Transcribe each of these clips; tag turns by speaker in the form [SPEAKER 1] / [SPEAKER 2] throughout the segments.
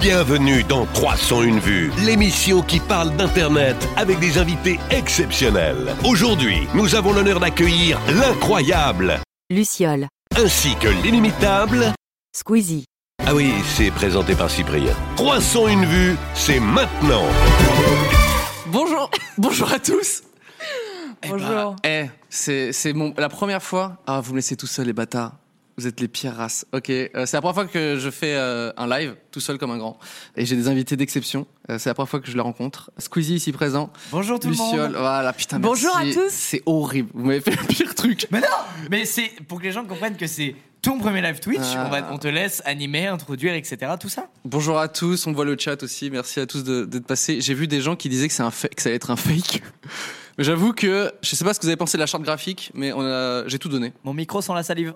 [SPEAKER 1] Bienvenue dans 301 vues, l'émission qui parle d'Internet avec des invités exceptionnels. Aujourd'hui, nous avons l'honneur d'accueillir l'incroyable
[SPEAKER 2] Luciole,
[SPEAKER 1] ainsi que l'inimitable.
[SPEAKER 2] Squeezie,
[SPEAKER 1] Ah oui, c'est présenté par Cyprien. 301 vues, c'est maintenant.
[SPEAKER 3] Bonjour, bonjour à tous. Eh ben,
[SPEAKER 4] Bonjour.
[SPEAKER 3] eh, c'est c'est mon la première fois. Ah, vous me laissez tout seul les bâtards. Vous êtes les pires races. Ok, euh, c'est la première fois que je fais euh, un live tout seul comme un grand et j'ai des invités d'exception. Euh, c'est la première fois que je les rencontre. Squeezie ici présent.
[SPEAKER 4] Bonjour tout le
[SPEAKER 3] Luciole,
[SPEAKER 4] monde.
[SPEAKER 3] voilà putain.
[SPEAKER 4] Bonjour
[SPEAKER 3] merci.
[SPEAKER 4] à tous.
[SPEAKER 3] C'est horrible. Vous m'avez fait le pire truc.
[SPEAKER 4] Mais non, mais c'est pour que les gens comprennent que c'est ton premier live Twitch.
[SPEAKER 3] Ah.
[SPEAKER 4] On, va- on te laisse animer, introduire, etc. Tout ça.
[SPEAKER 3] Bonjour à tous. On voit le chat aussi. Merci à tous de- d'être passés. J'ai vu des gens qui disaient que c'est un fa- que ça allait être un fake. Mais j'avoue que je sais pas ce que vous avez pensé de la charte graphique, mais on a- j'ai tout donné.
[SPEAKER 4] Mon micro sans la salive.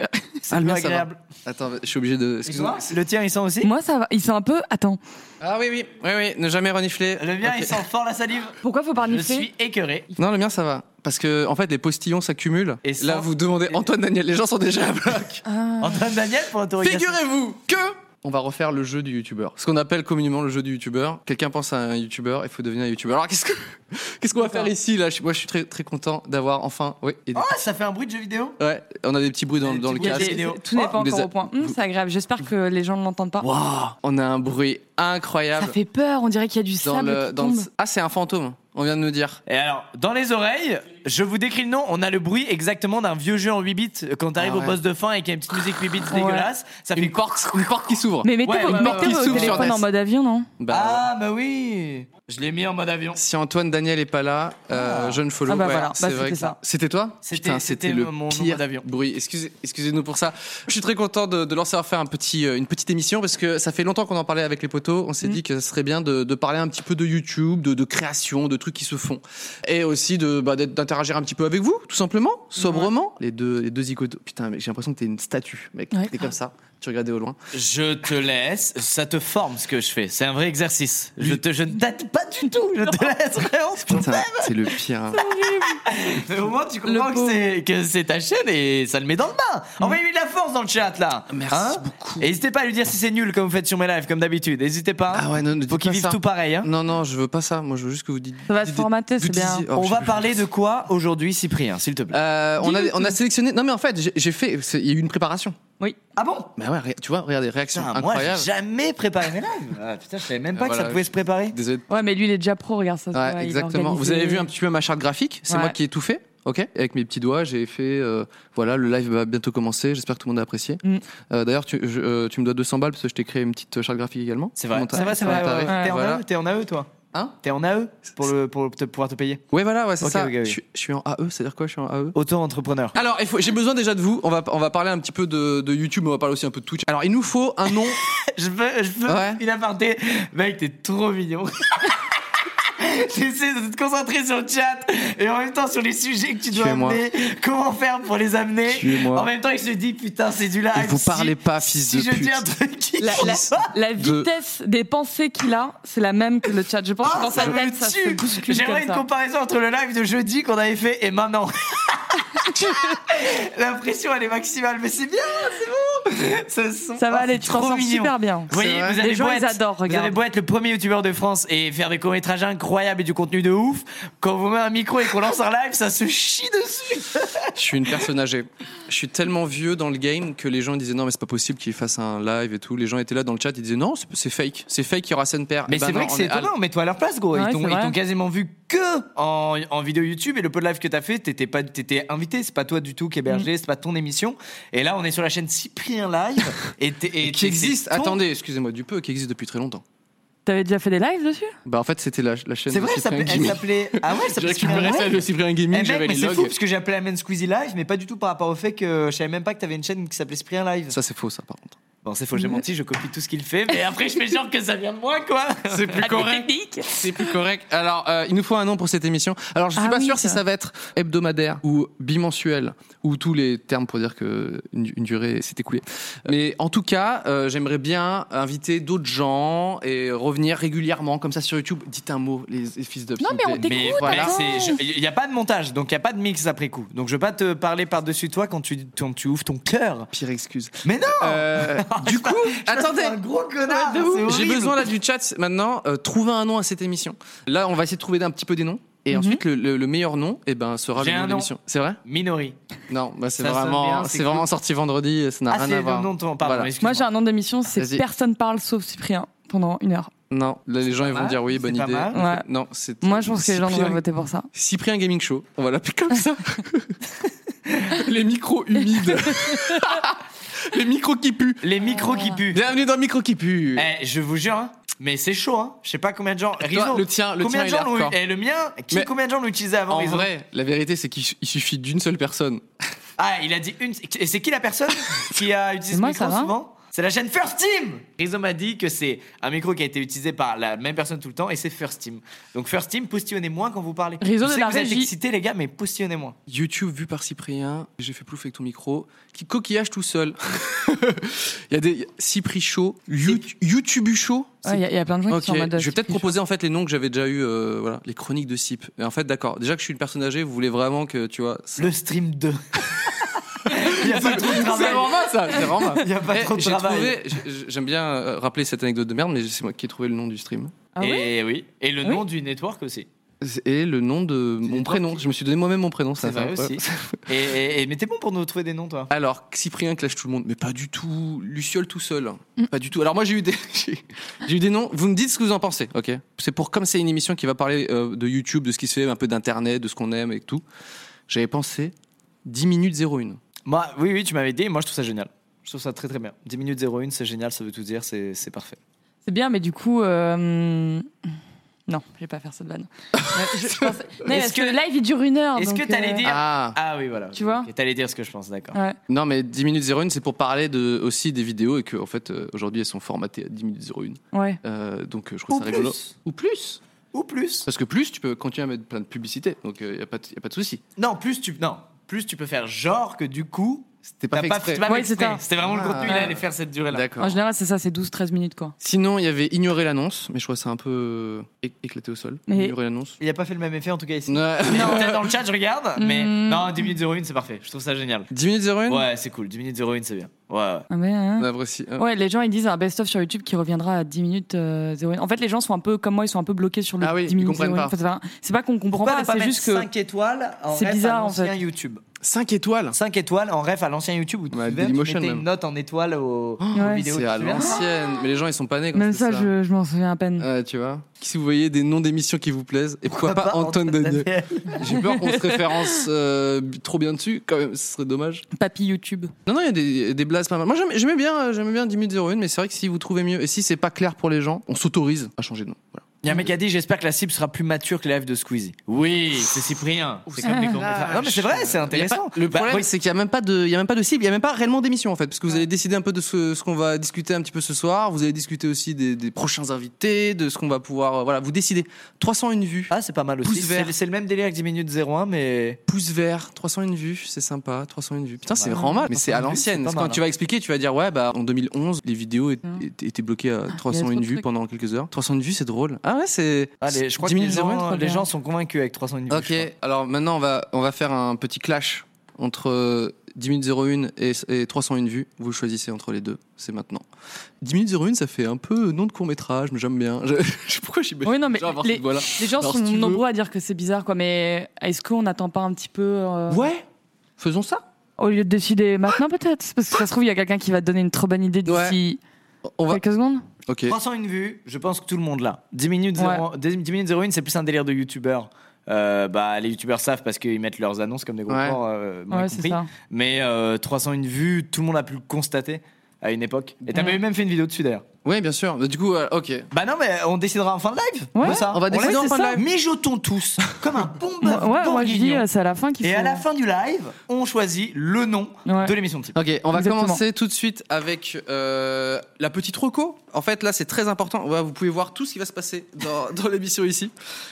[SPEAKER 3] Ah,
[SPEAKER 4] C'est
[SPEAKER 3] le
[SPEAKER 4] plus
[SPEAKER 3] mien, ça va.
[SPEAKER 4] agréable.
[SPEAKER 3] Attends, je suis obligé de. Excuse-moi.
[SPEAKER 4] Le tien, il sent aussi.
[SPEAKER 5] Moi, ça va. Ils sont un peu. Attends.
[SPEAKER 3] Ah oui, oui, oui, oui, ne jamais renifler.
[SPEAKER 4] Le mien,
[SPEAKER 3] Ok.
[SPEAKER 4] il sent fort la salive.
[SPEAKER 5] Pourquoi faut
[SPEAKER 4] Je
[SPEAKER 5] barnifler
[SPEAKER 4] suis écœuré.
[SPEAKER 3] Non, le mien, ça va. Parce que, en fait, les postillons s'accumulent.
[SPEAKER 4] Et Oh, ça-
[SPEAKER 3] Là, vous demandez Antoine Daniel, les gens sont déjà à bloc.
[SPEAKER 4] En train de Daniel pour l'interrogation.
[SPEAKER 3] Figurez-vous que. On va refaire le jeu du youtubeur. Ce qu'on appelle communément le jeu du youtubeur. Quelqu'un pense à un youtubeur, il faut devenir un youtubeur. Alors, qu'est-ce que. Qu'est-ce qu'on va faire ici, là Je suis- Moi, je suis très, très content d'avoir enfin. Oui, et des-
[SPEAKER 4] Oh, ça fait un bruit de jeu vidéo.
[SPEAKER 3] Ouais, on a des petits bruits dans,
[SPEAKER 4] Oh Des
[SPEAKER 3] dans le
[SPEAKER 4] petits bruits
[SPEAKER 3] casque.
[SPEAKER 4] de vidéo.
[SPEAKER 5] Tout n'est
[SPEAKER 3] Oh,
[SPEAKER 5] pas
[SPEAKER 3] vous les
[SPEAKER 5] encore
[SPEAKER 3] a-
[SPEAKER 5] au point. Hum, c'est agréable. J'espère que les gens ne l'entendent pas.
[SPEAKER 3] Waouh, on a un bruit
[SPEAKER 5] Ça
[SPEAKER 3] incroyable.
[SPEAKER 5] fait peur. On dirait qu'il y a du
[SPEAKER 3] dans
[SPEAKER 5] sable
[SPEAKER 3] le,
[SPEAKER 5] qui
[SPEAKER 3] dans le-
[SPEAKER 5] tombe.
[SPEAKER 3] Ah, c'est un fantôme, on vient de nous dire.
[SPEAKER 4] Et alors, dans les oreilles, je vous décris le nom. On a le bruit exactement d'un vieux jeu en 8 bits euh, quand t'arrives
[SPEAKER 3] Ah ouais.
[SPEAKER 4] au boss de fin et qu'il y a une petite musique 8 bits
[SPEAKER 5] Ouais.
[SPEAKER 4] dégueulasse. Ça fait
[SPEAKER 3] Une corque, une corque qui s'ouvre.
[SPEAKER 5] Mais mettez,
[SPEAKER 4] Ouais,
[SPEAKER 5] vos-
[SPEAKER 4] ouais,
[SPEAKER 5] mettez vos
[SPEAKER 3] ouais, ouais. Qui s'ouvre
[SPEAKER 5] téléphones
[SPEAKER 3] sur
[SPEAKER 5] en mode avion, non
[SPEAKER 3] Bah,
[SPEAKER 4] Ah, bah oui. Je l'ai mis en mode avion.
[SPEAKER 3] Si Antoine Daniel est pas là, euh, je ne follow.
[SPEAKER 5] Ah bah voilà,
[SPEAKER 3] c'est
[SPEAKER 5] bah
[SPEAKER 3] vrai
[SPEAKER 5] c'était
[SPEAKER 3] que-
[SPEAKER 5] ça.
[SPEAKER 3] C'était toi
[SPEAKER 4] C'était-
[SPEAKER 3] Putain,
[SPEAKER 4] c'était
[SPEAKER 3] le
[SPEAKER 4] mon- mon
[SPEAKER 3] pire
[SPEAKER 4] nom d'avion.
[SPEAKER 3] bruit. Excusez, excusez-nous pour ça. Je suis très content de, de lancer enfin un petit, euh, une petite émission parce que ça fait longtemps qu'on en parlait avec les potos. On s'est
[SPEAKER 5] Mm.
[SPEAKER 3] dit que ce serait bien de, de parler un petit peu de YouTube, de, de création, de trucs qui se font, et aussi de bah, d'être- d'interagir un petit peu avec vous, tout simplement, sobrement. Les deux, les deux icotos. Putain, mec, j'ai l'impression que t'es une statue, mec.
[SPEAKER 5] Ouais.
[SPEAKER 3] T'es comme ça. Tu regardais au loin.
[SPEAKER 4] Je te laisse, ça te forme ce que je fais. C'est un vrai exercice. Je te, je ne t'aide pas du tout. Je te laisse vraiment. ce qu'on
[SPEAKER 3] Putain, c'est le pire. hein.
[SPEAKER 4] fait. Mais au moins, tu comprends
[SPEAKER 5] Le
[SPEAKER 4] que
[SPEAKER 5] pauvre.
[SPEAKER 4] c'est, que c'est ta chaîne et ça le met dans le bain. Envoyez-lui de la force dans le chat là.
[SPEAKER 3] Merci beaucoup.
[SPEAKER 4] Et N'hésitez pas à lui dire si c'est nul comme vous faites sur mes lives, comme d'habitude. N'hésitez pas.
[SPEAKER 3] Ah ouais, non, ne
[SPEAKER 4] Faut
[SPEAKER 3] dites
[SPEAKER 4] qu'ils
[SPEAKER 3] pas
[SPEAKER 4] vivent
[SPEAKER 3] ça. Mm.
[SPEAKER 4] tout pareil. hein.
[SPEAKER 3] Non, non, je veux pas ça. Moi, je veux juste que vous dites.
[SPEAKER 5] Ça va se
[SPEAKER 3] dites-
[SPEAKER 5] formater,
[SPEAKER 3] vous
[SPEAKER 5] c'est bien.
[SPEAKER 3] disiez- Oh,
[SPEAKER 4] On
[SPEAKER 3] je-
[SPEAKER 4] va parler de quoi aujourd'hui, Cyprien, s'il te plaît
[SPEAKER 3] Euh, on, a,
[SPEAKER 5] Dis-nous
[SPEAKER 3] on a
[SPEAKER 5] tout.
[SPEAKER 3] sélectionné. Non, mais en fait, j'ai- j'ai fait. c'est- Il y a eu une préparation.
[SPEAKER 4] Ah bon
[SPEAKER 3] Bah ouais, ré- tu vois, regardez, réaction
[SPEAKER 4] Putain, moi,
[SPEAKER 3] incroyable.
[SPEAKER 4] j'ai jamais préparé mes lives. Ah, putain, je savais même pas que
[SPEAKER 3] Voilà.
[SPEAKER 4] ça pouvait se préparer.
[SPEAKER 3] Désolé. de-
[SPEAKER 5] Ouais, mais lui, il est déjà pro. Regarde ça.
[SPEAKER 3] Ouais,
[SPEAKER 5] ça, il est
[SPEAKER 3] exactement.
[SPEAKER 5] organisé.
[SPEAKER 3] Vous avez vu un petit peu ma charte graphique. C'est moi
[SPEAKER 5] Ouais.
[SPEAKER 3] qui ai tout fait. Ok. Avec mes petits doigts, j'ai fait. euh, voilà, le live va bientôt commencer. J'espère que tout le monde a apprécié.
[SPEAKER 5] Mm.
[SPEAKER 3] Euh, D'ailleurs, tu, je- euh, tu me dois 200 balles parce que je t'ai créé une petite charte graphique également.
[SPEAKER 4] C'est vrai,
[SPEAKER 3] Mon ta-
[SPEAKER 4] c'est vrai, c'est vrai.
[SPEAKER 3] mon tarif.
[SPEAKER 4] ouais, ouais. T'es en
[SPEAKER 3] Voilà.
[SPEAKER 4] AE, t'es en AE, toi
[SPEAKER 3] Hein
[SPEAKER 4] T'es en AE pour, le, pour te- pouvoir te payer
[SPEAKER 3] Ouais, voilà, ouais, c'est
[SPEAKER 4] Ok,
[SPEAKER 3] ça.
[SPEAKER 4] ok,
[SPEAKER 3] Je,
[SPEAKER 4] ok.
[SPEAKER 3] suis- je suis en AE. C'est-à-dire quoi Je suis en E? AE
[SPEAKER 4] Auto-entrepreneur.
[SPEAKER 3] Alors, il faut- j'ai besoin déjà de vous. On va, on va parler un petit peu de, de YouTube, mais on va parler aussi un peu de Twitch. Alors, il nous faut un nom.
[SPEAKER 4] Je veux, je veux
[SPEAKER 3] Ouais.
[SPEAKER 4] une aparté. Mec, t'es trop mignon. J'essaie de te concentrer sur le chat et en même temps sur les sujets que tu dois
[SPEAKER 3] Tuez-moi.
[SPEAKER 4] amener. Comment faire pour les amener
[SPEAKER 3] Tuez-moi.
[SPEAKER 4] En même temps, il se dit putain, c'est du live.
[SPEAKER 3] Et vous
[SPEAKER 4] Ah, Si-
[SPEAKER 3] parlez pas, fils
[SPEAKER 4] Si
[SPEAKER 3] de
[SPEAKER 4] je
[SPEAKER 3] pute.
[SPEAKER 4] dis un truc qui
[SPEAKER 5] La, la- la vitesse des pensées qu'il a, c'est la même que le chat. Je pense
[SPEAKER 4] Ah,
[SPEAKER 5] que dans
[SPEAKER 4] ça
[SPEAKER 5] sa
[SPEAKER 4] me
[SPEAKER 5] tête, ça se
[SPEAKER 4] tue.
[SPEAKER 5] bouscule comme
[SPEAKER 4] J'aimerais une
[SPEAKER 5] ça.
[SPEAKER 4] comparaison entre le live de jeudi qu'on avait fait et maintenant. la pression elle est maximale, mais c'est bien, c'est bon. Ce sont-
[SPEAKER 5] Ça va
[SPEAKER 4] Ah,
[SPEAKER 5] aller,
[SPEAKER 4] c'est
[SPEAKER 5] tu t'en
[SPEAKER 4] trop
[SPEAKER 5] sors
[SPEAKER 4] mignon.
[SPEAKER 5] super bien.
[SPEAKER 4] Vous voyez,
[SPEAKER 3] C'est vrai.
[SPEAKER 4] vous avez
[SPEAKER 5] Les gens,
[SPEAKER 4] beau
[SPEAKER 5] ils
[SPEAKER 4] être-
[SPEAKER 5] adorent,
[SPEAKER 4] Vous avez
[SPEAKER 5] regarde.
[SPEAKER 4] beau être le premier youtubeur de France et faire des courts-métrages incroyables et du contenu de ouf, quand on vous met un micro et qu'on lance un live, ça se chie dessus.
[SPEAKER 3] Je suis une personne âgée. Je suis tellement vieux dans le game que les gens disaient non mais c'est pas possible qu'il fasse un live et tout. Les gens étaient là dans le chat, ils disaient non c'est- c'est fake, c'est fake, il y aura scène paire.
[SPEAKER 4] Mais
[SPEAKER 3] Eh ben
[SPEAKER 4] c'est
[SPEAKER 3] non,
[SPEAKER 4] vrai que
[SPEAKER 3] on
[SPEAKER 4] c'est
[SPEAKER 3] est à-
[SPEAKER 4] étonnant, mets-toi à leur place, gros.
[SPEAKER 5] Ouais,
[SPEAKER 4] ils
[SPEAKER 5] c'est
[SPEAKER 4] t'ont- ils
[SPEAKER 5] vrai.
[SPEAKER 4] t'ont quasiment vu que en, en vidéo YouTube et le peu de live que t'as fait, t'étais pas, t'étais invité, c'est pas toi du tout qui
[SPEAKER 5] Mm.
[SPEAKER 4] hébergé, c'est pas ton émission. Et là, on est sur la chaîne Cyprien Live et, t'es- et
[SPEAKER 3] Qui
[SPEAKER 4] t'es-
[SPEAKER 3] existe
[SPEAKER 4] c'est ton-
[SPEAKER 3] Attendez, excusez-moi du peu, qui existe depuis très longtemps.
[SPEAKER 5] T'avais déjà fait des lives dessus
[SPEAKER 3] Bah en fait c'était la, la chaîne.
[SPEAKER 4] C'est vrai,
[SPEAKER 3] de
[SPEAKER 4] elle
[SPEAKER 3] Cyprien
[SPEAKER 4] s'appelait. elle
[SPEAKER 3] Guimé.
[SPEAKER 4] s'appelait- Ah ouais, elle
[SPEAKER 3] J'ai
[SPEAKER 4] s'appelait Cyprien
[SPEAKER 3] récupéré
[SPEAKER 4] Guimé.
[SPEAKER 3] ça de Cyprien
[SPEAKER 4] Eh
[SPEAKER 3] Gaming,
[SPEAKER 4] mec,
[SPEAKER 3] j'avais
[SPEAKER 4] mais
[SPEAKER 3] les
[SPEAKER 4] c'est fou
[SPEAKER 3] logs.
[SPEAKER 4] parce que j'ai appelé Amen Squeezie Live, mais pas du tout par rapport au fait que je savais même pas que t'avais une chaîne qui s'appelait Cyprien Live.
[SPEAKER 3] Ça c'est faux ça par contre.
[SPEAKER 4] Bon, c'est faux, j'ai menti, je copie tout ce qu'il fait, mais après je fais genre que ça vient de moi, quoi.
[SPEAKER 3] C'est plus
[SPEAKER 5] technique
[SPEAKER 3] C'est plus correct. Alors, euh, il nous faut un nom pour cette émission. Alors, je suis
[SPEAKER 5] Ah
[SPEAKER 3] pas
[SPEAKER 5] oui,
[SPEAKER 3] sûr si
[SPEAKER 5] ça.
[SPEAKER 3] ça va être hebdomadaire ou bimensuel ou tous les termes pour dire que une, une durée s'est écoulée. Mais en tout cas, euh, j'aimerais bien inviter d'autres gens et revenir régulièrement comme ça sur YouTube. Dites un mot, les, les fils de.
[SPEAKER 5] Non,
[SPEAKER 3] s'il vous
[SPEAKER 5] mais on
[SPEAKER 3] plaît.
[SPEAKER 5] t'écoute,
[SPEAKER 4] Mais
[SPEAKER 3] voilà.
[SPEAKER 4] voilà, il n'y a pas de montage, donc il n'y a pas de mix après coup. Donc je vais pas te parler par-dessus toi quand tu, quand tu ouvres ton cœur.
[SPEAKER 3] Pire excuse.
[SPEAKER 4] Mais non
[SPEAKER 5] Oh.
[SPEAKER 3] Euh, du coup, attendez. Ah,
[SPEAKER 4] C'est un gros connard
[SPEAKER 5] Ouais, de ouf.
[SPEAKER 4] c'est
[SPEAKER 3] J'ai
[SPEAKER 4] horrible.
[SPEAKER 3] besoin là du chat maintenant. Euh, trouvez un nom à cette émission. Là, on va essayer de trouver un petit peu des noms. Et
[SPEAKER 5] Mhm.
[SPEAKER 3] ensuite, le, le- le meilleur nom, eh ben, sera le
[SPEAKER 4] J'ai
[SPEAKER 3] nom
[SPEAKER 4] un
[SPEAKER 3] de
[SPEAKER 4] nom.
[SPEAKER 3] l'émission. C'est vrai
[SPEAKER 4] Minori.
[SPEAKER 3] Non, bah, c'est
[SPEAKER 4] Ça sonne
[SPEAKER 3] vraiment,
[SPEAKER 4] bien, c'est
[SPEAKER 3] c'est
[SPEAKER 4] cool.
[SPEAKER 3] vraiment sorti vendredi. Ça n'a
[SPEAKER 4] Ah,
[SPEAKER 3] rien
[SPEAKER 4] c'est
[SPEAKER 3] à
[SPEAKER 4] le
[SPEAKER 3] voir.
[SPEAKER 4] nom de ton. Pardon,
[SPEAKER 3] Voilà.
[SPEAKER 5] Moi
[SPEAKER 4] excuse-moi.
[SPEAKER 5] j'ai un nom d'émission, c'est
[SPEAKER 3] Vas-y.
[SPEAKER 5] Personne parle sauf Cyprien pendant une heure.
[SPEAKER 3] Non, là, les gens ils vont
[SPEAKER 4] mal,
[SPEAKER 3] dire oui,
[SPEAKER 4] c'est
[SPEAKER 3] bonne
[SPEAKER 4] pas
[SPEAKER 3] idée.
[SPEAKER 4] mal.
[SPEAKER 5] Ouais.
[SPEAKER 3] Non, c'est.
[SPEAKER 5] Moi je pense que les gens
[SPEAKER 3] Cyprien-
[SPEAKER 5] devraient voter pour ça.
[SPEAKER 3] Cyprien Gaming Show. On va l'appeler comme ça. les micros humides. les micros qui puent.
[SPEAKER 4] Les micros qui puent.
[SPEAKER 3] Bienvenue dans Micro qui pue.
[SPEAKER 4] Eh, je vous jure, hein, mais c'est chaud, hein. Je sais pas combien de gens. Rizzo,
[SPEAKER 3] le tien- le
[SPEAKER 4] combien
[SPEAKER 3] tien, il
[SPEAKER 4] de
[SPEAKER 3] est
[SPEAKER 4] gens l'ont eu
[SPEAKER 3] hardcore.
[SPEAKER 4] Eh, le mien, qui,
[SPEAKER 3] Mais-
[SPEAKER 4] combien de gens l'ont utilisé avant
[SPEAKER 3] en
[SPEAKER 4] Rizzo
[SPEAKER 3] vrai, la vérité, c'est qu'il su- il suffit d'une seule personne.
[SPEAKER 4] Ah, il a dit une. Et c'est qui la personne qui a utilisé
[SPEAKER 5] C'est moi,
[SPEAKER 4] ce micro
[SPEAKER 5] ça va
[SPEAKER 4] souvent C'est la chaîne First Team Rizzo m'a dit que c'est un micro qui a été utilisé par la même personne tout le temps et c'est First Team. Donc First Team, postillonnez moins quand vous parlez.
[SPEAKER 5] Rizzo
[SPEAKER 4] je
[SPEAKER 5] de
[SPEAKER 4] sais
[SPEAKER 5] la
[SPEAKER 4] que vous êtes
[SPEAKER 5] régie.
[SPEAKER 4] excités, les gars, mais postillonnez moins.
[SPEAKER 3] YouTube vu par Cyprien, j'ai fait plouf avec ton micro, qui coquillage tout seul. Il y a des Cypri Show, You- YouTube Show.
[SPEAKER 5] Il
[SPEAKER 3] c'est-
[SPEAKER 5] y, a- y a plein de gens
[SPEAKER 3] Ok,
[SPEAKER 5] qui sont en mode. euh,
[SPEAKER 3] je vais peut-être
[SPEAKER 5] Cyprien.
[SPEAKER 3] proposer en fait les noms que j'avais déjà eu, euh, voilà, les chroniques de Cyp. Et en fait, d'accord. Déjà que je suis une personne âgée, vous voulez vraiment que tu vois. ça-
[SPEAKER 4] Le stream 2. il n'y a pas trop de
[SPEAKER 3] C'est
[SPEAKER 4] travail.
[SPEAKER 3] vraiment moi, ça. C'est vraiment moi.
[SPEAKER 4] Il y a pas
[SPEAKER 3] Eh,
[SPEAKER 4] trop de
[SPEAKER 3] j'ai
[SPEAKER 4] travail.
[SPEAKER 3] trouvé- j'ai- J'aime bien euh, rappeler cette anecdote de merde, mais c'est moi qui ai trouvé le nom du stream
[SPEAKER 5] Ah ouais Ah
[SPEAKER 4] et oui. Et le
[SPEAKER 5] Oui.
[SPEAKER 4] nom du network aussi.
[SPEAKER 3] et le nom de mon
[SPEAKER 4] toi
[SPEAKER 3] prénom.
[SPEAKER 4] qui-
[SPEAKER 3] Je me suis donné moi-même mon prénom.
[SPEAKER 4] C'est
[SPEAKER 3] ça
[SPEAKER 4] vrai
[SPEAKER 3] fait un peu-
[SPEAKER 4] aussi. et, et- et- mais t'es bon pour nous trouver des noms, toi
[SPEAKER 3] Alors, Cyprien clash tout le monde, mais pas du tout. Luciole tout seul,
[SPEAKER 4] Mm.
[SPEAKER 3] pas du tout. Alors moi j'ai eu des, j'ai j'ai eu des noms. Vous me dites ce que vous en pensez, ok C'est pour comme c'est une émission qui va parler euh, de YouTube, de ce qui se fait, un peu d'internet, de ce qu'on aime et tout. J'avais pensé 10 minutes 01.
[SPEAKER 4] Moi, oui, oui, tu m'avais dit. Moi, je trouve ça génial. Je trouve ça très, très bien. 10 minutes 01, c'est génial, ça veut tout dire, c'est c'est parfait.
[SPEAKER 5] C'est bien, mais du coup. euh, Non, je vais pas faire cette vanne. Euh, je- je pensais- Non,
[SPEAKER 4] Est-ce
[SPEAKER 5] parce que
[SPEAKER 4] que-
[SPEAKER 5] le live il dure une heure.
[SPEAKER 4] Est-ce
[SPEAKER 5] donc,
[SPEAKER 4] que t'allais
[SPEAKER 5] euh,
[SPEAKER 4] dire-
[SPEAKER 3] Ah
[SPEAKER 4] Ah oui, voilà.
[SPEAKER 5] Tu vois
[SPEAKER 4] Et T'allais dire ce que je pense, d'accord.
[SPEAKER 5] ouais.
[SPEAKER 3] non mais 10 minutes 01 c'est pour parler de aussi des vidéos et que en fait euh, aujourd'hui elles sont formatées à 10 minutes 01.
[SPEAKER 5] Ouais.
[SPEAKER 3] Euh, donc euh, je trouve
[SPEAKER 4] Ou
[SPEAKER 3] ça rigolo.
[SPEAKER 4] plus.
[SPEAKER 3] Ou plus
[SPEAKER 4] Ou plus.
[SPEAKER 3] Parce que plus tu peux continuer à mettre plein de publicités, donc il y a pas de, y a pas de souci.
[SPEAKER 4] Non, plus tu, non, plus tu peux faire genre que du coup.
[SPEAKER 3] C'était pas
[SPEAKER 4] T'as
[SPEAKER 3] fait
[SPEAKER 4] pas,
[SPEAKER 3] exprès.
[SPEAKER 4] t'as pas fait Ah,
[SPEAKER 5] Ouais,
[SPEAKER 4] exprès.
[SPEAKER 5] c'est ça.
[SPEAKER 4] C'était vraiment le
[SPEAKER 3] Ah.
[SPEAKER 4] contenu, il
[SPEAKER 5] Ouais.
[SPEAKER 4] allait faire cette durée-là.
[SPEAKER 3] D'accord.
[SPEAKER 5] En général, c'est ça, c'est 12-13 minutes quoi.
[SPEAKER 3] Sinon, il y avait ignoré l'annonce, mais je crois que c'est un peu euh, é- éclaté au sol.
[SPEAKER 5] Mais-
[SPEAKER 3] Ignorer l'annonce.
[SPEAKER 4] Il a pas fait le même effet en tout cas ici.
[SPEAKER 3] Ouais.
[SPEAKER 4] Peut-être dans le chat, je regarde, mais
[SPEAKER 5] Hmm.
[SPEAKER 4] non, 10 minutes 01, c'est parfait. Je trouve ça génial.
[SPEAKER 3] 10 minutes 01
[SPEAKER 4] Ouais, c'est cool. 10 minutes 01, c'est bien. Ouais, ouais.
[SPEAKER 5] Ah ouais, hein.
[SPEAKER 3] On apprécie. Euh,
[SPEAKER 5] Ouais, les gens ils disent un best-of sur YouTube qui reviendra à 10 minutes euh, 01. En fait, les gens sont un peu comme moi, ils sont un peu bloqués sur le
[SPEAKER 3] Ah oui,
[SPEAKER 5] 10
[SPEAKER 3] ils
[SPEAKER 5] minutes
[SPEAKER 3] comprennent
[SPEAKER 5] 01.
[SPEAKER 3] pas.
[SPEAKER 5] Enfin, c'est pas- c'est pas qu'on comprend
[SPEAKER 4] Pourquoi
[SPEAKER 5] pas,
[SPEAKER 4] ne pas
[SPEAKER 5] c'est
[SPEAKER 4] mettre
[SPEAKER 5] juste que.
[SPEAKER 4] 5 étoiles en
[SPEAKER 5] C'est
[SPEAKER 4] ref
[SPEAKER 5] bizarre,
[SPEAKER 4] à
[SPEAKER 5] en
[SPEAKER 4] l'ancien
[SPEAKER 5] fait.
[SPEAKER 4] YouTube
[SPEAKER 3] 5 étoiles
[SPEAKER 4] 5 étoiles en ref à l'ancien YouTube où tu,
[SPEAKER 3] Ouais,
[SPEAKER 4] pouvais, tu
[SPEAKER 3] Dailymotion,
[SPEAKER 4] mettais une
[SPEAKER 3] même.
[SPEAKER 4] note en étoile aux, aux
[SPEAKER 5] Ouais.
[SPEAKER 4] vidéos.
[SPEAKER 3] C'est
[SPEAKER 4] tu
[SPEAKER 3] à
[SPEAKER 4] te souviens
[SPEAKER 3] l'ancienne. Mais les gens, ils sont panés quand
[SPEAKER 5] Même
[SPEAKER 3] c'est Euh.
[SPEAKER 5] ça, je, je m'en souviens à peine.
[SPEAKER 3] Ouais, tu vois. Si vous voyez des noms d'émissions qui vous plaisent, et pourquoi, pas, Antoine Daniel J'ai peur qu'on se référence euh, trop bien dessus, quand même, ce serait dommage.
[SPEAKER 5] Papy YouTube.
[SPEAKER 3] Non, non, il y a des, des blases pas mal. Moi, j'aimais- j'aimais bien, euh, j'aimais bien 10 minutes 01, mais c'est vrai que si vous trouvez mieux, et si c'est pas clair pour les gens, on s'autorise à changer de nom. Voilà.
[SPEAKER 4] Il y a un mec qui a dit J'espère que la cible sera plus mature que les lives de Squeezie. Oui, c'est Cyprien. C'est comme les
[SPEAKER 3] Ah,
[SPEAKER 4] commentaires. Non, mais c'est vrai, c'est
[SPEAKER 3] Il y a pas-
[SPEAKER 4] intéressant.
[SPEAKER 3] le
[SPEAKER 4] Bah,
[SPEAKER 3] problème,
[SPEAKER 4] oui,
[SPEAKER 3] c'est qu'il n'y a même pas de, il y a même pas de cible, il n'y a même pas réellement d'émission en fait, parce que vous avez décidé un peu de ce, ce qu'on va discuter un petit peu ce soir. Vous avez discuté aussi des, des prochains invités, de ce qu'on va pouvoir, euh, voilà, vous décidez. 301 vues,
[SPEAKER 4] Ah, c'est pas mal aussi.
[SPEAKER 3] Pouce vert.
[SPEAKER 4] C'est c'est le même délire que 10 minutes 01, mais.
[SPEAKER 3] pouce vert, 301 vues, c'est sympa, 301 vues. Putain,
[SPEAKER 4] C'est
[SPEAKER 3] c'est
[SPEAKER 4] pas mal.
[SPEAKER 3] vraiment mal, Bah hein. Ah. mais
[SPEAKER 4] 301
[SPEAKER 3] c'est à
[SPEAKER 4] vues,
[SPEAKER 3] l'ancienne.
[SPEAKER 4] c'est pas
[SPEAKER 3] Parce que Quand
[SPEAKER 4] mal,
[SPEAKER 3] tu vas expliquer, tu vas dire ouais, bah en 2011, les vidéos étaient,
[SPEAKER 5] Hum.
[SPEAKER 3] étaient bloquées à
[SPEAKER 5] trop
[SPEAKER 3] 301
[SPEAKER 5] de
[SPEAKER 3] vues
[SPEAKER 5] trucs.
[SPEAKER 3] pendant quelques heures. 301 vues, c'est drôle. Ah ouais, c'est.
[SPEAKER 4] Allez, je crois
[SPEAKER 3] 10
[SPEAKER 4] que les
[SPEAKER 3] 000 euros,
[SPEAKER 4] gens,
[SPEAKER 5] trop
[SPEAKER 4] les
[SPEAKER 5] bien.
[SPEAKER 4] gens sont convaincus avec 300 vues.
[SPEAKER 3] Ok, alors maintenant on va, on va faire un petit clash entre euh, 10 minutes 01 et, et 301 vues. Vous choisissez entre les deux, c'est maintenant. 10 minutes 01, ça fait un peu nom de court-métrage, mais j'aime bien. Je, je- pourquoi j'y
[SPEAKER 5] Oui, non, mais
[SPEAKER 3] Déjà, avoir
[SPEAKER 5] les,
[SPEAKER 3] cette voix-là.
[SPEAKER 5] les gens
[SPEAKER 3] Alors,
[SPEAKER 5] sont
[SPEAKER 3] si tu veux-
[SPEAKER 5] nombreux à dire que c'est bizarre, quoi. Mais est-ce qu'on n'attend pas un petit peu euh,
[SPEAKER 3] Ouais, faisons ça.
[SPEAKER 5] au lieu de décider maintenant, peut-être Parce que ça se trouve, il y a quelqu'un qui va te donner une trop bonne idée d'ici
[SPEAKER 3] On va.
[SPEAKER 5] quelques secondes.
[SPEAKER 3] Ok.
[SPEAKER 4] 300 vues, je pense que tout le monde l'a. 10 minutes,
[SPEAKER 5] Ouais.
[SPEAKER 4] 01 10 10 minutes 01, c'est plus un délire de youtubeurs. Euh, bah, les youtubeurs savent parce qu'ils mettent leurs annonces comme des gros
[SPEAKER 3] Ouais.
[SPEAKER 4] porcs, euh, moi y
[SPEAKER 5] Ouais, c'est
[SPEAKER 4] compris.
[SPEAKER 5] ça.
[SPEAKER 4] Mais euh, 301 vues, tout le monde a pu le constater à une époque. Et t'avais
[SPEAKER 5] Ouais.
[SPEAKER 4] même fait une vidéo dessus d'ailleurs.
[SPEAKER 3] Oui, bien sûr. Du coup, euh, ok.
[SPEAKER 4] Bah non, mais on décidera en fin de live
[SPEAKER 5] Ouais,
[SPEAKER 4] de ça.
[SPEAKER 3] on va décider en
[SPEAKER 5] c'est
[SPEAKER 3] fin de
[SPEAKER 5] ça.
[SPEAKER 3] live.
[SPEAKER 4] Mijotons tous, comme un bon bœuf
[SPEAKER 5] Moi- ouais, moi je dis,
[SPEAKER 4] bourguignon.
[SPEAKER 5] euh, c'est à la fin qu'il faut.
[SPEAKER 4] Et à la fin du live, on choisit le nom
[SPEAKER 5] Ouais.
[SPEAKER 4] de l'émission type.
[SPEAKER 3] Ok, on va
[SPEAKER 5] Exactement.
[SPEAKER 3] commencer tout de suite avec euh, la petite roco. En fait, là, c'est très important. Ouais, vous pouvez voir tout ce qui va se passer dans, dans l'émission ici.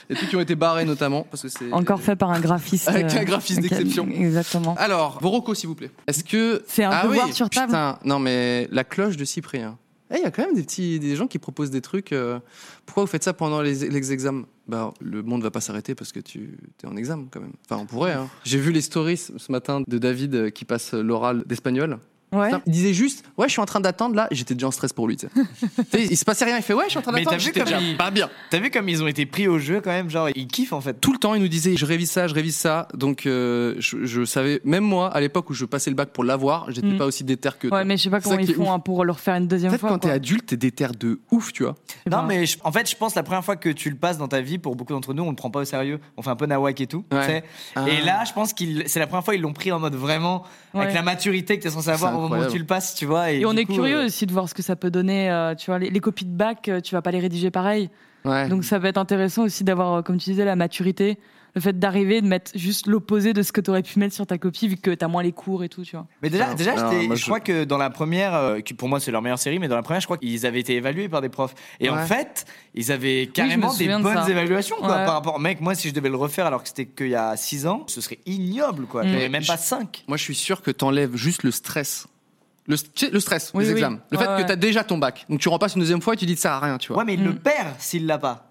[SPEAKER 3] Les trucs qui ont été barrés notamment, parce que c'est
[SPEAKER 5] Encore fait par un graphiste.
[SPEAKER 3] Avec un
[SPEAKER 5] euh,
[SPEAKER 3] graphiste
[SPEAKER 5] ok,
[SPEAKER 3] d'exception.
[SPEAKER 5] Exactement.
[SPEAKER 3] Alors, vos rocos, s'il vous plaît. Est-ce que
[SPEAKER 5] C'est un
[SPEAKER 3] ah oui,
[SPEAKER 5] devoir sur table.
[SPEAKER 3] Putain, non mais la cloche de Cyprien. Eh, il y a quand même des petits des gens qui proposent des trucs. euh, pourquoi vous faites ça pendant les, les examens Bah, le monde va pas s'arrêter parce que tu es en examen quand même. Enfin, on pourrait. hein. J'ai vu les stories ce matin de David euh, qui passe l'oral d'espagnol.
[SPEAKER 5] Ouais.
[SPEAKER 3] Putain, Il disait juste, ouais, je suis en train d'attendre là. J'étais déjà en stress pour lui. tu sais. Tu sais, il se passait rien. Il fait, ouais, je suis en train
[SPEAKER 4] Mais
[SPEAKER 3] d'attendre.
[SPEAKER 4] t'as vu
[SPEAKER 3] J'étais
[SPEAKER 4] comme
[SPEAKER 3] déjà
[SPEAKER 4] il-
[SPEAKER 3] pas bien.
[SPEAKER 4] T'as vu comme ils ont été pris au jeu quand même, genre ils kiffent en fait.
[SPEAKER 3] Tout le temps, il nous disait, je révise ça, je révise ça. Donc, euh, je, je savais, même moi, à l'époque où je passais le bac pour l'avoir, j'étais
[SPEAKER 5] Mm.
[SPEAKER 3] pas aussi déter que toi.
[SPEAKER 5] Ouais, mais je sais pas
[SPEAKER 3] C'est ça
[SPEAKER 5] comment
[SPEAKER 3] qui
[SPEAKER 5] ils
[SPEAKER 3] est
[SPEAKER 5] font
[SPEAKER 3] ouf.
[SPEAKER 5] hein, pour le refaire une deuxième
[SPEAKER 3] Peut-être
[SPEAKER 5] fois.
[SPEAKER 3] quand t'es
[SPEAKER 5] quoi.
[SPEAKER 3] adulte, t'es déter de ouf, tu vois.
[SPEAKER 5] Je sais
[SPEAKER 4] Non
[SPEAKER 5] pas.
[SPEAKER 4] mais je- en fait je pense la première fois que tu le passes dans ta vie pour beaucoup d'entre nous on le prend pas au sérieux on fait un peu nawak et tout
[SPEAKER 3] Ouais.
[SPEAKER 4] tu sais.
[SPEAKER 3] Ah.
[SPEAKER 4] et là je pense qu'ils c'est la première fois ils l'ont pris en mode vraiment
[SPEAKER 5] Ouais.
[SPEAKER 4] avec la maturité que t'es censé
[SPEAKER 3] C'est
[SPEAKER 4] avoir au moment où
[SPEAKER 3] incroyable.
[SPEAKER 4] tu le passes tu vois et,
[SPEAKER 5] Et
[SPEAKER 4] du
[SPEAKER 5] on est
[SPEAKER 4] coup,
[SPEAKER 5] curieux
[SPEAKER 4] euh,
[SPEAKER 5] aussi de voir ce que ça peut donner. euh, tu vois, les, les copies de bac, euh, tu vas pas les rédiger pareil.
[SPEAKER 3] Ouais.
[SPEAKER 5] Donc ça va être intéressant aussi d'avoir, euh, comme tu disais, la maturité. Le fait d'arriver, de mettre juste l'opposé de ce que t'aurais pu mettre sur ta copie, vu que t'as moins les cours et tout, tu vois.
[SPEAKER 4] mais déjà
[SPEAKER 3] Enfin,
[SPEAKER 4] déjà
[SPEAKER 3] alors,
[SPEAKER 4] j'étais-
[SPEAKER 3] moi,
[SPEAKER 4] je
[SPEAKER 3] je-
[SPEAKER 4] crois que dans la première euh, qui pour moi c'est leur meilleure série mais dans la première je crois qu'ils avaient été évalués par des profs et
[SPEAKER 3] Ouais.
[SPEAKER 4] en fait ils avaient carrément des
[SPEAKER 5] souviens de
[SPEAKER 4] bonnes
[SPEAKER 5] ça.
[SPEAKER 4] évaluations quoi,
[SPEAKER 5] Ouais.
[SPEAKER 4] par rapport mec moi si je devais le refaire alors que c'était qu'il y a 6 ans ce serait ignoble quoi
[SPEAKER 5] Mm.
[SPEAKER 4] j'aurais même
[SPEAKER 3] Je-
[SPEAKER 4] pas 5
[SPEAKER 3] Moi, je suis sûr que t'enlèves juste le stress. Le, st- tu sais, le stress,
[SPEAKER 5] Oui,
[SPEAKER 3] les
[SPEAKER 5] oui.
[SPEAKER 3] examens. Le
[SPEAKER 5] Ouais,
[SPEAKER 3] fait
[SPEAKER 5] ouais.
[SPEAKER 3] que t'as déjà ton bac. Donc tu repasses une deuxième fois et tu dis que ça à rien, tu vois.
[SPEAKER 4] ouais mais il
[SPEAKER 5] Mm.
[SPEAKER 4] le perd s'il l'a pas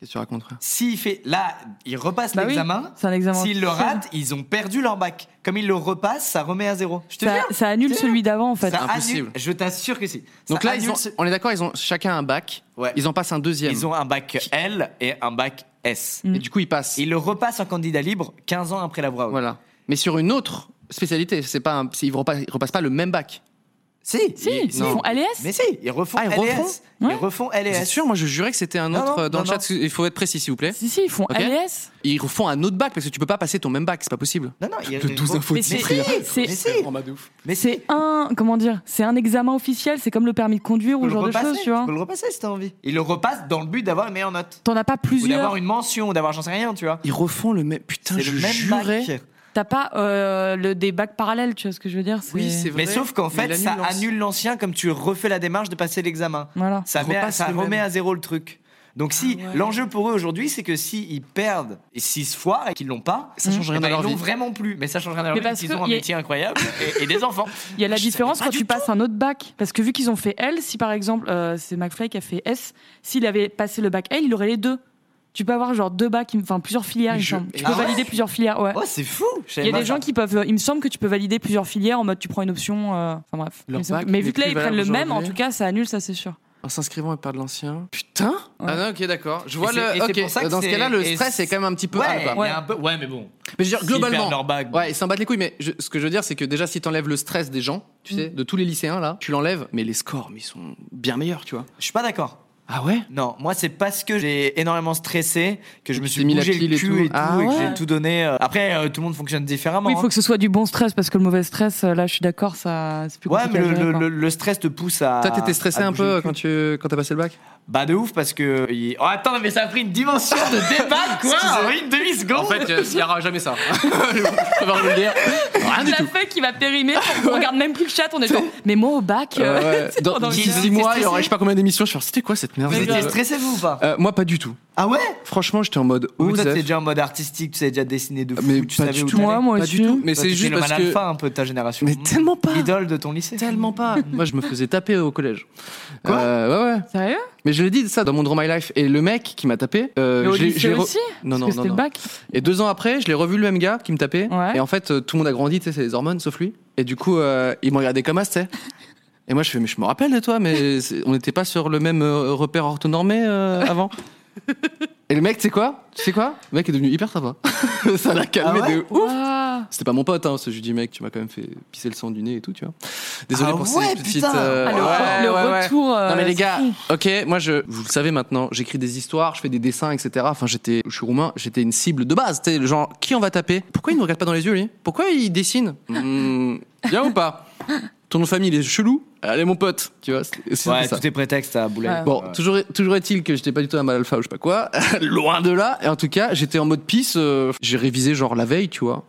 [SPEAKER 3] Qu'est-ce que tu racontes frère
[SPEAKER 4] S'il fait. Là, il repasse
[SPEAKER 5] Bah oui,
[SPEAKER 4] l'examen.
[SPEAKER 5] c'est un examen.
[SPEAKER 4] S'il le rate, ils ont perdu leur bac. Comme ils le repassent, ça remet à zéro. Je te
[SPEAKER 5] Ça,
[SPEAKER 4] jure.
[SPEAKER 5] ça annule
[SPEAKER 4] C'est-
[SPEAKER 5] celui d'avant, en fait.
[SPEAKER 4] Ça
[SPEAKER 3] impossible.
[SPEAKER 4] annule. Je t'assure que si.
[SPEAKER 3] Donc
[SPEAKER 4] Ça
[SPEAKER 3] là, ils
[SPEAKER 4] annule
[SPEAKER 3] ont-
[SPEAKER 4] ce-
[SPEAKER 3] on est d'accord, ils ont chacun un bac.
[SPEAKER 4] Ouais.
[SPEAKER 3] Ils en passent un deuxième.
[SPEAKER 4] ils ont un bac L et un bac S.
[SPEAKER 3] Et du coup, ils passent.
[SPEAKER 4] Ils le repassent en candidat libre 15 ans après la voie. haute.
[SPEAKER 3] Voilà. Mais sur une autre spécialité, c'est pas un- c'est- ils repassent, ils repassent pas le même bac.
[SPEAKER 4] Si,
[SPEAKER 5] Si,
[SPEAKER 4] ils-
[SPEAKER 5] ils
[SPEAKER 4] non.
[SPEAKER 5] font LS.
[SPEAKER 4] Mais si, ils refont
[SPEAKER 3] Ah, ils
[SPEAKER 4] LS.
[SPEAKER 5] refont Ouais.
[SPEAKER 4] Ils refont
[SPEAKER 3] C'est
[SPEAKER 4] LS.
[SPEAKER 3] sûr, moi je jurais que c'était un
[SPEAKER 4] Non,
[SPEAKER 3] autre
[SPEAKER 4] non,
[SPEAKER 3] euh, dans
[SPEAKER 4] non,
[SPEAKER 3] le
[SPEAKER 4] non.
[SPEAKER 3] chat. Il faut être précis, s'il vous plaît.
[SPEAKER 5] Si, si, ils font
[SPEAKER 3] Ok.
[SPEAKER 5] ALS.
[SPEAKER 3] Ils refont un autre bac parce que tu peux pas passer ton même bac, c'est pas possible.
[SPEAKER 4] Non, non, ils
[SPEAKER 3] De
[SPEAKER 4] ils
[SPEAKER 3] 12
[SPEAKER 4] refont-
[SPEAKER 3] infos
[SPEAKER 5] Mais
[SPEAKER 3] de
[SPEAKER 5] c'est-
[SPEAKER 3] Cyprien.
[SPEAKER 4] Mais
[SPEAKER 5] c'est-
[SPEAKER 4] si, mais si.
[SPEAKER 5] C'est un, comment dire, c'est un examen officiel, c'est comme le permis de conduire
[SPEAKER 4] Tu
[SPEAKER 5] ou
[SPEAKER 4] peux
[SPEAKER 5] ce
[SPEAKER 4] le
[SPEAKER 5] genre de
[SPEAKER 4] repasser,
[SPEAKER 5] choses, tu vois.
[SPEAKER 4] tu peux le repasser si t'as envie. Ils le repassent dans le but d'avoir une meilleure note.
[SPEAKER 5] T'en as pas
[SPEAKER 4] Ou d'avoir
[SPEAKER 5] plusieurs,
[SPEAKER 4] une mention, ou d'avoir j'en sais rien, tu vois.
[SPEAKER 3] Ils refont le même. Putain,
[SPEAKER 4] C'est
[SPEAKER 3] je
[SPEAKER 4] le même
[SPEAKER 3] jurais.
[SPEAKER 4] bac.
[SPEAKER 5] t'as pas euh, le, des bacs parallèles, tu vois ce que je veux dire
[SPEAKER 3] Oui, c'est vrai.
[SPEAKER 4] Mais sauf qu'en
[SPEAKER 3] Mais
[SPEAKER 4] fait, ça
[SPEAKER 3] l'annulance.
[SPEAKER 4] annule l'ancien comme tu refais la démarche de passer l'examen.
[SPEAKER 5] Voilà.
[SPEAKER 4] Ça, met-
[SPEAKER 3] Repasse
[SPEAKER 4] ça
[SPEAKER 3] le
[SPEAKER 4] remet
[SPEAKER 3] même.
[SPEAKER 4] à zéro le truc. Donc si
[SPEAKER 3] ouais.
[SPEAKER 4] l'enjeu pour eux aujourd'hui, c'est que si ils perdent et s'ils se foirent et qu'ils l'ont pas,
[SPEAKER 3] Ça change rien
[SPEAKER 4] eh
[SPEAKER 3] dans
[SPEAKER 4] ben,
[SPEAKER 3] leur
[SPEAKER 4] ils l'ont
[SPEAKER 3] vie.
[SPEAKER 4] vraiment plus. Mais ça change rien dans
[SPEAKER 5] Mais
[SPEAKER 4] leur vie.
[SPEAKER 5] parce
[SPEAKER 4] Ils
[SPEAKER 5] que
[SPEAKER 4] ont un
[SPEAKER 5] y a-
[SPEAKER 4] métier incroyable et, et des enfants.
[SPEAKER 5] Il y a la
[SPEAKER 4] Je savais
[SPEAKER 5] différence
[SPEAKER 4] pas
[SPEAKER 5] quand
[SPEAKER 4] du
[SPEAKER 5] tu
[SPEAKER 4] tout.
[SPEAKER 5] passes un autre bac. Parce que vu qu'ils ont fait L, si par exemple euh, c'est McFly qui a fait S, s'il avait passé le bac L, il aurait les deux. Tu peux avoir genre deux bacs, il me- enfin plusieurs filières,
[SPEAKER 3] Mais
[SPEAKER 5] il me
[SPEAKER 3] je-
[SPEAKER 5] semble. Tu
[SPEAKER 3] Ah
[SPEAKER 5] peux
[SPEAKER 4] ouais
[SPEAKER 5] valider plusieurs filières, ouais.
[SPEAKER 4] Oh, c'est fou. Je savais
[SPEAKER 5] Il y a
[SPEAKER 4] pas
[SPEAKER 5] des
[SPEAKER 4] ça.
[SPEAKER 5] gens qui peuvent. euh, Il me semble que tu peux valider plusieurs filières en mode tu prends une option. euh, Enfin bref. Il
[SPEAKER 3] Leur
[SPEAKER 5] me semble
[SPEAKER 3] bac
[SPEAKER 5] que- mais
[SPEAKER 3] n'est
[SPEAKER 5] vu que là
[SPEAKER 3] plus
[SPEAKER 5] ils prennent le
[SPEAKER 3] valable
[SPEAKER 5] même, en
[SPEAKER 3] aujourd'hui.
[SPEAKER 5] tout cas ça annule, ça c'est sûr.
[SPEAKER 3] En s'inscrivant et pas de l'ancien. Putain Ah non, ok, d'accord. Je vois
[SPEAKER 4] Et c'est-
[SPEAKER 3] le.
[SPEAKER 4] et c'est
[SPEAKER 3] ok.
[SPEAKER 4] pour ça que
[SPEAKER 3] Dans ce
[SPEAKER 4] c'est-
[SPEAKER 3] cas-là, le
[SPEAKER 4] et
[SPEAKER 3] stress est quand même un petit peu.
[SPEAKER 4] Ouais,
[SPEAKER 3] hard, quoi.
[SPEAKER 4] il y a un peu- ouais, mais bon.
[SPEAKER 3] Mais je veux dire,
[SPEAKER 4] S'ils
[SPEAKER 3] globalement.
[SPEAKER 4] perdent leur bague,
[SPEAKER 3] ouais, ils s'en battent les couilles, mais je- ce que je veux dire, c'est que déjà, si t'enlèves le stress des gens,
[SPEAKER 4] Mm.
[SPEAKER 3] tu sais, de tous les lycéens là, tu l'enlèves, mais les scores, mais ils sont bien meilleurs, tu vois.
[SPEAKER 4] Je suis pas d'accord.
[SPEAKER 3] Ah ouais
[SPEAKER 4] Non, moi c'est parce que j'ai énormément stressé que je me suis
[SPEAKER 3] t'es mis la
[SPEAKER 4] bougé le
[SPEAKER 3] pile et
[SPEAKER 4] cul et
[SPEAKER 3] tout.
[SPEAKER 4] tout, et,
[SPEAKER 3] Ah
[SPEAKER 4] que
[SPEAKER 3] ouais.
[SPEAKER 4] j'ai tout donné. euh. Après, euh, tout le monde fonctionne différemment.
[SPEAKER 5] Oui, il
[SPEAKER 4] hein.
[SPEAKER 5] faut que ce soit du bon stress parce que le mauvais stress, euh, là je suis d'accord, ça c'est plus
[SPEAKER 4] Ouais, mais
[SPEAKER 5] compliqué. à
[SPEAKER 4] le,
[SPEAKER 5] gérer,
[SPEAKER 4] le-
[SPEAKER 5] quoi.
[SPEAKER 4] le- le stress te pousse à.
[SPEAKER 3] Toi, t'étais stressé
[SPEAKER 4] à
[SPEAKER 3] un
[SPEAKER 4] bouger
[SPEAKER 3] peu
[SPEAKER 4] le cul.
[SPEAKER 3] quand tu quand t'as passé le bac
[SPEAKER 4] Bah de ouf parce que. il- Oh attends mais ça a pris une dimension de débat quoi en une demi seconde.
[SPEAKER 3] il n'y aura jamais ça. je préfère le dire. Rien du
[SPEAKER 5] la
[SPEAKER 3] tout.
[SPEAKER 5] feuille qui va périmer, on regarde même plus le chat, on est genre, mais moi au bac, euh, c'est
[SPEAKER 3] Ah Dans
[SPEAKER 5] pendant
[SPEAKER 4] qui-
[SPEAKER 5] une heure.
[SPEAKER 4] qui-
[SPEAKER 3] 6 mois, il y aurait je sais pas combien d'émissions. Je suis genre, c'était quoi cette merde
[SPEAKER 4] Vous étiez
[SPEAKER 3] Euh,
[SPEAKER 4] stressé vous ou pas
[SPEAKER 3] euh, Moi, pas du tout.
[SPEAKER 4] Ah ouais
[SPEAKER 3] Franchement, j'étais en mode.
[SPEAKER 4] Ou
[SPEAKER 3] oh,
[SPEAKER 4] toi
[SPEAKER 3] Zef.
[SPEAKER 4] t'es déjà en mode artistique, tu sais déjà dessiné de fou,
[SPEAKER 3] Mais
[SPEAKER 4] tu
[SPEAKER 3] pas
[SPEAKER 4] savais
[SPEAKER 3] du
[SPEAKER 4] où
[SPEAKER 3] tout.
[SPEAKER 4] t'allais.
[SPEAKER 5] Moi, moi
[SPEAKER 3] Pas
[SPEAKER 5] aussi.
[SPEAKER 3] du tout. Mais
[SPEAKER 4] Toi,
[SPEAKER 3] c'est
[SPEAKER 4] t'étais
[SPEAKER 3] juste
[SPEAKER 4] Bah, le
[SPEAKER 3] parce
[SPEAKER 4] man
[SPEAKER 3] que.
[SPEAKER 4] alpha un peu de ta génération.
[SPEAKER 3] Mais tellement pas.
[SPEAKER 4] Idole de ton lycée.
[SPEAKER 3] Tellement pas. Moi, je me faisais taper au collège.
[SPEAKER 4] Quoi
[SPEAKER 3] Euh, ouais, ouais.
[SPEAKER 5] Sérieux
[SPEAKER 3] Mais je l'ai dit ça dans mon Draw My Life. Et le mec qui m'a tapé. euh,
[SPEAKER 5] Mais au
[SPEAKER 3] je l'ai-
[SPEAKER 5] lycée
[SPEAKER 3] je l'ai re-
[SPEAKER 5] aussi Parce
[SPEAKER 3] Non, non,
[SPEAKER 5] que
[SPEAKER 3] non,
[SPEAKER 5] c'était le
[SPEAKER 3] non.
[SPEAKER 5] bac.
[SPEAKER 3] Et deux ans après, je l'ai revu le même gars qui me tapait.
[SPEAKER 5] Ouais.
[SPEAKER 3] Et en fait, euh, tout le monde a grandi, tu sais, c'est les hormones, sauf lui. Et du coup, euh, il me regardait comme as, tu sais. Et moi, je fais, mais je me rappelle de toi, mais c'est- on n'était pas sur le même euh, repère orthonormé euh, avant. Et le mec, tu sais quoi Tu sais quoi Le mec est devenu hyper sympa. Ça l'a calmé
[SPEAKER 4] Ah ouais
[SPEAKER 3] de ouf.
[SPEAKER 5] Ah.
[SPEAKER 3] C'était pas mon pote, hein, parce que je lui dis, mec, tu m'as quand même fait pisser le sang du nez et tout, tu vois. Désolé
[SPEAKER 4] Ah
[SPEAKER 3] pour
[SPEAKER 4] ouais,
[SPEAKER 3] ces petites. euh,
[SPEAKER 4] putain
[SPEAKER 5] Ah, le, le
[SPEAKER 3] ouais, ouais.
[SPEAKER 5] retour. euh,
[SPEAKER 3] Non mais les gars,
[SPEAKER 5] c'est
[SPEAKER 3] ok, moi je, vous le savez maintenant, j'écris des histoires, je fais des dessins, etc. Enfin j'étais, je suis roumain, j'étais une cible de base. T'es le genre qui on va taper Pourquoi il ne regarde pas dans les yeux lui Pourquoi il dessine Hmm, Bien ou pas ton nom de famille il est chelou, allez mon pote, tu vois. c'est- c'est
[SPEAKER 4] Ouais,
[SPEAKER 3] ça.
[SPEAKER 4] tout est prétexte à boulet.
[SPEAKER 5] Ouais.
[SPEAKER 3] Bon,
[SPEAKER 4] Ouais.
[SPEAKER 3] toujours, toujours est-il que j'étais pas du tout un mal alpha ou je sais pas quoi. Loin de là. Et en tout cas, j'étais en mode pisse. euh, j'ai révisé genre la veille, tu vois.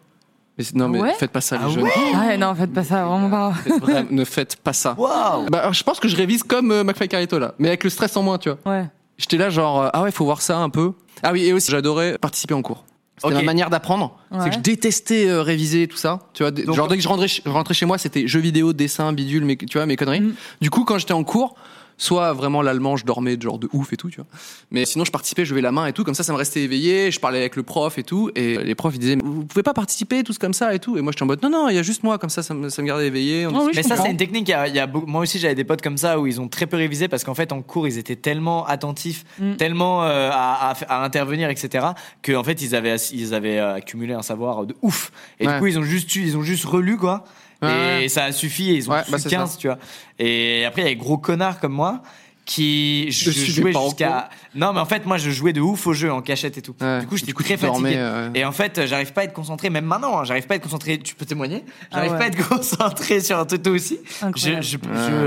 [SPEAKER 3] Mais c'est- non, mais
[SPEAKER 5] Ouais.
[SPEAKER 3] faites pas ça, les
[SPEAKER 4] Ah
[SPEAKER 3] jeunes.
[SPEAKER 5] Ouais, non, faites pas ça, vraiment pas.
[SPEAKER 3] Faites vraiment- ne faites pas ça.
[SPEAKER 4] Waouh
[SPEAKER 3] Bah, alors, je pense que je révise comme euh, McFly Carito là, mais avec le stress en moins, tu vois.
[SPEAKER 5] Ouais.
[SPEAKER 3] J'étais là genre euh, ah ouais, faut voir ça un peu. Ah oui, et aussi j'adorais participer en cours. C'était
[SPEAKER 4] Ok.
[SPEAKER 3] ma manière d'apprendre. C'est
[SPEAKER 5] Ouais.
[SPEAKER 3] que je détestais euh, réviser tout ça. Tu vois, d-
[SPEAKER 4] Donc- euh,
[SPEAKER 3] genre dès que je rentrais, je rentrais chez moi, c'était jeux vidéo, dessin, bidule, mais tu vois mes conneries.
[SPEAKER 5] Mm.
[SPEAKER 3] Du coup, quand j'étais en cours, soit vraiment l'allemand, je dormais de genre de ouf et tout, tu vois. Mais sinon, je participais, je levais la main et tout. Comme ça, ça me restait éveillé. Je parlais avec le prof et tout. Et les profs ils disaient, vous pouvez pas participer, tous comme ça et tout. Et moi, j'étais en mode, non, non, il y a juste moi. Comme ça, ça me, ça me gardait éveillé. On
[SPEAKER 5] Ah oui,
[SPEAKER 4] Mais
[SPEAKER 5] je
[SPEAKER 4] ça,
[SPEAKER 5] comprends.
[SPEAKER 4] c'est une technique. il y a- il y a beaucoup- moi aussi, j'avais des potes comme ça où ils ont très peu révisé parce qu'en fait, en cours, ils étaient tellement attentifs,
[SPEAKER 5] Mm.
[SPEAKER 4] tellement euh, à, à- à intervenir, etc., qu'en fait, ils avaient, ass- ils avaient euh, accumulé un savoir de ouf. Et
[SPEAKER 3] Ouais.
[SPEAKER 4] du coup, ils ont juste, eu- ils ont juste relu, quoi.
[SPEAKER 3] Ouais,
[SPEAKER 4] Et ça a suffi, et ils ont
[SPEAKER 3] Ouais,
[SPEAKER 4] su
[SPEAKER 3] bah, c'est
[SPEAKER 4] 15, tu vois. Et après, il y a des gros connards comme moi qui je,
[SPEAKER 3] suivais
[SPEAKER 4] jouais
[SPEAKER 3] pas en
[SPEAKER 4] jusqu'à. Non, mais en fait, moi, je jouais de ouf au jeu en cachette et tout.
[SPEAKER 3] Ouais.
[SPEAKER 4] Du coup, j'étais
[SPEAKER 3] Du coup, tu
[SPEAKER 4] très fatigué.
[SPEAKER 3] dormais, euh, ouais.
[SPEAKER 4] Et en fait, euh, j'arrive pas à être concentré, même maintenant, hein, j'arrive pas à être concentré. Tu peux témoigner J'arrive
[SPEAKER 5] Ah ouais.
[SPEAKER 4] pas à être concentré sur un truc, toi aussi. Je-
[SPEAKER 5] Incroyable.
[SPEAKER 4] je-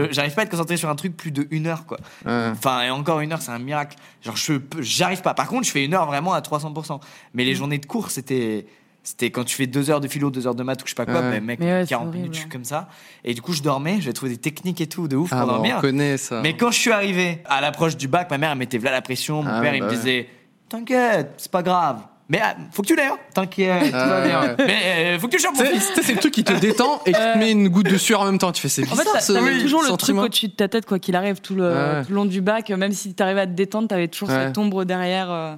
[SPEAKER 4] je- J'arrive pas à être concentré sur un truc plus de une heure, quoi.
[SPEAKER 3] ouais.
[SPEAKER 4] Enfin, et encore une heure, c'est un miracle. Genre, je peux- j'arrive pas. Par contre, je fais une heure vraiment à 300%. Mais
[SPEAKER 5] Mm.
[SPEAKER 4] les journées de cours, c'était. C'était quand tu fais deux heures de philo, deux heures de maths ou je sais pas quoi,
[SPEAKER 3] Ouais.
[SPEAKER 4] mais mec,
[SPEAKER 5] Mais ouais, c'est
[SPEAKER 4] 40
[SPEAKER 5] horrible,
[SPEAKER 4] minutes, je suis
[SPEAKER 5] hein.
[SPEAKER 4] comme ça. Et du coup, je dormais, j'avais trouvé des techniques et tout de ouf
[SPEAKER 3] Ah,
[SPEAKER 4] pour
[SPEAKER 3] bah,
[SPEAKER 4] dormir.
[SPEAKER 3] on connaît ça.
[SPEAKER 4] Mais quand je suis arrivé à l'approche du bac, ma mère elle mettait v'là la pression, mon
[SPEAKER 3] Ah,
[SPEAKER 4] père
[SPEAKER 3] ouais,
[SPEAKER 4] il
[SPEAKER 3] bah
[SPEAKER 4] me
[SPEAKER 3] ouais.
[SPEAKER 4] disait T'inquiète, c'est pas grave. Mais ah, faut que tu l'aies, hein. t'inquiète, tout
[SPEAKER 3] Ah,
[SPEAKER 4] va bien.
[SPEAKER 3] ouais.
[SPEAKER 4] Mais euh, faut que tu le chopes, mon
[SPEAKER 3] Tu sais,
[SPEAKER 4] fils.
[SPEAKER 3] tu sais, c'est le truc qui te détend et qui te met une goutte de sueur en même temps. Tu fais c'est
[SPEAKER 5] Euh. En
[SPEAKER 3] bizarre
[SPEAKER 5] fait, t'as-
[SPEAKER 3] ce
[SPEAKER 5] t'avais toujours le truc
[SPEAKER 3] sentiment.
[SPEAKER 5] au-dessus de ta tête, quoi qu'il arrive, tout le,
[SPEAKER 3] euh, Ouais.
[SPEAKER 5] tout le long du bac. Même si t'arrivais à te détendre, t'avais toujours
[SPEAKER 3] Ouais.
[SPEAKER 5] cette ombre derrière. euh.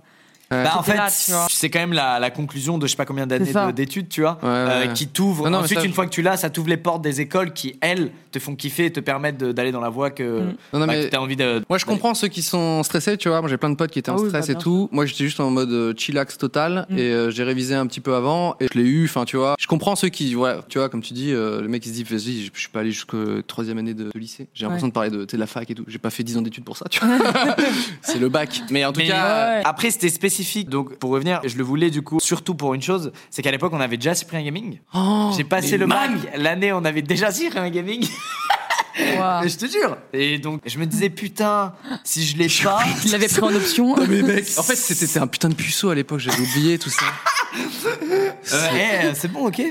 [SPEAKER 4] Bah, en
[SPEAKER 5] C'était
[SPEAKER 4] fait,
[SPEAKER 5] là, tu vois.
[SPEAKER 4] c'est quand même la, la conclusion de je sais pas combien d'années
[SPEAKER 5] C'est ça.
[SPEAKER 4] de- d'études, tu vois,
[SPEAKER 3] Ouais, ouais,
[SPEAKER 4] euh,
[SPEAKER 3] ouais.
[SPEAKER 4] qui t'ouvre.
[SPEAKER 3] Non, non, mais
[SPEAKER 4] Ensuite,
[SPEAKER 3] ça,
[SPEAKER 4] une
[SPEAKER 3] je-
[SPEAKER 4] fois que tu l'as, ça t'ouvre les portes des écoles qui, elles, te font kiffer et te permettent de- d'aller dans la voie que,
[SPEAKER 5] Mm.
[SPEAKER 3] Non, non,
[SPEAKER 4] bah,
[SPEAKER 3] mais-
[SPEAKER 4] que t'as envie de.
[SPEAKER 3] Moi, je comprends ceux qui sont stressés, tu vois. Moi, j'ai plein de potes qui étaient en
[SPEAKER 5] Ah oui,
[SPEAKER 3] stress
[SPEAKER 5] bah,
[SPEAKER 3] et
[SPEAKER 5] bien
[SPEAKER 3] tout. Moi, j'étais juste en mode euh, chillax total
[SPEAKER 5] Mm.
[SPEAKER 3] et euh, j'ai révisé un petit peu avant et je l'ai eu. Enfin, tu vois, je comprends ceux qui, voilà, tu vois, comme tu dis, euh, le mec il se dit, vas-y, je je suis pas allé jusqu'au troisième année de, de lycée. J'ai l'impression de parler de, tu sais, de la fac et tout. J'ai pas fait 10 ans d'études pour ça, tu vois. C'est le bac. Mais en tout
[SPEAKER 4] Mais,
[SPEAKER 3] cas,
[SPEAKER 4] euh,
[SPEAKER 5] ouais.
[SPEAKER 4] Après, c'était spécifique. Donc, pour revenir, je le voulais du coup, surtout pour une chose, c'est qu'à l'époque, on avait déjà Cyprien Gaming.
[SPEAKER 3] oh,
[SPEAKER 4] J'ai passé
[SPEAKER 3] mais
[SPEAKER 4] le bac.
[SPEAKER 3] man,
[SPEAKER 4] L'année, on avait déjà Cyprien Gaming.
[SPEAKER 5] Ouah.
[SPEAKER 3] Ah.
[SPEAKER 4] Mais je te jure. Et donc, je me disais, putain, si je l'ai pas.
[SPEAKER 5] Il l'avait pris en option.
[SPEAKER 3] Non, mais mec, en fait, c'était un putain de puceau à l'époque. J'avais oublié tout ça.
[SPEAKER 4] euh, eh, euh, c'est bon, ok.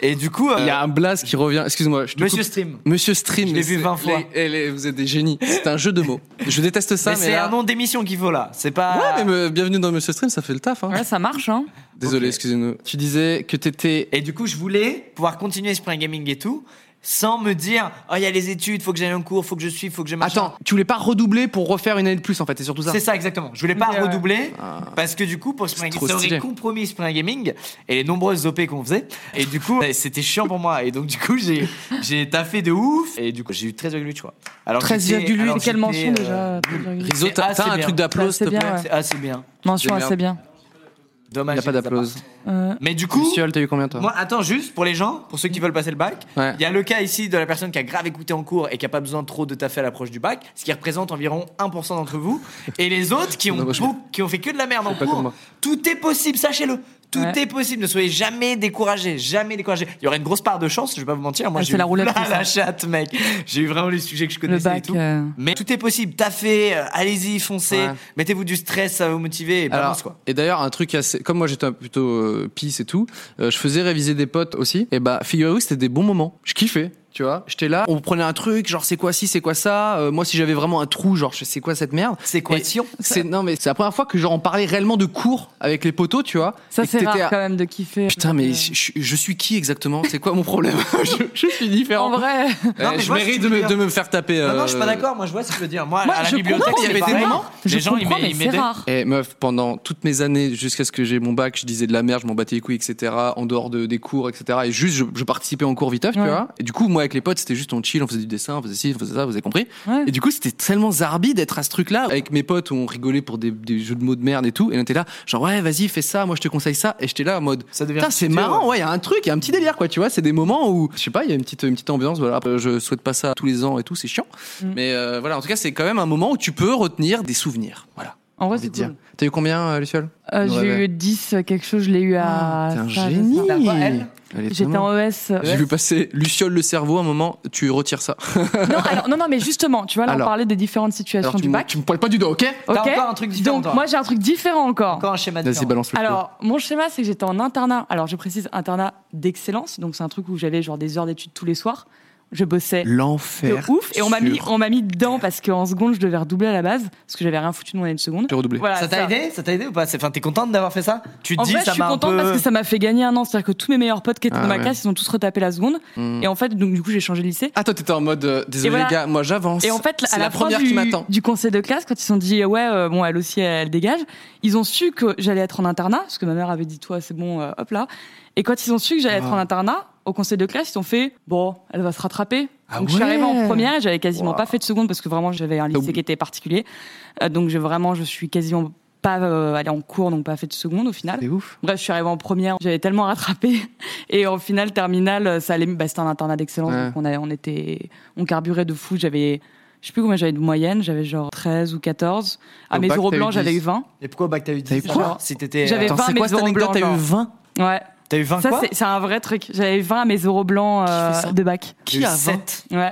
[SPEAKER 4] Et du coup, euh,
[SPEAKER 3] Il y a un blaze qui revient. Excuse-moi, je te
[SPEAKER 4] Monsieur
[SPEAKER 3] coupe.
[SPEAKER 4] Stream.
[SPEAKER 3] Monsieur Stream.
[SPEAKER 4] Je l'ai
[SPEAKER 3] mais
[SPEAKER 4] vu
[SPEAKER 3] c'est-
[SPEAKER 4] 20 fois.
[SPEAKER 3] les- les- vous êtes des génies. C'est un jeu de mots. Je déteste ça,
[SPEAKER 4] Mais
[SPEAKER 3] mais,
[SPEAKER 4] c'est
[SPEAKER 3] là-
[SPEAKER 4] un nom d'émission qu'il faut là. C'est pas.
[SPEAKER 3] Ouais, mais me- bienvenue dans Monsieur Stream, ça fait le taf. Hein.
[SPEAKER 5] Ouais, ça marche, hein.
[SPEAKER 3] Désolé,
[SPEAKER 4] Ok.
[SPEAKER 3] excusez-nous. Tu disais que t'étais.
[SPEAKER 4] Et du coup, je voulais pouvoir continuer Spring Gaming et tout, sans me dire, oh, il y a les études, faut que j'aille en cours, faut que je suive, faut que je machin.
[SPEAKER 3] Attends, tu voulais pas redoubler pour refaire une année de plus en fait, c'est surtout ça.
[SPEAKER 4] C'est ça, exactement. Je voulais pas
[SPEAKER 5] Ouais, ouais.
[SPEAKER 4] redoubler, parce que du coup, pour Spring
[SPEAKER 3] trop
[SPEAKER 4] Gaming, ça aurait
[SPEAKER 3] stylé.
[SPEAKER 4] compromis Spring Gaming et les nombreuses OP qu'on faisait. Et du coup, c'était chiant pour moi. Et donc, du coup, j'ai, j'ai taffé de ouf. Et du coup, j'ai eu 13,8, je crois. Alors,
[SPEAKER 3] 13,8,
[SPEAKER 4] j'étais- alors,
[SPEAKER 5] Quelle mention
[SPEAKER 4] j'étais,
[SPEAKER 5] déjà
[SPEAKER 4] euh,
[SPEAKER 5] Trésorerie.
[SPEAKER 3] Rizzo,
[SPEAKER 4] C'est
[SPEAKER 3] t'as
[SPEAKER 4] assez
[SPEAKER 3] t'as un
[SPEAKER 4] bien. Ah,
[SPEAKER 3] truc d'applause,
[SPEAKER 5] Ouais,
[SPEAKER 3] s'il
[SPEAKER 5] c'est
[SPEAKER 3] te
[SPEAKER 5] bien,
[SPEAKER 3] plaît.
[SPEAKER 5] ouais.
[SPEAKER 4] C'est assez bien.
[SPEAKER 5] Mention
[SPEAKER 3] Merde.
[SPEAKER 5] assez bien.
[SPEAKER 4] Dommage.
[SPEAKER 3] Y a pas
[SPEAKER 4] je les ai
[SPEAKER 3] d'applause.
[SPEAKER 5] Euh,
[SPEAKER 4] Mais du coup,
[SPEAKER 3] Luciole, t'as eu combien toi
[SPEAKER 4] Moi, attends, juste pour les gens, pour ceux qui veulent passer le bac, il
[SPEAKER 3] Ouais.
[SPEAKER 4] y a le cas ici de la personne qui a grave écouté en cours et qui a pas besoin de trop de taffer à l'approche du bac, ce qui représente environ 1% d'entre vous. Et les autres qui ont,
[SPEAKER 3] Non, moi, je-
[SPEAKER 4] beau- qui ont fait que de la merde en
[SPEAKER 3] pas comme
[SPEAKER 4] cours,
[SPEAKER 3] moi.
[SPEAKER 4] tout est possible, sachez-le. Tout
[SPEAKER 5] Ouais.
[SPEAKER 4] est possible, ne soyez jamais découragés, jamais découragés. Il y aurait une grosse part de chance, je vais pas vous mentir. Moi,
[SPEAKER 5] Ah,
[SPEAKER 4] j'ai
[SPEAKER 5] c'est
[SPEAKER 4] eu
[SPEAKER 5] la roulette
[SPEAKER 4] plein
[SPEAKER 5] russe,
[SPEAKER 4] la
[SPEAKER 5] hein.
[SPEAKER 4] chatte, mec. J'ai eu vraiment les sujets que je connaissais et
[SPEAKER 5] bac,
[SPEAKER 4] tout.
[SPEAKER 5] euh.
[SPEAKER 4] Mais tout est possible, taffez, euh, allez-y, foncez,
[SPEAKER 3] Ouais.
[SPEAKER 4] mettez-vous du stress, ça va vous motiver et balance quoi.
[SPEAKER 3] Et d'ailleurs, un truc assez. Comme moi j'étais un- plutôt euh, peace et tout, euh, je faisais réviser des potes aussi. Et bah, figurez-vous que c'était des bons moments. Je kiffais. Tu vois, j'étais là, on prenait un truc, genre c'est quoi ci, c'est quoi ça. Euh, moi, si j'avais vraiment un trou, genre je- c'est quoi cette merde.
[SPEAKER 4] C'est quoi
[SPEAKER 3] Et
[SPEAKER 4] Sion
[SPEAKER 3] C'est non mais c'est la première fois que genre on parlait réellement de cours avec les potos, tu vois.
[SPEAKER 5] Ça,
[SPEAKER 3] Et que
[SPEAKER 5] c'est
[SPEAKER 3] t'étais
[SPEAKER 5] rare
[SPEAKER 3] à-
[SPEAKER 5] quand même de kiffer.
[SPEAKER 3] Putain mais
[SPEAKER 5] Euh,
[SPEAKER 3] je, je- je suis qui exactement C'est quoi mon problème je, je suis différent.
[SPEAKER 5] En vrai,
[SPEAKER 3] Eh,
[SPEAKER 4] Non, mais je
[SPEAKER 3] je
[SPEAKER 4] vois ce que
[SPEAKER 3] mérite
[SPEAKER 4] tu
[SPEAKER 3] de
[SPEAKER 4] veux
[SPEAKER 3] me,
[SPEAKER 4] dire.
[SPEAKER 3] de me faire taper.
[SPEAKER 4] Non, non,
[SPEAKER 3] euh,
[SPEAKER 4] je suis pas d'accord. Moi, je vois ce que tu veux dire. Moi,
[SPEAKER 5] Moi,
[SPEAKER 4] à la
[SPEAKER 5] je
[SPEAKER 4] bibliothèque,
[SPEAKER 5] comprends,
[SPEAKER 4] il y
[SPEAKER 5] mais
[SPEAKER 4] avait des
[SPEAKER 5] pareil.
[SPEAKER 4] moments.
[SPEAKER 5] Je
[SPEAKER 4] Les gens, ils
[SPEAKER 5] comprends,
[SPEAKER 4] m'a-
[SPEAKER 5] mais
[SPEAKER 4] ils
[SPEAKER 5] c'est
[SPEAKER 4] m'aidaient.
[SPEAKER 5] rare.
[SPEAKER 3] Eh meuf, pendant toutes mes années, jusqu'à ce que j'ai mon bac, je disais de la merde, je m'en battais les couilles, etc. En dehors de, des cours, etc. Et juste, je, je participais en cours viteuf, tu
[SPEAKER 5] Ouais.
[SPEAKER 3] vois. Et du coup, moi, avec les potes, c'était juste on chill, on faisait du dessin, on faisait ci, on faisait ça, vous avez compris.
[SPEAKER 5] Ouais.
[SPEAKER 3] Et du coup, c'était tellement zarbi d'être à ce truc-là. Avec mes potes, on rigolait pour des, des jeux de mots de merde et tout. Et on était là, genre, ouais, vas-y, fais ça, moi, je te conseille ça. Et j'étais là en mode,
[SPEAKER 4] Ça devient
[SPEAKER 3] putain, c'est
[SPEAKER 4] studieux,
[SPEAKER 3] marrant,
[SPEAKER 4] ouais.
[SPEAKER 3] ouais, il y a un truc, il y a un petit délire, quoi. Tu vois, c'est des moments où, je sais pas, il y a une petite, une petite ambiance, voilà. Après, Je souhaite pas
[SPEAKER 4] Mm.
[SPEAKER 3] ça tous les ans et tout, c'est chiant. Mais euh, voilà, en tout cas, c'est quand même un moment où tu peux retenir des souvenirs. Voilà.
[SPEAKER 5] En vrai,
[SPEAKER 4] Envie
[SPEAKER 5] c'est
[SPEAKER 4] de dire.
[SPEAKER 5] cool.
[SPEAKER 3] T'as eu combien, euh, Luciole
[SPEAKER 5] Euh,
[SPEAKER 4] Ouais,
[SPEAKER 5] j'ai
[SPEAKER 4] ouais.
[SPEAKER 5] eu 10 euh, quelque chose, je l'ai eu à.
[SPEAKER 3] Ah, t'es un
[SPEAKER 5] ça, je sais
[SPEAKER 3] génie.
[SPEAKER 5] pas.
[SPEAKER 4] T'as quoi, elle
[SPEAKER 3] Elle est
[SPEAKER 5] J'étais
[SPEAKER 3] tellement-
[SPEAKER 5] en E ES.
[SPEAKER 3] J'ai vu passer Luciole le cerveau, un moment, tu retires ça.
[SPEAKER 5] non, alors, non, non, mais justement, tu vois, là, on
[SPEAKER 3] Alors.
[SPEAKER 5] parlait des différentes situations
[SPEAKER 3] Alors tu
[SPEAKER 5] du
[SPEAKER 3] me-
[SPEAKER 5] bac.
[SPEAKER 3] tu me poiles pas du dos, ok
[SPEAKER 4] T'as
[SPEAKER 5] Ok.
[SPEAKER 4] encore un truc différent,
[SPEAKER 5] Donc,
[SPEAKER 4] toi.
[SPEAKER 5] moi, j'ai un truc différent encore.
[SPEAKER 4] Encore un schéma
[SPEAKER 3] Vas-y,
[SPEAKER 4] différent.
[SPEAKER 3] balance le Alors...
[SPEAKER 5] Alors, mon schéma, c'est que j'étais en internat. Alors, je précise, internat d'excellence. Donc, c'est un truc où j'avais genre des heures d'études tous les soirs. Je bossais de
[SPEAKER 3] L'enfer.
[SPEAKER 5] ouf. Et on m'a mis,
[SPEAKER 3] sur
[SPEAKER 5] on m'a mis dedans parce qu'en seconde, je devais redoubler à la base. Parce que j'avais rien foutu de mon année de seconde.
[SPEAKER 3] Tu as redoublé.
[SPEAKER 5] Voilà,
[SPEAKER 4] Ça t'a aidé Ça t'a aidé ou pas C'est- Enfin, t'es contente d'avoir fait ça Tu te
[SPEAKER 5] En
[SPEAKER 4] dis,
[SPEAKER 5] vrai, je
[SPEAKER 4] ça
[SPEAKER 5] suis
[SPEAKER 4] m'a un
[SPEAKER 5] contente
[SPEAKER 4] peu...
[SPEAKER 5] parce que ça m'a fait gagner un an. C'est-à-dire que tous mes meilleurs potes qui étaient
[SPEAKER 3] Ah
[SPEAKER 5] dans ma
[SPEAKER 3] ouais.
[SPEAKER 5] classe, ils ont tous retapé la seconde.
[SPEAKER 3] Hmm.
[SPEAKER 5] Et en fait, donc du coup, j'ai changé de lycée.
[SPEAKER 3] Ah, toi, t'étais en mode, euh, désolé
[SPEAKER 5] Et voilà.
[SPEAKER 3] les gars, moi j'avance.
[SPEAKER 5] Et en fait,
[SPEAKER 3] c'est
[SPEAKER 5] à la,
[SPEAKER 3] la
[SPEAKER 5] fin
[SPEAKER 3] première
[SPEAKER 5] du,
[SPEAKER 3] qui m'attend.
[SPEAKER 5] du conseil de classe, quand ils se sont dit ouais, euh, bon, elle aussi, elle dégage, ils ont su que j'allais être en internat, parce que ma mère avait dit toi, c'est bon, euh, hop là. Et quand ils ont su que j'allais
[SPEAKER 3] Ah.
[SPEAKER 5] être en internat, au conseil de classe, ils ont fait bon, elle va se rattraper.
[SPEAKER 3] Ah
[SPEAKER 5] donc je suis
[SPEAKER 3] ouais.
[SPEAKER 5] arrivée en première et j'avais quasiment
[SPEAKER 3] Wow.
[SPEAKER 5] pas fait de seconde parce que vraiment j'avais un lycée
[SPEAKER 3] oublié.
[SPEAKER 5] qui était particulier. Euh, donc j'ai vraiment, je suis quasiment pas euh, allée en cours, donc pas fait de seconde au final.
[SPEAKER 3] C'est ouf.
[SPEAKER 5] Bref, je suis arrivée en première, j'avais tellement rattrapé. Et en finale, terminale, ça allait. Bah, c'était un internat d'excellence,
[SPEAKER 3] Ouais.
[SPEAKER 5] donc on, a- on était, on carburait de fou. J'avais, je sais plus combien j'avais de moyenne, j'avais genre 13 ou 14. À
[SPEAKER 3] Au
[SPEAKER 5] mes
[SPEAKER 3] bac,
[SPEAKER 5] euros
[SPEAKER 3] t'as eu
[SPEAKER 5] blancs, j'avais
[SPEAKER 3] 10.
[SPEAKER 5] eu 20.
[SPEAKER 4] Et pourquoi au bac t'as eu 10
[SPEAKER 3] T'as eu quoi
[SPEAKER 4] genre, Si t'étais... euh,
[SPEAKER 5] J'avais
[SPEAKER 4] Attends,
[SPEAKER 3] Attends, c'est
[SPEAKER 5] 20
[SPEAKER 3] quoi
[SPEAKER 5] mes
[SPEAKER 3] cette
[SPEAKER 5] euros
[SPEAKER 3] anecdote
[SPEAKER 5] blancs,
[SPEAKER 3] T'as eu
[SPEAKER 5] genre.
[SPEAKER 3] 20
[SPEAKER 5] Ouais,
[SPEAKER 4] T'as eu 20
[SPEAKER 5] ça
[SPEAKER 4] quoi
[SPEAKER 5] c'est, c'est un vrai truc. J'avais 20 à mes euros blancs euh,
[SPEAKER 3] Qui fait ça
[SPEAKER 5] de bac.
[SPEAKER 4] J'ai eu 7
[SPEAKER 5] Ouais.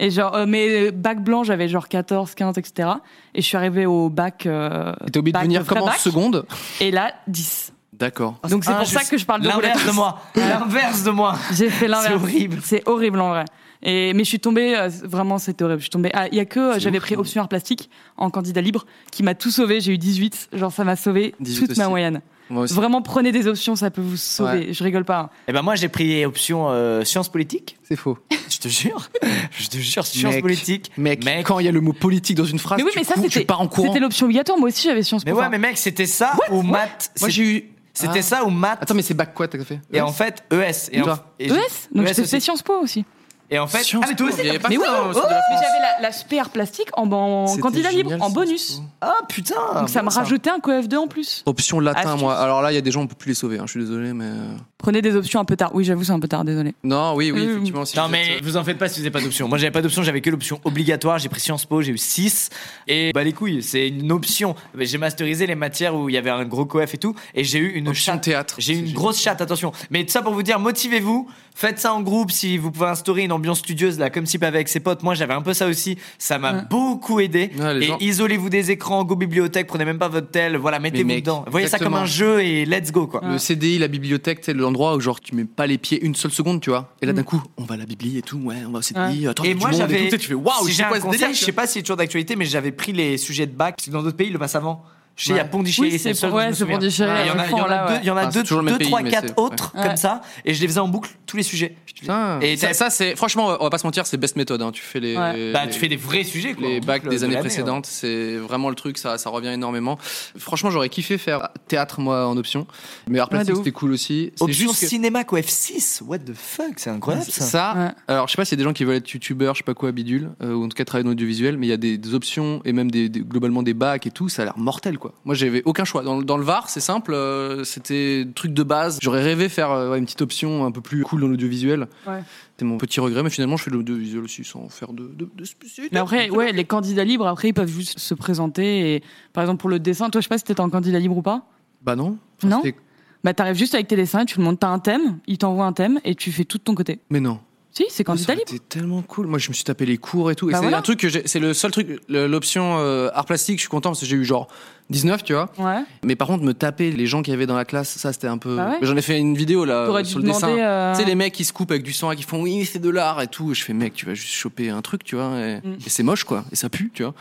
[SPEAKER 5] Et genre, euh, mes bacs blancs, j'avais genre 14, 15, etc. Et je suis arrivée au bac. euh,
[SPEAKER 3] T'es obligé de
[SPEAKER 5] bac,
[SPEAKER 3] venir
[SPEAKER 5] vrai
[SPEAKER 3] comme en
[SPEAKER 5] bac,
[SPEAKER 3] seconde
[SPEAKER 5] Et là, 10.
[SPEAKER 3] D'accord.
[SPEAKER 5] Donc c'est
[SPEAKER 4] Ah,
[SPEAKER 5] pour
[SPEAKER 4] je
[SPEAKER 5] ça
[SPEAKER 4] sais.
[SPEAKER 5] que je parle de roulette
[SPEAKER 4] L'inverse de moi L'inverse de moi
[SPEAKER 5] J'ai fait l'inverse.
[SPEAKER 4] C'est horrible.
[SPEAKER 5] C'est horrible en vrai. Et, mais je suis tombée, euh, vraiment, c'était horrible. Je suis tombée. ah, Il y a que, euh, j'avais pris option art plastique en candidat libre qui m'a tout sauvé. J'ai eu 18. Genre, ça m'a sauvé
[SPEAKER 3] 18
[SPEAKER 5] toute ma
[SPEAKER 3] aussi.
[SPEAKER 5] moyenne.
[SPEAKER 3] Moi aussi.
[SPEAKER 5] Vraiment, prenez des options, ça peut vous sauver. Je rigole pas. hein.
[SPEAKER 4] Et ben moi j'ai pris option euh, sciences politiques.
[SPEAKER 3] C'est faux.
[SPEAKER 4] Je te jure. Je te jure, sciences
[SPEAKER 3] Mec.
[SPEAKER 4] politiques.
[SPEAKER 3] Mec, quand il y a le mot politique dans une phrase,
[SPEAKER 5] mais oui,
[SPEAKER 3] tu
[SPEAKER 5] mais ça,
[SPEAKER 3] cours, tu
[SPEAKER 5] c'était
[SPEAKER 3] pars en courant.
[SPEAKER 5] c'était l'option obligatoire. Moi aussi, j'avais Sciences
[SPEAKER 4] Mais
[SPEAKER 5] Po. hein.
[SPEAKER 4] ouais,
[SPEAKER 5] Enfin,
[SPEAKER 4] mais mec, c'était ça ou maths.
[SPEAKER 3] Moi
[SPEAKER 4] c'est-
[SPEAKER 3] j'ai eu.
[SPEAKER 4] C'était
[SPEAKER 3] Ah.
[SPEAKER 4] ça ou maths.
[SPEAKER 3] Attends, mais c'est bac quoi t'as fait
[SPEAKER 4] Et en fait, ES. Et
[SPEAKER 3] Et
[SPEAKER 4] en,
[SPEAKER 3] toi
[SPEAKER 4] et j'ai-
[SPEAKER 5] ES E Donc
[SPEAKER 4] ES
[SPEAKER 5] j'étais
[SPEAKER 4] aussi.
[SPEAKER 5] fait Sciences Po aussi.
[SPEAKER 4] Et en fait,
[SPEAKER 3] Sciences
[SPEAKER 4] ah, mais toi
[SPEAKER 3] Po,
[SPEAKER 4] aussi,
[SPEAKER 3] il y avait
[SPEAKER 4] t'as
[SPEAKER 3] pas ça,
[SPEAKER 4] pris ça,
[SPEAKER 3] au
[SPEAKER 4] oh,
[SPEAKER 3] Centre de la
[SPEAKER 5] Mais j'avais la, la SP art plastique en, en
[SPEAKER 3] C'était
[SPEAKER 5] candidat
[SPEAKER 3] génial,
[SPEAKER 5] libre, en
[SPEAKER 3] ça.
[SPEAKER 5] bonus.
[SPEAKER 4] Ah putain.
[SPEAKER 5] Donc ça me
[SPEAKER 4] rajoute
[SPEAKER 5] rajoutait un coef2 en plus.
[SPEAKER 3] Option latin,
[SPEAKER 5] Astuce.
[SPEAKER 3] moi. Alors là, il y a des gens, on peut plus les sauver. hein, Je suis désolé, mais. euh,
[SPEAKER 5] Prenez des options un peu tard. Oui, j'avoue, c'est un peu tard, désolé.
[SPEAKER 3] Non, oui, oui,
[SPEAKER 5] Euh,
[SPEAKER 3] effectivement. si
[SPEAKER 4] Non
[SPEAKER 3] vous
[SPEAKER 4] mais
[SPEAKER 3] êtes-
[SPEAKER 4] vous en faites pas si vous n'avez pas d'option. Moi j'avais pas d'option, j'avais que l'option obligatoire, j'ai pris Sciences Po, j'ai eu 6 et bah les couilles, c'est une option. Mais J'ai masterisé les matières où il y avait un gros coef et tout et j'ai eu une
[SPEAKER 3] Option
[SPEAKER 4] chatte.
[SPEAKER 3] théâtre.
[SPEAKER 4] J'ai eu
[SPEAKER 3] C'est
[SPEAKER 4] une
[SPEAKER 3] génial.
[SPEAKER 4] grosse chatte, attention. Mais tout ça pour vous dire, motivez-vous, faites ça en groupe si vous pouvez instaurer une ambiance studieuse là comme si avec ses potes. Moi j'avais un peu ça aussi, ça m'a beaucoup aidé.
[SPEAKER 3] Ouais, les
[SPEAKER 4] et
[SPEAKER 3] gens-
[SPEAKER 4] isolez-vous des écrans, go bibliothèque, prenez même pas votre tel, voilà, mettez-vous
[SPEAKER 3] mec,
[SPEAKER 4] dedans. Voyez ça comme
[SPEAKER 3] exactement.
[SPEAKER 4] un jeu et let's go quoi.
[SPEAKER 3] Le CDI, la bibliothèque, c'est l'endroit où genre tu mets pas les pieds une seule seconde, tu vois. Et
[SPEAKER 5] Mm.
[SPEAKER 3] là d'un coup, on va à la bibli et tout, ouais, on va au CDI, attends, il y
[SPEAKER 4] Et
[SPEAKER 3] a du
[SPEAKER 4] moi
[SPEAKER 3] monde et tout,
[SPEAKER 4] j'avais.
[SPEAKER 3] tu sais, tu fais waouh,
[SPEAKER 4] si
[SPEAKER 3] c'est
[SPEAKER 4] j'ai
[SPEAKER 3] quoi
[SPEAKER 4] un
[SPEAKER 3] ce
[SPEAKER 4] conseil,
[SPEAKER 3] délire
[SPEAKER 4] je sais pas si c'est toujours d'actualité, mais j'avais pris les sujets de bac. Parce que Dans d'autres pays, ils le passent avant. Je sais, il y a
[SPEAKER 3] Ouais.
[SPEAKER 4] Pondichéry,
[SPEAKER 5] Oui,
[SPEAKER 4] c'est le
[SPEAKER 5] c'est
[SPEAKER 4] seul
[SPEAKER 5] pour-
[SPEAKER 4] dont je
[SPEAKER 5] ouais,
[SPEAKER 4] me
[SPEAKER 5] c'est
[SPEAKER 4] souviens.
[SPEAKER 5] Pondichéry,
[SPEAKER 4] Ouais, Il y en
[SPEAKER 5] ils
[SPEAKER 4] a- il
[SPEAKER 5] font
[SPEAKER 4] y en
[SPEAKER 5] là,
[SPEAKER 4] a deux-
[SPEAKER 5] ouais.
[SPEAKER 4] il y en a
[SPEAKER 3] Ah, c'est
[SPEAKER 4] deux,
[SPEAKER 3] toujours le même
[SPEAKER 4] deux,
[SPEAKER 3] pays,
[SPEAKER 4] trois,
[SPEAKER 3] mais
[SPEAKER 4] quatre
[SPEAKER 3] c'est-
[SPEAKER 4] autres
[SPEAKER 5] ouais.
[SPEAKER 4] comme ça, et je les faisais en boucle tous les sujets.
[SPEAKER 3] Putain.
[SPEAKER 4] Et
[SPEAKER 3] Et ça,
[SPEAKER 4] t'as-
[SPEAKER 3] ça, c'est franchement, on va pas se mentir, c'est best méthode. hein. Tu fais les,
[SPEAKER 5] Ouais.
[SPEAKER 3] les-
[SPEAKER 4] Bah, tu fais des vrais sujets quoi.
[SPEAKER 3] les
[SPEAKER 4] en
[SPEAKER 3] bacs
[SPEAKER 4] boucle
[SPEAKER 3] des
[SPEAKER 4] de
[SPEAKER 3] années
[SPEAKER 4] l'année, hein. ouais.
[SPEAKER 3] précédentes, c'est vraiment le truc, ça, ça revient énormément. Franchement, j'aurais kiffé faire théâtre moi en option, mais art
[SPEAKER 5] Ouais, de
[SPEAKER 3] plastique
[SPEAKER 5] ouf.
[SPEAKER 3] c'était cool aussi. C'est
[SPEAKER 4] Option
[SPEAKER 3] juste que-
[SPEAKER 4] cinéma quoi, F6, what the fuck, c'est incroyable ça.
[SPEAKER 3] Ça,
[SPEAKER 5] Ouais.
[SPEAKER 3] alors je sais pas s'il y a des gens qui veulent être youtubeurs, je sais pas quoi, bidule, euh, ou en tout cas travailler dans l'audiovisuel, mais il y a des, des options et même des, des- globalement des bacs et tout, ça a l'air mortel quoi. Moi j'avais aucun choix. Dans, le- dans le VAR, c'est simple, euh, c'était truc de base. J'aurais rêvé faire euh, ouais, une petite option un peu plus cool dans l'audiovisuel.
[SPEAKER 5] Ouais.
[SPEAKER 3] C'est mon petit regret, mais finalement je fais de l'audiovisuel aussi sans faire de, de, de spécialité.
[SPEAKER 5] Mais après, ouais, les candidats libres, après, ils peuvent juste se présenter. Et, par exemple, pour le dessin, toi, je sais pas si t'étais en candidat libre ou pas.
[SPEAKER 3] Bah non. Enfin,
[SPEAKER 5] Non.
[SPEAKER 3] c'était-
[SPEAKER 5] Bah, t'arrives juste avec tes dessins, tu le montes, t'as un thème, ils t'envoient un thème et tu fais tout de ton côté.
[SPEAKER 3] Mais non.
[SPEAKER 5] Si, c'est candidat libre.
[SPEAKER 3] C'était tellement cool. Moi, je me suis tapé les cours et tout. Et
[SPEAKER 5] Bah
[SPEAKER 3] c'est
[SPEAKER 5] voilà.
[SPEAKER 3] un truc que j'ai- c'est le seul truc, le- l'option euh, art plastique. Je suis content parce que j'ai eu genre 19, tu vois.
[SPEAKER 5] Ouais.
[SPEAKER 3] Mais par contre, me taper les gens qui avaient dans la classe, ça c'était un peu.
[SPEAKER 5] Ah ouais
[SPEAKER 3] J'en ai fait une vidéo là
[SPEAKER 5] T'aurais
[SPEAKER 3] euh,
[SPEAKER 5] dû
[SPEAKER 3] sur le
[SPEAKER 5] demander,
[SPEAKER 3] dessin.
[SPEAKER 5] euh,
[SPEAKER 3] Tu sais, les mecs qui se coupent avec du sang et qui font oui, c'est de l'art et tout. Et je fais mec, tu vas juste choper un truc, tu vois. Et,
[SPEAKER 5] Mm.
[SPEAKER 3] et c'est moche quoi. Et ça pue, tu vois.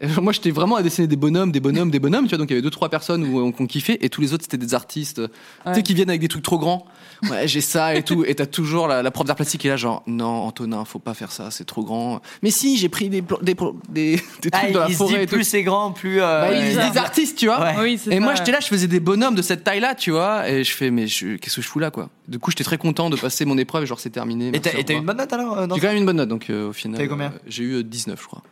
[SPEAKER 3] Et genre, moi j'étais vraiment à dessiner des bonhommes, des bonhommes, des bonhommes, tu vois. Donc il y avait deux, trois personnes où on, qu'on kiffait et tous les autres c'était des artistes. euh, Tu
[SPEAKER 5] Ouais.
[SPEAKER 3] sais, qui viennent avec des trucs trop grands. Ouais, j'ai ça et tout. Et t'as toujours la, la prof d'art plastique qui est là, genre non, Antonin, faut pas faire ça, c'est trop grand. Mais si, j'ai pris des, pla- des, pla- des, des trucs
[SPEAKER 4] Ah,
[SPEAKER 3] dans la
[SPEAKER 4] il se
[SPEAKER 3] forêt
[SPEAKER 4] dit
[SPEAKER 3] et tout.
[SPEAKER 4] plus c'est grand, plus. euh,
[SPEAKER 3] Bah,
[SPEAKER 4] ouais.
[SPEAKER 3] ils-
[SPEAKER 5] bizarre.
[SPEAKER 3] des artistes, tu vois.
[SPEAKER 4] Ouais.
[SPEAKER 5] Ah Oui, c'est
[SPEAKER 3] Et
[SPEAKER 5] ça,
[SPEAKER 3] moi,
[SPEAKER 5] ouais.
[SPEAKER 3] j'étais là, je faisais des bonhommes de cette taille-là, tu vois, et je fais, mais je- qu'est-ce que je fous là, quoi Du coup, j'étais très content de passer mon épreuve, et genre, c'est terminé.
[SPEAKER 4] Et
[SPEAKER 3] merci,
[SPEAKER 4] t'as
[SPEAKER 3] au
[SPEAKER 4] et t'as eu
[SPEAKER 3] revoir.
[SPEAKER 4] une bonne note alors euh, non
[SPEAKER 3] J'ai quand même une bonne note, donc euh, au final.
[SPEAKER 4] T'as eu combien
[SPEAKER 3] euh, J'ai eu euh, 19, je crois.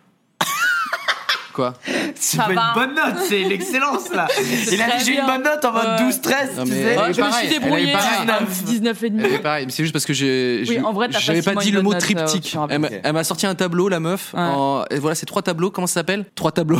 [SPEAKER 3] quoi
[SPEAKER 4] C'est
[SPEAKER 5] Ça
[SPEAKER 4] pas
[SPEAKER 5] va.
[SPEAKER 4] une bonne note, c'est l'excellence là. Il a
[SPEAKER 5] très
[SPEAKER 4] dit j'ai une
[SPEAKER 5] bien.
[SPEAKER 4] bonne note en mode
[SPEAKER 5] Ouais.
[SPEAKER 4] 12-13,
[SPEAKER 3] Non,
[SPEAKER 4] tu
[SPEAKER 3] mais-
[SPEAKER 4] sais.
[SPEAKER 3] Ouais,
[SPEAKER 5] Ouais, je me suis
[SPEAKER 3] pareil, elle est
[SPEAKER 5] débrouillée à
[SPEAKER 4] pareil.
[SPEAKER 5] 19 et demi.
[SPEAKER 3] Mais pareil, mais c'est juste parce que j'ai.
[SPEAKER 5] Oui,
[SPEAKER 3] j'ai-
[SPEAKER 5] en vrai, t'as
[SPEAKER 3] J'avais pas
[SPEAKER 5] facilement
[SPEAKER 3] dit
[SPEAKER 5] une
[SPEAKER 3] le mot
[SPEAKER 5] bonne note, euh,
[SPEAKER 3] triptyque.
[SPEAKER 5] sur un
[SPEAKER 3] elle m'a
[SPEAKER 4] papier.
[SPEAKER 3] elle m'a sorti un tableau, la meuf.
[SPEAKER 5] Ouais.
[SPEAKER 3] en- et voilà, c'est trois tableaux. Comment ça s'appelle Trois tableaux.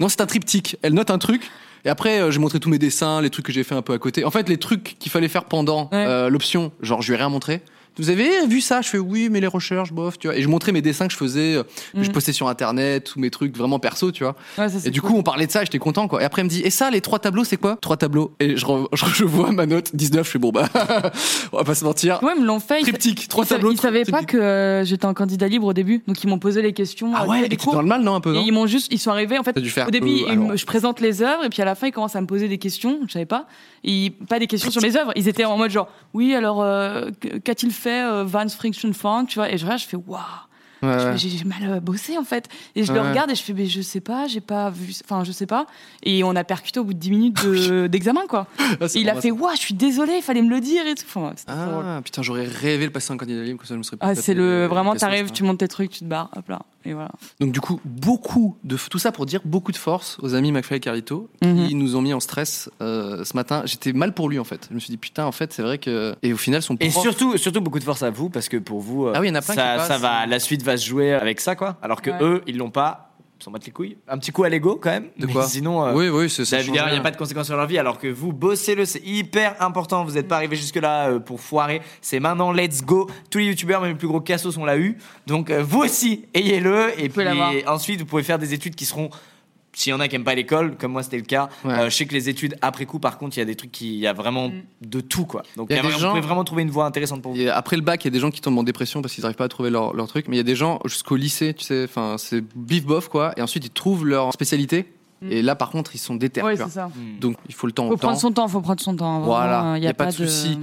[SPEAKER 3] Non, c'est un triptyque. Elle note un truc. Et après, euh, j'ai montré tous mes dessins, les trucs que j'ai fait un peu à côté. En fait, les trucs qu'il fallait faire pendant
[SPEAKER 5] Ouais.
[SPEAKER 3] euh, l'option, genre, je lui ai rien montré. Vous avez vu ça Je fais oui, mais les recherches, bof, tu vois. Et je montrais mes dessins que je faisais, euh, que je
[SPEAKER 5] Mhm.
[SPEAKER 3] postais sur internet, tous mes trucs vraiment perso, tu vois.
[SPEAKER 5] Ouais, ça, c'est
[SPEAKER 3] Et du
[SPEAKER 5] cool.
[SPEAKER 3] coup, on parlait de ça, j'étais content, quoi. Et après, elle me dit, et ça, les trois tableaux, c'est quoi Trois tableaux. Et je, re- je, je vois ma note 19, je fais bon, bah, on va pas se mentir.
[SPEAKER 5] Ouais, ils me l'ont fait. Ils,
[SPEAKER 3] Triptyque, trois
[SPEAKER 5] ils savaient-
[SPEAKER 3] tableaux.
[SPEAKER 5] ils savaient
[SPEAKER 3] triptyque.
[SPEAKER 5] pas que euh, j'étais en candidat libre au début, donc ils m'ont posé les questions.
[SPEAKER 3] Ah
[SPEAKER 5] euh,
[SPEAKER 3] ouais,
[SPEAKER 5] des
[SPEAKER 3] et t'es
[SPEAKER 5] cours.
[SPEAKER 3] dans le mal, non, un peu, hein?
[SPEAKER 5] Et
[SPEAKER 3] non
[SPEAKER 5] ils m'ont juste, ils sont arrivés en fait.
[SPEAKER 3] T'as dû faire,
[SPEAKER 5] Au début,
[SPEAKER 3] euh,
[SPEAKER 5] ils me-
[SPEAKER 3] alors.
[SPEAKER 5] je présente les œuvres et puis à la fin, ils commencent à me poser des questions. Je savais pas. Et pas des questions sur mes œuvres. Ils étaient en mode genre, oui, alors euh, qu- qu'a-t-il fait euh, Vance Friction Funk, tu vois Et je regarde, je fais waouh,
[SPEAKER 3] Ouais,
[SPEAKER 5] Je
[SPEAKER 3] ouais.
[SPEAKER 5] fais, j'ai j'ai mal euh, bossé en fait. Et je le
[SPEAKER 3] Ouais.
[SPEAKER 5] regarde et je fais, mais je sais pas, j'ai pas vu, enfin je sais pas. Et on a percuté au bout de 10 minutes de- d'examen quoi.
[SPEAKER 3] Ah, c'est
[SPEAKER 5] Et il a
[SPEAKER 3] vraiment
[SPEAKER 5] fait, waouh, je suis désolé, il fallait me le dire et tout. Enfin, c'était trop drôle.
[SPEAKER 3] Ah putain, j'aurais rêvé le passer en candidat libre, comme ça je me serais pas
[SPEAKER 5] Ah,
[SPEAKER 3] tapé
[SPEAKER 5] c'est le
[SPEAKER 3] les
[SPEAKER 5] vraiment,
[SPEAKER 3] questions,
[SPEAKER 5] t'arrives,
[SPEAKER 3] etc.
[SPEAKER 5] tu montes tes trucs, tu te barres, hop là, et voilà.
[SPEAKER 3] Donc du coup, beaucoup de tout ça pour dire beaucoup de force aux amis McFly et Carlito qui
[SPEAKER 5] Mhm.
[SPEAKER 3] nous ont mis en stress euh, ce matin. J'étais mal pour lui en fait. Je me suis dit putain, en fait, c'est vrai que et au final son
[SPEAKER 4] Et
[SPEAKER 3] prof-
[SPEAKER 4] surtout, surtout beaucoup de force à vous parce que pour vous, euh,
[SPEAKER 3] Ah oui, il y en a plein qui
[SPEAKER 4] ça,
[SPEAKER 3] passent.
[SPEAKER 4] ça va, la suite va se jouer avec ça quoi. Alors que
[SPEAKER 5] Ouais.
[SPEAKER 4] eux, ils l'ont pas, ils s'en battent les couilles. Un petit coup à l'ego quand même.
[SPEAKER 3] De
[SPEAKER 4] mais
[SPEAKER 3] quoi
[SPEAKER 4] Sinon, euh,
[SPEAKER 3] oui, oui, c'est
[SPEAKER 4] ça
[SPEAKER 3] ça.
[SPEAKER 4] veut
[SPEAKER 3] change
[SPEAKER 4] dire, il n'y a
[SPEAKER 3] rien.
[SPEAKER 4] pas de conséquences sur leur vie. Alors que vous bossez le, c'est hyper important. Vous n'êtes pas arrivé jusque là pour foirer. C'est maintenant, let's go. Tous les youtubeurs, même les plus gros cassos, on l'a eu. Donc euh, vous aussi, ayez-le. Et
[SPEAKER 5] pouvez
[SPEAKER 4] puis
[SPEAKER 5] l'avoir.
[SPEAKER 4] ensuite, vous pouvez faire des études qui seront s'il y en a qui aiment pas l'école, comme moi c'était le cas,
[SPEAKER 3] Ouais.
[SPEAKER 4] euh, je sais que les études après coup, par contre, il y a des trucs qui, il y a vraiment
[SPEAKER 5] Mm.
[SPEAKER 4] de tout quoi. Donc
[SPEAKER 3] Il y a des
[SPEAKER 4] il y a vraiment-
[SPEAKER 3] gens-
[SPEAKER 4] vous pouvez vraiment trouver une voie intéressante pour vous.
[SPEAKER 3] Et après le bac, il y a des gens qui tombent en dépression parce qu'ils n'arrivent pas à trouver leur, leur truc. Mais il y a des gens jusqu'au lycée, tu sais, enfin, c'est bif bof quoi. Et ensuite, ils trouvent leur spécialité. Et là, par contre, ils sont déter.
[SPEAKER 5] Mm. Ouais,
[SPEAKER 3] tu vois.
[SPEAKER 5] c'est ça.
[SPEAKER 3] Donc, il faut le temps au
[SPEAKER 5] Faut
[SPEAKER 3] temps.
[SPEAKER 5] prendre son temps, faut prendre son temps. vraiment,
[SPEAKER 3] Voilà,
[SPEAKER 5] euh,
[SPEAKER 3] y a pas de souci.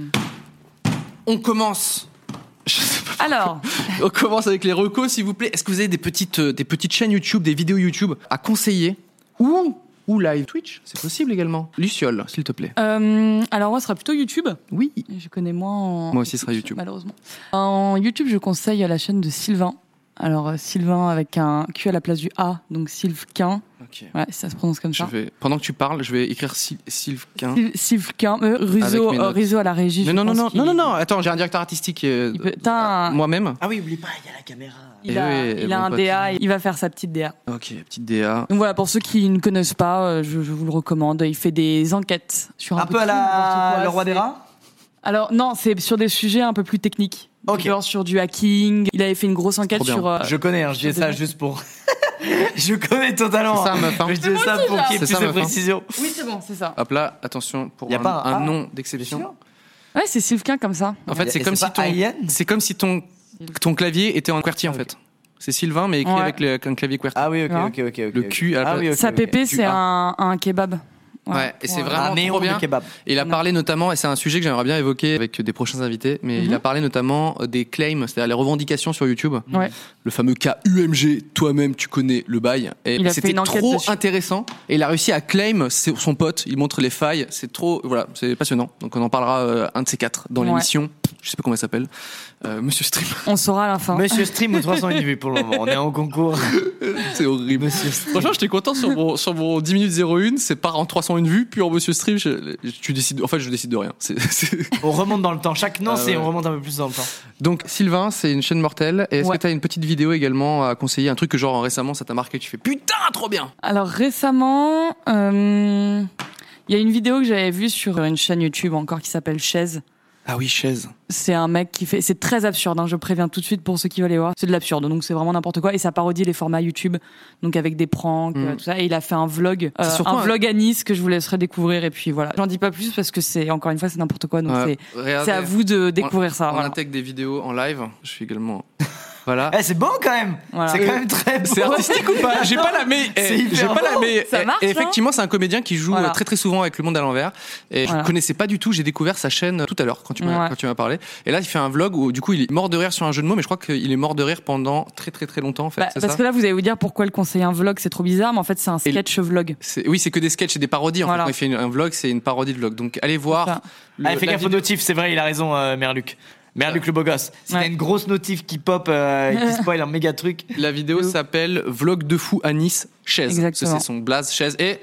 [SPEAKER 3] On commence. Je sais pas.
[SPEAKER 5] Alors,
[SPEAKER 3] On commence avec les recos, s'il vous plaît. Est-ce que vous avez des petites, euh, des petites chaînes YouTube, des vidéos YouTube à conseiller ou, ou live Twitch C'est possible également. Luciole, s'il te plaît.
[SPEAKER 5] euh, alors moi, ce sera plutôt YouTube.
[SPEAKER 3] Oui.
[SPEAKER 5] Je connais moins. En
[SPEAKER 3] Moi aussi, ce sera YouTube.
[SPEAKER 5] Malheureusement. En YouTube, je conseille la chaîne de Sylvain. Alors euh, Sylvain avec un Q à la place du A, donc Sylvain.
[SPEAKER 3] Ok.
[SPEAKER 5] Voilà, ça se prononce comme
[SPEAKER 3] Je
[SPEAKER 5] ça.
[SPEAKER 3] vais, pendant que tu parles, je vais écrire Syl- Sylvain.
[SPEAKER 5] Syl- Sylvain, euh, Rizzo,
[SPEAKER 3] Avec mes
[SPEAKER 5] euh,
[SPEAKER 3] notes.
[SPEAKER 5] Rizzo à la régie.
[SPEAKER 3] Non,
[SPEAKER 5] je
[SPEAKER 3] non, non,
[SPEAKER 5] pense
[SPEAKER 3] non,
[SPEAKER 5] qu'il-
[SPEAKER 3] non, non, non, attends, j'ai un directeur artistique euh,
[SPEAKER 5] il peut- t'as un-
[SPEAKER 3] moi-même.
[SPEAKER 4] Ah oui, oublie pas, il y a la caméra.
[SPEAKER 5] Il
[SPEAKER 3] Eh
[SPEAKER 5] a,
[SPEAKER 3] oui,
[SPEAKER 5] il a
[SPEAKER 3] bon
[SPEAKER 5] un
[SPEAKER 3] pote.
[SPEAKER 5] DA, il va faire sa petite DA.
[SPEAKER 3] Ok, petite DA.
[SPEAKER 5] Donc voilà, pour ceux qui ne connaissent pas, euh, je, je vous le recommande. Il fait des enquêtes sur un,
[SPEAKER 4] Un peu à
[SPEAKER 5] tout, n'importe
[SPEAKER 4] la
[SPEAKER 5] quoi.
[SPEAKER 4] le roi des
[SPEAKER 5] C'est-
[SPEAKER 4] rats.
[SPEAKER 5] Alors non, c'est sur des sujets un peu plus techniques.
[SPEAKER 4] Ok.
[SPEAKER 5] Genre sur du hacking. Il avait fait une grosse enquête
[SPEAKER 3] Trop bien.
[SPEAKER 5] sur. euh,
[SPEAKER 4] Je connais, hein, je dis
[SPEAKER 5] c'est
[SPEAKER 4] ça
[SPEAKER 5] des-
[SPEAKER 4] juste pour. je connais totalement.
[SPEAKER 3] C'est ça, meuf. hein.
[SPEAKER 4] Mais je dis ça pour qu'il y
[SPEAKER 3] C'est
[SPEAKER 4] ait plus
[SPEAKER 3] ça,
[SPEAKER 4] de
[SPEAKER 3] meuf, hein.
[SPEAKER 4] précision.
[SPEAKER 5] Oui, c'est bon, c'est ça.
[SPEAKER 3] Hop là, attention pour
[SPEAKER 4] Y a
[SPEAKER 3] un,
[SPEAKER 4] pas un
[SPEAKER 3] un
[SPEAKER 4] A
[SPEAKER 3] nom d'exception.
[SPEAKER 5] Ouais, c'est Sylvain comme ça.
[SPEAKER 3] En fait, c'est
[SPEAKER 4] Et
[SPEAKER 3] comme
[SPEAKER 4] c'est
[SPEAKER 3] si
[SPEAKER 4] pas
[SPEAKER 3] ton,
[SPEAKER 4] Alien
[SPEAKER 3] c'est comme si ton, ton clavier était en QWERTY en fait. C'est Sylvain mais écrit
[SPEAKER 5] Ouais.
[SPEAKER 3] avec, le, avec un clavier QWERTY.
[SPEAKER 4] Ah oui, ok,
[SPEAKER 5] Hein
[SPEAKER 4] ok, ok. ok,
[SPEAKER 3] Le
[SPEAKER 4] ok.
[SPEAKER 3] cul à la
[SPEAKER 4] Ah oui, ok,
[SPEAKER 5] Sa
[SPEAKER 4] ok.
[SPEAKER 5] pépé,
[SPEAKER 3] Tu
[SPEAKER 5] c'est
[SPEAKER 3] as-
[SPEAKER 5] un, un kebab.
[SPEAKER 3] Ouais, et c'est
[SPEAKER 5] Ouais.
[SPEAKER 3] vraiment
[SPEAKER 4] Un néon
[SPEAKER 3] trop bien.
[SPEAKER 4] de kebab.
[SPEAKER 3] Et il a parlé notamment, et c'est un sujet que j'aimerais bien évoquer avec des prochains invités, mais il a parlé notamment euh, des claims, c'est-à-dire les revendications sur YouTube.
[SPEAKER 5] Mhm. Ouais.
[SPEAKER 3] Le fameux cas UMG, toi-même tu connais le bail. Et
[SPEAKER 5] Il a fait
[SPEAKER 3] c'était
[SPEAKER 5] une enquête
[SPEAKER 3] trop
[SPEAKER 5] dessus.
[SPEAKER 3] intéressant. Et il a réussi à claim c'est son pote, il montre les failles, c'est trop, voilà, c'est passionnant. Donc on en parlera euh, un de ces quatre dans
[SPEAKER 5] Ouais.
[SPEAKER 3] l'émission. Je sais pas comment il s'appelle. Euh, Monsieur Stream,
[SPEAKER 5] On saura à la fin.
[SPEAKER 4] Monsieur Stream ou 308 vues pour le moment. On est en concours.
[SPEAKER 3] c'est horrible. Franchement, j'étais content sur mon, sur mon 10 minutes 01, c'est pas en 301 vues, puis en Monsieur Stream, je- je- tu décides, en fait je décide de rien. C'est- c'est-
[SPEAKER 4] On remonte dans le temps. Chaque non,
[SPEAKER 3] Ah
[SPEAKER 4] c'est
[SPEAKER 3] ouais.
[SPEAKER 4] on remonte un peu plus dans le temps.
[SPEAKER 3] Donc Sylvain, c'est une chaîne mortelle. Et est-ce
[SPEAKER 5] Ouais.
[SPEAKER 3] que t'as une petite vidéo également à conseiller, un truc que genre récemment ça t'a marqué, tu fais putain trop bien.
[SPEAKER 5] Alors récemment, euh, il y a une vidéo que j'avais vue sur une chaîne YouTube encore qui s'appelle Chaise.
[SPEAKER 3] Ah oui chaise.
[SPEAKER 5] C'est un mec qui fait. C'est très absurde, hein, je préviens tout de suite pour ceux qui veulent aller voir. C'est de l'absurde, donc c'est vraiment n'importe quoi. Et ça parodie les formats YouTube, donc avec des pranks,
[SPEAKER 3] Mm.
[SPEAKER 5] euh, tout ça. Et il a fait un vlog, euh,
[SPEAKER 3] C'est surtout
[SPEAKER 5] un
[SPEAKER 3] un-
[SPEAKER 5] vlog à Nice que je vous laisserai découvrir. Et puis voilà. J'en dis pas plus parce que c'est, encore une fois, c'est n'importe quoi. Donc c'est- c'est à vous de découvrir ça.
[SPEAKER 3] On
[SPEAKER 5] voilà.
[SPEAKER 3] intègre des vidéos en live. Je suis également. voilà.
[SPEAKER 4] Eh, c'est bon quand même.
[SPEAKER 5] Voilà.
[SPEAKER 4] C'est quand même très bon.
[SPEAKER 3] C'est artistique ou pas Ah, J'ai pas la mais eh,
[SPEAKER 4] C'est hyper
[SPEAKER 3] j'ai pas la mais
[SPEAKER 5] Ça marche,
[SPEAKER 3] et
[SPEAKER 5] hein
[SPEAKER 3] effectivement, c'est un comédien qui joue
[SPEAKER 5] Voilà.
[SPEAKER 3] euh, très très souvent avec le monde à l'envers et
[SPEAKER 5] Voilà.
[SPEAKER 3] je connaissais pas du tout, j'ai découvert sa chaîne euh, tout à l'heure quand tu m'as
[SPEAKER 5] Ouais.
[SPEAKER 3] quand tu m'as parlé et là il fait un vlog où du coup il est mort de rire sur un jeu de mots mais je crois qu'il est mort de rire pendant très très très longtemps en fait,
[SPEAKER 5] Bah,
[SPEAKER 3] c'est
[SPEAKER 5] parce
[SPEAKER 3] ça
[SPEAKER 5] que là, vous allez vous dire pourquoi le conseiller un vlog, c'est trop bizarre, mais en fait, c'est un
[SPEAKER 3] Et-
[SPEAKER 5] sketch vlog.
[SPEAKER 3] C'est- Oui, c'est que des sketchs et des parodies. En
[SPEAKER 5] Voilà.
[SPEAKER 3] fait, quand il fait une- un vlog, c'est une parodie de vlog. Donc allez
[SPEAKER 5] C'est
[SPEAKER 3] voir.
[SPEAKER 5] ça.
[SPEAKER 3] le-
[SPEAKER 4] Ah, fais
[SPEAKER 3] la
[SPEAKER 4] gaffe aux
[SPEAKER 3] vidéo.
[SPEAKER 4] notifs, c'est vrai, il a raison, euh, Merluc. Merluc le beau gosse. Si
[SPEAKER 5] Ouais.
[SPEAKER 4] t'as une grosse notif qui pop, euh, qui spoil un méga truc.
[SPEAKER 3] La vidéo s'appelle Vlog de fou à Nice, chaise.
[SPEAKER 5] Exactement.
[SPEAKER 3] C'est son blaze, chaise. Et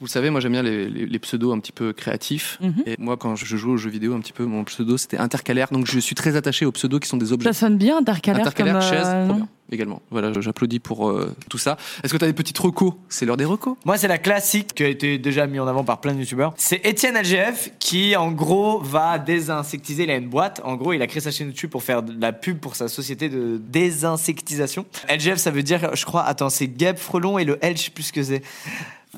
[SPEAKER 3] Vous le savez, moi j'aime bien les, les- les pseudos un petit peu créatifs.
[SPEAKER 5] Mhm.
[SPEAKER 3] Et moi, quand je joue aux jeux vidéo, un petit peu, mon pseudo c'était intercalaire. Donc je suis très attaché aux pseudos qui sont des objets.
[SPEAKER 5] Ça sonne bien, intercalaire.
[SPEAKER 3] Intercalaire,
[SPEAKER 5] comme,
[SPEAKER 3] Ah, chaise,
[SPEAKER 5] euh,
[SPEAKER 3] trop bien, également. Voilà, je- j'applaudis pour euh, tout ça. Est-ce que tu as des petites recos C'est l'heure des recos.
[SPEAKER 4] Moi, c'est la classique qui a été déjà mise en avant par plein de youtubeurs. C'est Étienne LGF qui, en gros, va désinsectiser. Il a une boîte. En gros, il a créé sa chaîne YouTube pour faire de la pub pour sa société de désinsectisation. LGF, ça veut dire, je crois, attends, c'est Gab Frelon et le L, je sais plus ce que c'est.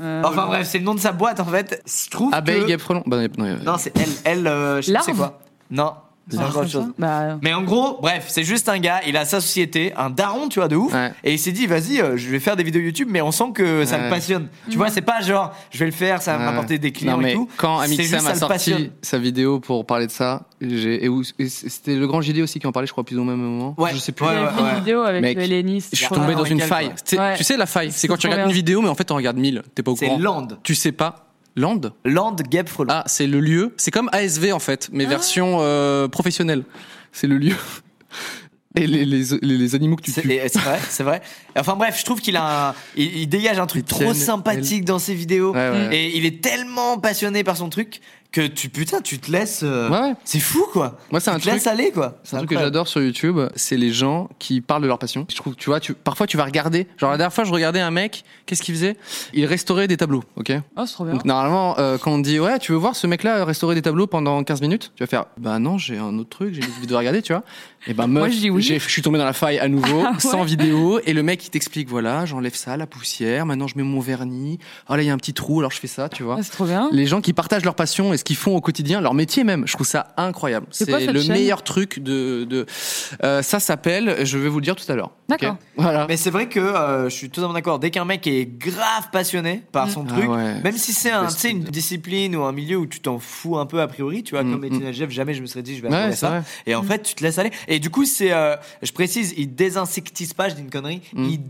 [SPEAKER 5] euh,
[SPEAKER 4] Enfin bref, c'est le nom de sa boîte en fait. Il se trouve.
[SPEAKER 3] Abeille,
[SPEAKER 4] que-
[SPEAKER 3] guêpe, frelon. Bah, non, non, euh,
[SPEAKER 4] Non, c'est L, L, euh, je sais pas
[SPEAKER 5] Larve
[SPEAKER 4] c'est quoi. Non, c'est
[SPEAKER 5] ça,
[SPEAKER 4] encore autre
[SPEAKER 5] ça.
[SPEAKER 4] chose.
[SPEAKER 5] Bah,
[SPEAKER 4] Mais en gros, bref, c'est juste un gars, il a sa société, un daron, tu vois, de ouf.
[SPEAKER 3] Ouais.
[SPEAKER 4] Et il s'est dit, vas-y, euh, je vais faire des vidéos YouTube, mais on sent que ça
[SPEAKER 3] Ouais.
[SPEAKER 4] le passionne. Tu vois, c'est pas genre, je vais le faire, ça va
[SPEAKER 3] Ouais.
[SPEAKER 4] m'apporter des clients
[SPEAKER 3] Non, mais
[SPEAKER 4] et tout.
[SPEAKER 3] Quand
[SPEAKER 4] C'est juste,
[SPEAKER 3] Amixem
[SPEAKER 4] ça
[SPEAKER 3] a
[SPEAKER 4] le
[SPEAKER 3] sorti
[SPEAKER 4] passionne.
[SPEAKER 3] sa vidéo pour parler de ça, j'ai- et où- et c'était le grand JD aussi qui en parlait, je crois, plus ou moins au même moment.
[SPEAKER 4] Ouais.
[SPEAKER 3] Je sais plus.
[SPEAKER 4] Ouais,
[SPEAKER 5] j'avais
[SPEAKER 4] ouais,
[SPEAKER 5] fait une
[SPEAKER 4] ouais.
[SPEAKER 5] vidéo avec
[SPEAKER 3] Mec,
[SPEAKER 5] le helléniste.
[SPEAKER 3] Je suis
[SPEAKER 4] Faut
[SPEAKER 3] tombé
[SPEAKER 4] avoir
[SPEAKER 3] dans
[SPEAKER 4] un
[SPEAKER 3] une
[SPEAKER 4] régal,
[SPEAKER 3] faille.
[SPEAKER 4] quoi.
[SPEAKER 3] Tu sais-
[SPEAKER 5] Ouais.
[SPEAKER 3] Tu sais, la faille, c'est quand tu
[SPEAKER 5] trop
[SPEAKER 3] regardes
[SPEAKER 5] bien.
[SPEAKER 3] une vidéo, mais en fait, t'en regardes mille. T'es pas au
[SPEAKER 4] C'est
[SPEAKER 3] courant.
[SPEAKER 4] Land.
[SPEAKER 3] Tu sais pas. Land
[SPEAKER 4] Land Gap Frelon.
[SPEAKER 3] Ah, c'est le lieu. C'est comme ASV, en fait, mais
[SPEAKER 4] Ah.
[SPEAKER 3] version euh, professionnelle. C'est le lieu. Et les, les, les- les animaux que tu
[SPEAKER 4] C'est
[SPEAKER 3] tues.
[SPEAKER 4] et c'est vrai, c'est vrai. Enfin bref, je trouve qu'il a un- il, il dégage un truc
[SPEAKER 3] Étienne,
[SPEAKER 4] trop sympathique dans ses vidéos.
[SPEAKER 3] Ouais, ouais, ouais.
[SPEAKER 4] Et il est tellement passionné par son truc que tu, putain, tu te laisses. euh,
[SPEAKER 3] Ouais, ouais.
[SPEAKER 4] C'est fou quoi.
[SPEAKER 3] Moi, c'est
[SPEAKER 4] tu
[SPEAKER 3] un
[SPEAKER 4] te
[SPEAKER 3] truc-
[SPEAKER 4] laisses aller quoi.
[SPEAKER 3] C'est un truc que
[SPEAKER 4] incroyable.
[SPEAKER 3] j'adore sur YouTube, c'est les gens qui parlent de leur passion. Je trouve, tu vois, tu, parfois tu vas regarder. Genre la dernière fois, je regardais un mec, qu'est-ce qu'il faisait Il restaurait des tableaux, ok
[SPEAKER 5] Oh, c'est trop bien.
[SPEAKER 3] Donc normalement, euh, quand on te dit, ouais, tu veux voir ce mec-là restaurer des tableaux pendant 15 minutes, tu vas faire, bah non, j'ai un autre truc, j'ai des vidéos à regarder, tu vois. Et ben meuf,
[SPEAKER 5] Moi, je dis oui.
[SPEAKER 3] j'ai- je suis tombé dans la faille à nouveau,
[SPEAKER 5] Ah ouais.
[SPEAKER 3] sans vidéo, et le mec il t'explique, voilà, j'enlève ça, la poussière, maintenant je mets mon vernis, oh là, il y a un petit trou, alors je fais ça, tu vois.
[SPEAKER 5] Ah, c'est trop bien.
[SPEAKER 3] Les gens qui partagent leur passion et ce qu'ils font au quotidien, leur métier même, je trouve ça incroyable.
[SPEAKER 5] C'est quoi cette
[SPEAKER 3] le
[SPEAKER 5] chaîne
[SPEAKER 3] meilleur truc de. de... Euh, ça s'appelle, je vais vous le dire tout à l'heure.
[SPEAKER 5] D'accord.
[SPEAKER 3] Ok Voilà.
[SPEAKER 4] Mais c'est vrai que euh, je suis totalement d'accord. Dès qu'un mec est grave passionné par son
[SPEAKER 3] Ah
[SPEAKER 4] truc,
[SPEAKER 3] ouais.
[SPEAKER 4] même si c'est
[SPEAKER 3] Le
[SPEAKER 4] un,
[SPEAKER 3] best
[SPEAKER 4] tu sais, une
[SPEAKER 3] food.
[SPEAKER 4] discipline ou un milieu où tu t'en fous un peu a priori, tu vois,
[SPEAKER 3] Mm,
[SPEAKER 4] comme Étienne
[SPEAKER 3] mm.
[SPEAKER 4] Algef, jamais je me serais dit je vais
[SPEAKER 3] Ouais,
[SPEAKER 4] adorer
[SPEAKER 3] c'est
[SPEAKER 4] ça.
[SPEAKER 3] vrai.
[SPEAKER 4] Et
[SPEAKER 5] Mm.
[SPEAKER 4] en fait, tu te laisses aller. Et du coup, c'est, euh, je précise, il désinsectise pas, je dis une connerie,
[SPEAKER 3] Mm.
[SPEAKER 4] il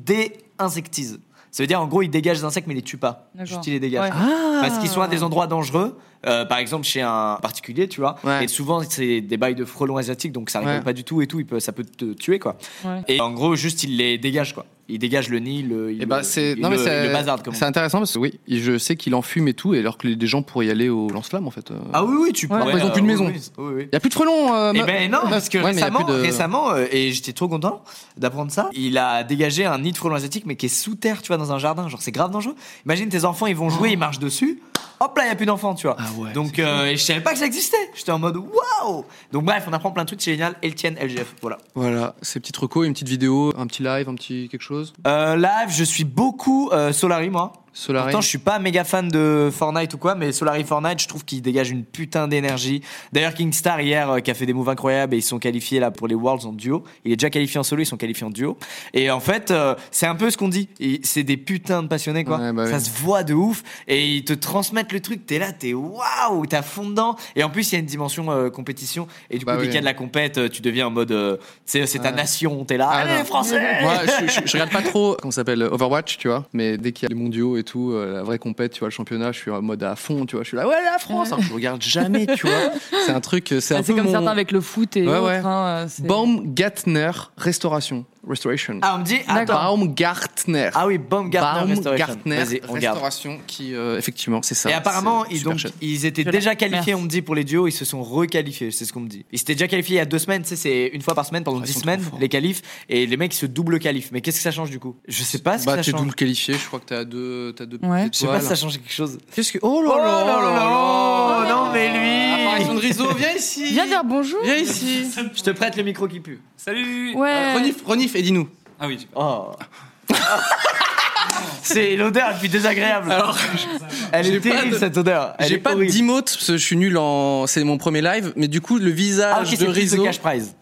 [SPEAKER 4] déinsectise. Ça veut dire en gros, il dégage des insectes mais il les tue pas.
[SPEAKER 5] D'accord.
[SPEAKER 4] Juste il les dégage.
[SPEAKER 5] Ouais.
[SPEAKER 3] Ah
[SPEAKER 4] Parce qu'ils sont à des endroits dangereux, euh, par exemple chez un particulier, tu vois.
[SPEAKER 3] Ouais.
[SPEAKER 4] Et souvent, c'est des bails de frelons asiatiques, donc ça rigole
[SPEAKER 3] Ouais.
[SPEAKER 4] pas du tout et tout, il peut, ça peut te tuer, quoi.
[SPEAKER 5] Ouais.
[SPEAKER 4] Et en gros, juste, il les dégage, quoi. Il dégage le nid, le, il,
[SPEAKER 3] Eh ben,
[SPEAKER 4] le-
[SPEAKER 3] c'est
[SPEAKER 4] il
[SPEAKER 3] non mais
[SPEAKER 4] le-
[SPEAKER 3] c'est
[SPEAKER 4] il le bazarde, comme on
[SPEAKER 3] c'est
[SPEAKER 4] dit.
[SPEAKER 3] intéressant parce que oui, je sais qu'il en fume et tout, et alors que les- des gens pourraient y aller au lance-flamme en fait. euh.
[SPEAKER 4] Ah oui, oui, tu peux.
[SPEAKER 5] Ouais.
[SPEAKER 3] Après, ils ont plus de maison.
[SPEAKER 4] oui, oui, oui.
[SPEAKER 3] Y a plus de frelons. euh,
[SPEAKER 4] Eh
[SPEAKER 3] ma-
[SPEAKER 4] ben non, parce que
[SPEAKER 3] Ouais, mais y a
[SPEAKER 4] récemment,
[SPEAKER 3] plus de-
[SPEAKER 4] récemment, euh, et j'étais trop content d'apprendre ça, il a dégagé un nid de frelons asiatiques, mais qui est sous terre, tu vois, dans un jardin. Genre, c'est grave dangereux. Imagine tes enfants, ils vont
[SPEAKER 3] Oh.
[SPEAKER 4] jouer, ils marchent dessus. Hop là, il n'y a plus d'enfants, tu vois.
[SPEAKER 3] Ah ouais,
[SPEAKER 4] Donc, euh, et je savais pas que ça existait. J'étais en mode waouh! Donc, bref, on apprend plein de trucs, c'est génial. Elles tiennent LGF, voilà.
[SPEAKER 3] Voilà, ces petites recos, une petite vidéo, un petit live, un petit quelque chose.
[SPEAKER 4] Euh, live, je suis beaucoup euh, Solari, moi.
[SPEAKER 3] Solari.
[SPEAKER 4] Pourtant, je suis pas méga fan de Fortnite ou quoi, mais Solari Fortnite, je trouve qu'il dégage une putain d'énergie. D'ailleurs, Kingstar hier, euh, qui a fait des moves incroyables et ils sont qualifiés là pour les Worlds en duo. Il est déjà qualifié en solo, ils sont qualifiés en duo. Et en fait, euh, c'est un peu ce qu'on dit. Et C'est des putains de passionnés quoi.
[SPEAKER 3] Ouais, bah
[SPEAKER 4] Ça
[SPEAKER 3] oui.
[SPEAKER 4] se voit de ouf et ils te transmettent le truc. T'es là, t'es waouh, t'as fond dedans. Et en plus, il y a une dimension euh, compétition. Et du coup,
[SPEAKER 3] Bah
[SPEAKER 4] dès
[SPEAKER 3] oui.
[SPEAKER 4] qu'il y a de la compète, euh, tu deviens en mode, euh, tu sais, c'est ta
[SPEAKER 3] Ouais.
[SPEAKER 4] nation. T'es là,
[SPEAKER 3] Ah,
[SPEAKER 4] allez
[SPEAKER 3] non.
[SPEAKER 4] Français.
[SPEAKER 3] Moi, je, je- je regarde pas trop, comment ça s'appelle, euh, Overwatch, tu vois. Mais dès qu'il y a les mondiaux et tout, euh, la vraie compète, tu vois, le championnat, je suis en mode à fond, tu vois. Je suis là, ouais, la France. Alors, je regarde jamais, tu vois. C'est un truc, euh, c'est un
[SPEAKER 5] Bah, C'est
[SPEAKER 3] peu
[SPEAKER 5] comme
[SPEAKER 3] mon-
[SPEAKER 5] certains avec le foot et
[SPEAKER 3] Ouais,
[SPEAKER 5] autres.
[SPEAKER 3] ouais.
[SPEAKER 5] hein, euh, c'est-
[SPEAKER 3] Baumgartner restauration, restoration.
[SPEAKER 4] Ah, on me dit, attends.
[SPEAKER 3] Baumgartner.
[SPEAKER 4] Ah oui, Baumgartner Restoration.
[SPEAKER 3] Baumgartner
[SPEAKER 4] Vas-y, on garde.
[SPEAKER 3] restauration qui, euh, effectivement, c'est ça.
[SPEAKER 4] Et apparemment,
[SPEAKER 3] C'est
[SPEAKER 4] ils,
[SPEAKER 3] super
[SPEAKER 4] donc,
[SPEAKER 3] chouette.
[SPEAKER 4] ils étaient
[SPEAKER 5] Je
[SPEAKER 4] déjà
[SPEAKER 5] l'ai.
[SPEAKER 4] qualifiés,
[SPEAKER 5] Merci.
[SPEAKER 4] on me dit, pour les duos. Ils se sont requalifiés, c'est ce qu'on me dit. Ils s'étaient déjà qualifiés il y a deux semaines, tu sais, c'est une fois par semaine pendant
[SPEAKER 3] Ah, ils
[SPEAKER 4] dix
[SPEAKER 3] sont
[SPEAKER 4] semaines,
[SPEAKER 3] trop forts.
[SPEAKER 4] les qualifs. Et les mecs, ils se double qualifent. Mais qu'est-ce que ça change du coup Je sais pas ce que
[SPEAKER 3] Bah,
[SPEAKER 4] ça
[SPEAKER 3] t'es
[SPEAKER 4] change.
[SPEAKER 3] double qualifié, je crois que t'es à deux, t'as deux
[SPEAKER 5] Ouais.
[SPEAKER 3] petites
[SPEAKER 4] Je sais pas
[SPEAKER 3] étoiles.
[SPEAKER 4] si ça change quelque chose.
[SPEAKER 3] Qu'est-ce que. Oh
[SPEAKER 4] Oh
[SPEAKER 3] là là là là là
[SPEAKER 4] non mais
[SPEAKER 3] Apparition de
[SPEAKER 4] lui
[SPEAKER 3] Rizzo, viens ici
[SPEAKER 5] Viens dire bonjour.
[SPEAKER 3] Viens ici
[SPEAKER 4] Je te prête le micro qui pue.
[SPEAKER 2] Salut
[SPEAKER 5] Ouais.
[SPEAKER 3] Renif, renif et dis-nous.
[SPEAKER 2] Ah oui, super.
[SPEAKER 4] Oh C'est l'odeur la plus désagréable.
[SPEAKER 3] Alors,
[SPEAKER 4] Elle
[SPEAKER 3] j'ai
[SPEAKER 4] est
[SPEAKER 3] pas
[SPEAKER 4] terrible
[SPEAKER 3] de-
[SPEAKER 4] cette odeur. Elle
[SPEAKER 3] J'ai
[SPEAKER 4] est
[SPEAKER 3] pas
[SPEAKER 4] horrible.
[SPEAKER 3] 10 mots, parce que je suis nul en. C'est mon premier live, mais du coup, le
[SPEAKER 4] Ah,
[SPEAKER 3] visage
[SPEAKER 4] ok, c'est
[SPEAKER 3] de
[SPEAKER 4] plus de
[SPEAKER 3] Rizzo.
[SPEAKER 4] cash prize.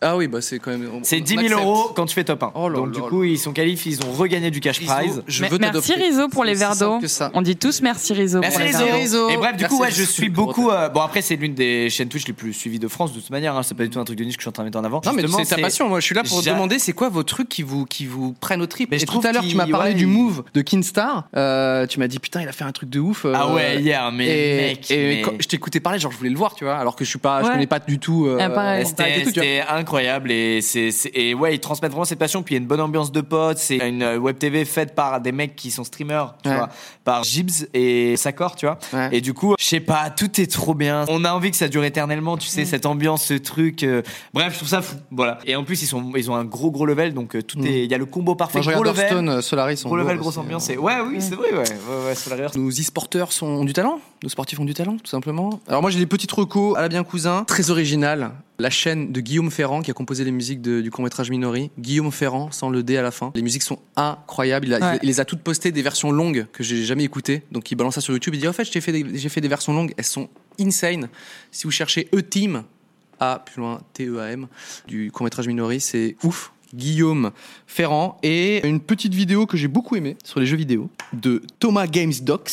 [SPEAKER 3] Ah oui, bah c'est quand même. on-
[SPEAKER 4] C'est
[SPEAKER 3] on
[SPEAKER 4] 10 000
[SPEAKER 3] accepte.
[SPEAKER 4] euros quand tu fais top 1.
[SPEAKER 3] Oh là
[SPEAKER 4] Donc, du
[SPEAKER 3] là
[SPEAKER 4] coup, ils sont qualifiés, ils ont regagné du cash
[SPEAKER 3] Rizzo,
[SPEAKER 4] prize.
[SPEAKER 3] je
[SPEAKER 5] Mais-
[SPEAKER 3] veux
[SPEAKER 5] merci
[SPEAKER 3] t'adopter.
[SPEAKER 5] Rizzo pour les
[SPEAKER 3] C'est
[SPEAKER 5] verres
[SPEAKER 3] simple
[SPEAKER 5] d'eau.
[SPEAKER 3] que ça.
[SPEAKER 5] On dit tous merci Rizzo.
[SPEAKER 4] Merci
[SPEAKER 5] pour les
[SPEAKER 4] les
[SPEAKER 5] verres d'eau.
[SPEAKER 4] Rizzo. Et bref, du
[SPEAKER 3] Merci
[SPEAKER 4] coup, ouais,
[SPEAKER 3] les
[SPEAKER 4] je
[SPEAKER 3] Rizzo.
[SPEAKER 4] suis beaucoup. euh, bon, après, c'est l'une des chaînes Twitch les plus suivies de France, de toute manière. hein, c'est pas du tout un truc de niche que je suis en train de mettre en avant.
[SPEAKER 3] Non mais
[SPEAKER 4] Justement,
[SPEAKER 3] c'est ta passion. Moi je suis là pour
[SPEAKER 4] J'a-
[SPEAKER 3] demander c'est quoi vos trucs qui vous qui vous prennent au trip.
[SPEAKER 4] Mais je
[SPEAKER 3] Et tout
[SPEAKER 4] trouve
[SPEAKER 3] à l'heure tu
[SPEAKER 4] qu'il-
[SPEAKER 3] m'as parlé
[SPEAKER 4] ouais,
[SPEAKER 3] du
[SPEAKER 4] il-
[SPEAKER 3] move de Kingstar. Euh, tu m'as dit putain il a fait un truc de ouf. euh,
[SPEAKER 4] Ah ouais, hier,
[SPEAKER 3] et
[SPEAKER 4] mais mec.
[SPEAKER 3] et
[SPEAKER 4] mais-
[SPEAKER 3] quand je t'écoutais parler genre je voulais le voir tu vois alors que je suis pas je
[SPEAKER 5] Ouais.
[SPEAKER 3] connais pas du tout. euh,
[SPEAKER 5] Ah, pareil.
[SPEAKER 3] pas du
[SPEAKER 4] C'était
[SPEAKER 3] tout, tu vois.
[SPEAKER 4] c'était c'est incroyable et c'est c'est- et ouais, ils transmettent vraiment cette passion. Puis il y a une bonne ambiance de potes. C'est une euh, web TV faite par des mecs qui sont streamers, tu
[SPEAKER 3] Ouais.
[SPEAKER 4] vois, par Gibbs et Sakor, tu vois.
[SPEAKER 3] Ouais.
[SPEAKER 4] Et du coup, je sais pas, tout est trop bien. On a envie que ça dure éternellement, tu
[SPEAKER 3] Mm.
[SPEAKER 4] sais, cette ambiance, ce truc. euh, Bref, je trouve ça fou. Voilà. Et en plus, ils sont, ils ont un gros gros level, donc euh, tout est, il y a le combo parfait.
[SPEAKER 3] Mm. Moi, je
[SPEAKER 4] gros
[SPEAKER 3] regarde
[SPEAKER 4] level,
[SPEAKER 3] Hearthstone, euh, Solaris. sont
[SPEAKER 4] gros level,
[SPEAKER 3] beaux, hein.
[SPEAKER 4] grosse
[SPEAKER 3] c'est- euh,
[SPEAKER 4] ambiance. Et ouais, oui, c'est vrai, ouais, ouais, ouais, Solaris.
[SPEAKER 3] Nos e-sporteurs sont- ont du talent, nos sportifs ont du talent, tout simplement. Alors moi j'ai des petites recos à la bien cousin, très original. La chaîne de Guillaume Ferrand qui a composé les musiques de- du court métrage Minori. Guillaume Ferrand sans le D à la fin. Les musiques sont incroyables. Il, a-
[SPEAKER 5] Ouais.
[SPEAKER 3] il les a toutes postées des versions longues que j'ai jamais écoutées. Donc il balance ça sur YouTube. Il dit en fait j'ai fait des, j'ai fait des versions longues, elles sont insane. Si vous cherchez E-Team, A plus loin T-E-A-M du court métrage Minori, c'est ouf. Guillaume Ferrand et une petite vidéo que j'ai beaucoup aimée sur les jeux vidéo de Thomas Games Docs.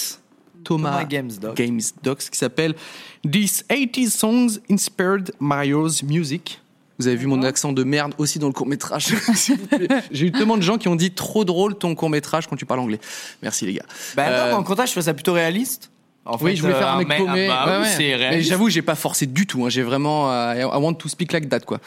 [SPEAKER 3] Thomas,
[SPEAKER 4] Thomas Games Doc.
[SPEAKER 3] Games Docs qui s'appelle These 80 Songs Inspired Mario's Music. Vous avez vu mon accent de merde aussi dans le court métrage. s'il vous plaît. J'ai eu tellement de gens qui ont dit trop drôle ton court métrage quand tu parles anglais. Merci les gars.
[SPEAKER 4] Bah
[SPEAKER 3] Euh,
[SPEAKER 4] non, mais en comptage, je trouve ça plutôt réaliste. En
[SPEAKER 3] oui,
[SPEAKER 4] fait,
[SPEAKER 3] je voulais faire
[SPEAKER 4] euh,
[SPEAKER 3] un mec
[SPEAKER 4] mais-
[SPEAKER 3] paumé.
[SPEAKER 4] ah bah
[SPEAKER 3] Ouais,
[SPEAKER 4] oui,
[SPEAKER 3] ouais.
[SPEAKER 4] c'est
[SPEAKER 3] Mais
[SPEAKER 4] réaliste.
[SPEAKER 3] j'avoue, j'ai pas forcé du tout. hein. J'ai vraiment, euh, I want to speak like that, quoi.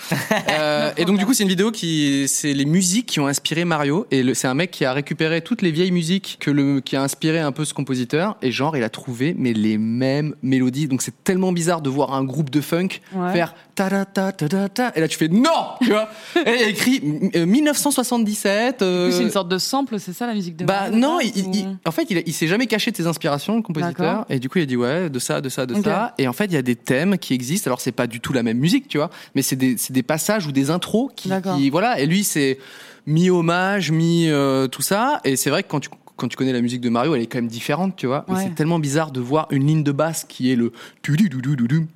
[SPEAKER 3] Euh, et donc du coup, c'est une vidéo qui, c'est les musiques qui ont inspiré Mario. Et le- c'est un mec qui a récupéré toutes les vieilles musiques que le, qui a inspiré un peu ce compositeur. Et genre, il a trouvé mais les mêmes mélodies. Donc c'est tellement bizarre de voir un groupe de funk
[SPEAKER 5] Ouais.
[SPEAKER 3] faire ta ta ta ta ta ta. Et là, tu fais non, tu vois. Et il a écrit euh, 1977. euh,
[SPEAKER 5] C'est une sorte de sample, c'est ça la musique de
[SPEAKER 3] bah
[SPEAKER 5] Mario,
[SPEAKER 3] non,
[SPEAKER 5] là,
[SPEAKER 3] il, il-
[SPEAKER 5] ou-
[SPEAKER 3] il- en fait, il, a- il s'est jamais caché de ses inspirations, le compositeur.
[SPEAKER 5] D'accord.
[SPEAKER 3] Et du coup, il a dit ouais, de ça, de ça, de
[SPEAKER 5] Ok.
[SPEAKER 3] ça. Et en fait, il y a des thèmes qui existent. Alors, c'est pas du tout la même musique, tu vois, mais c'est des, c'est des passages ou des intros qui,
[SPEAKER 5] D'accord.
[SPEAKER 3] qui- voilà. Et lui, c'est mi hommage, mi euh, tout ça. Et c'est vrai que quand tu quand tu connais la musique de Mario, elle est quand même différente, tu vois. Mais
[SPEAKER 5] Ouais.
[SPEAKER 3] c'est tellement bizarre de voir une ligne de basse qui est le tu du du du du du.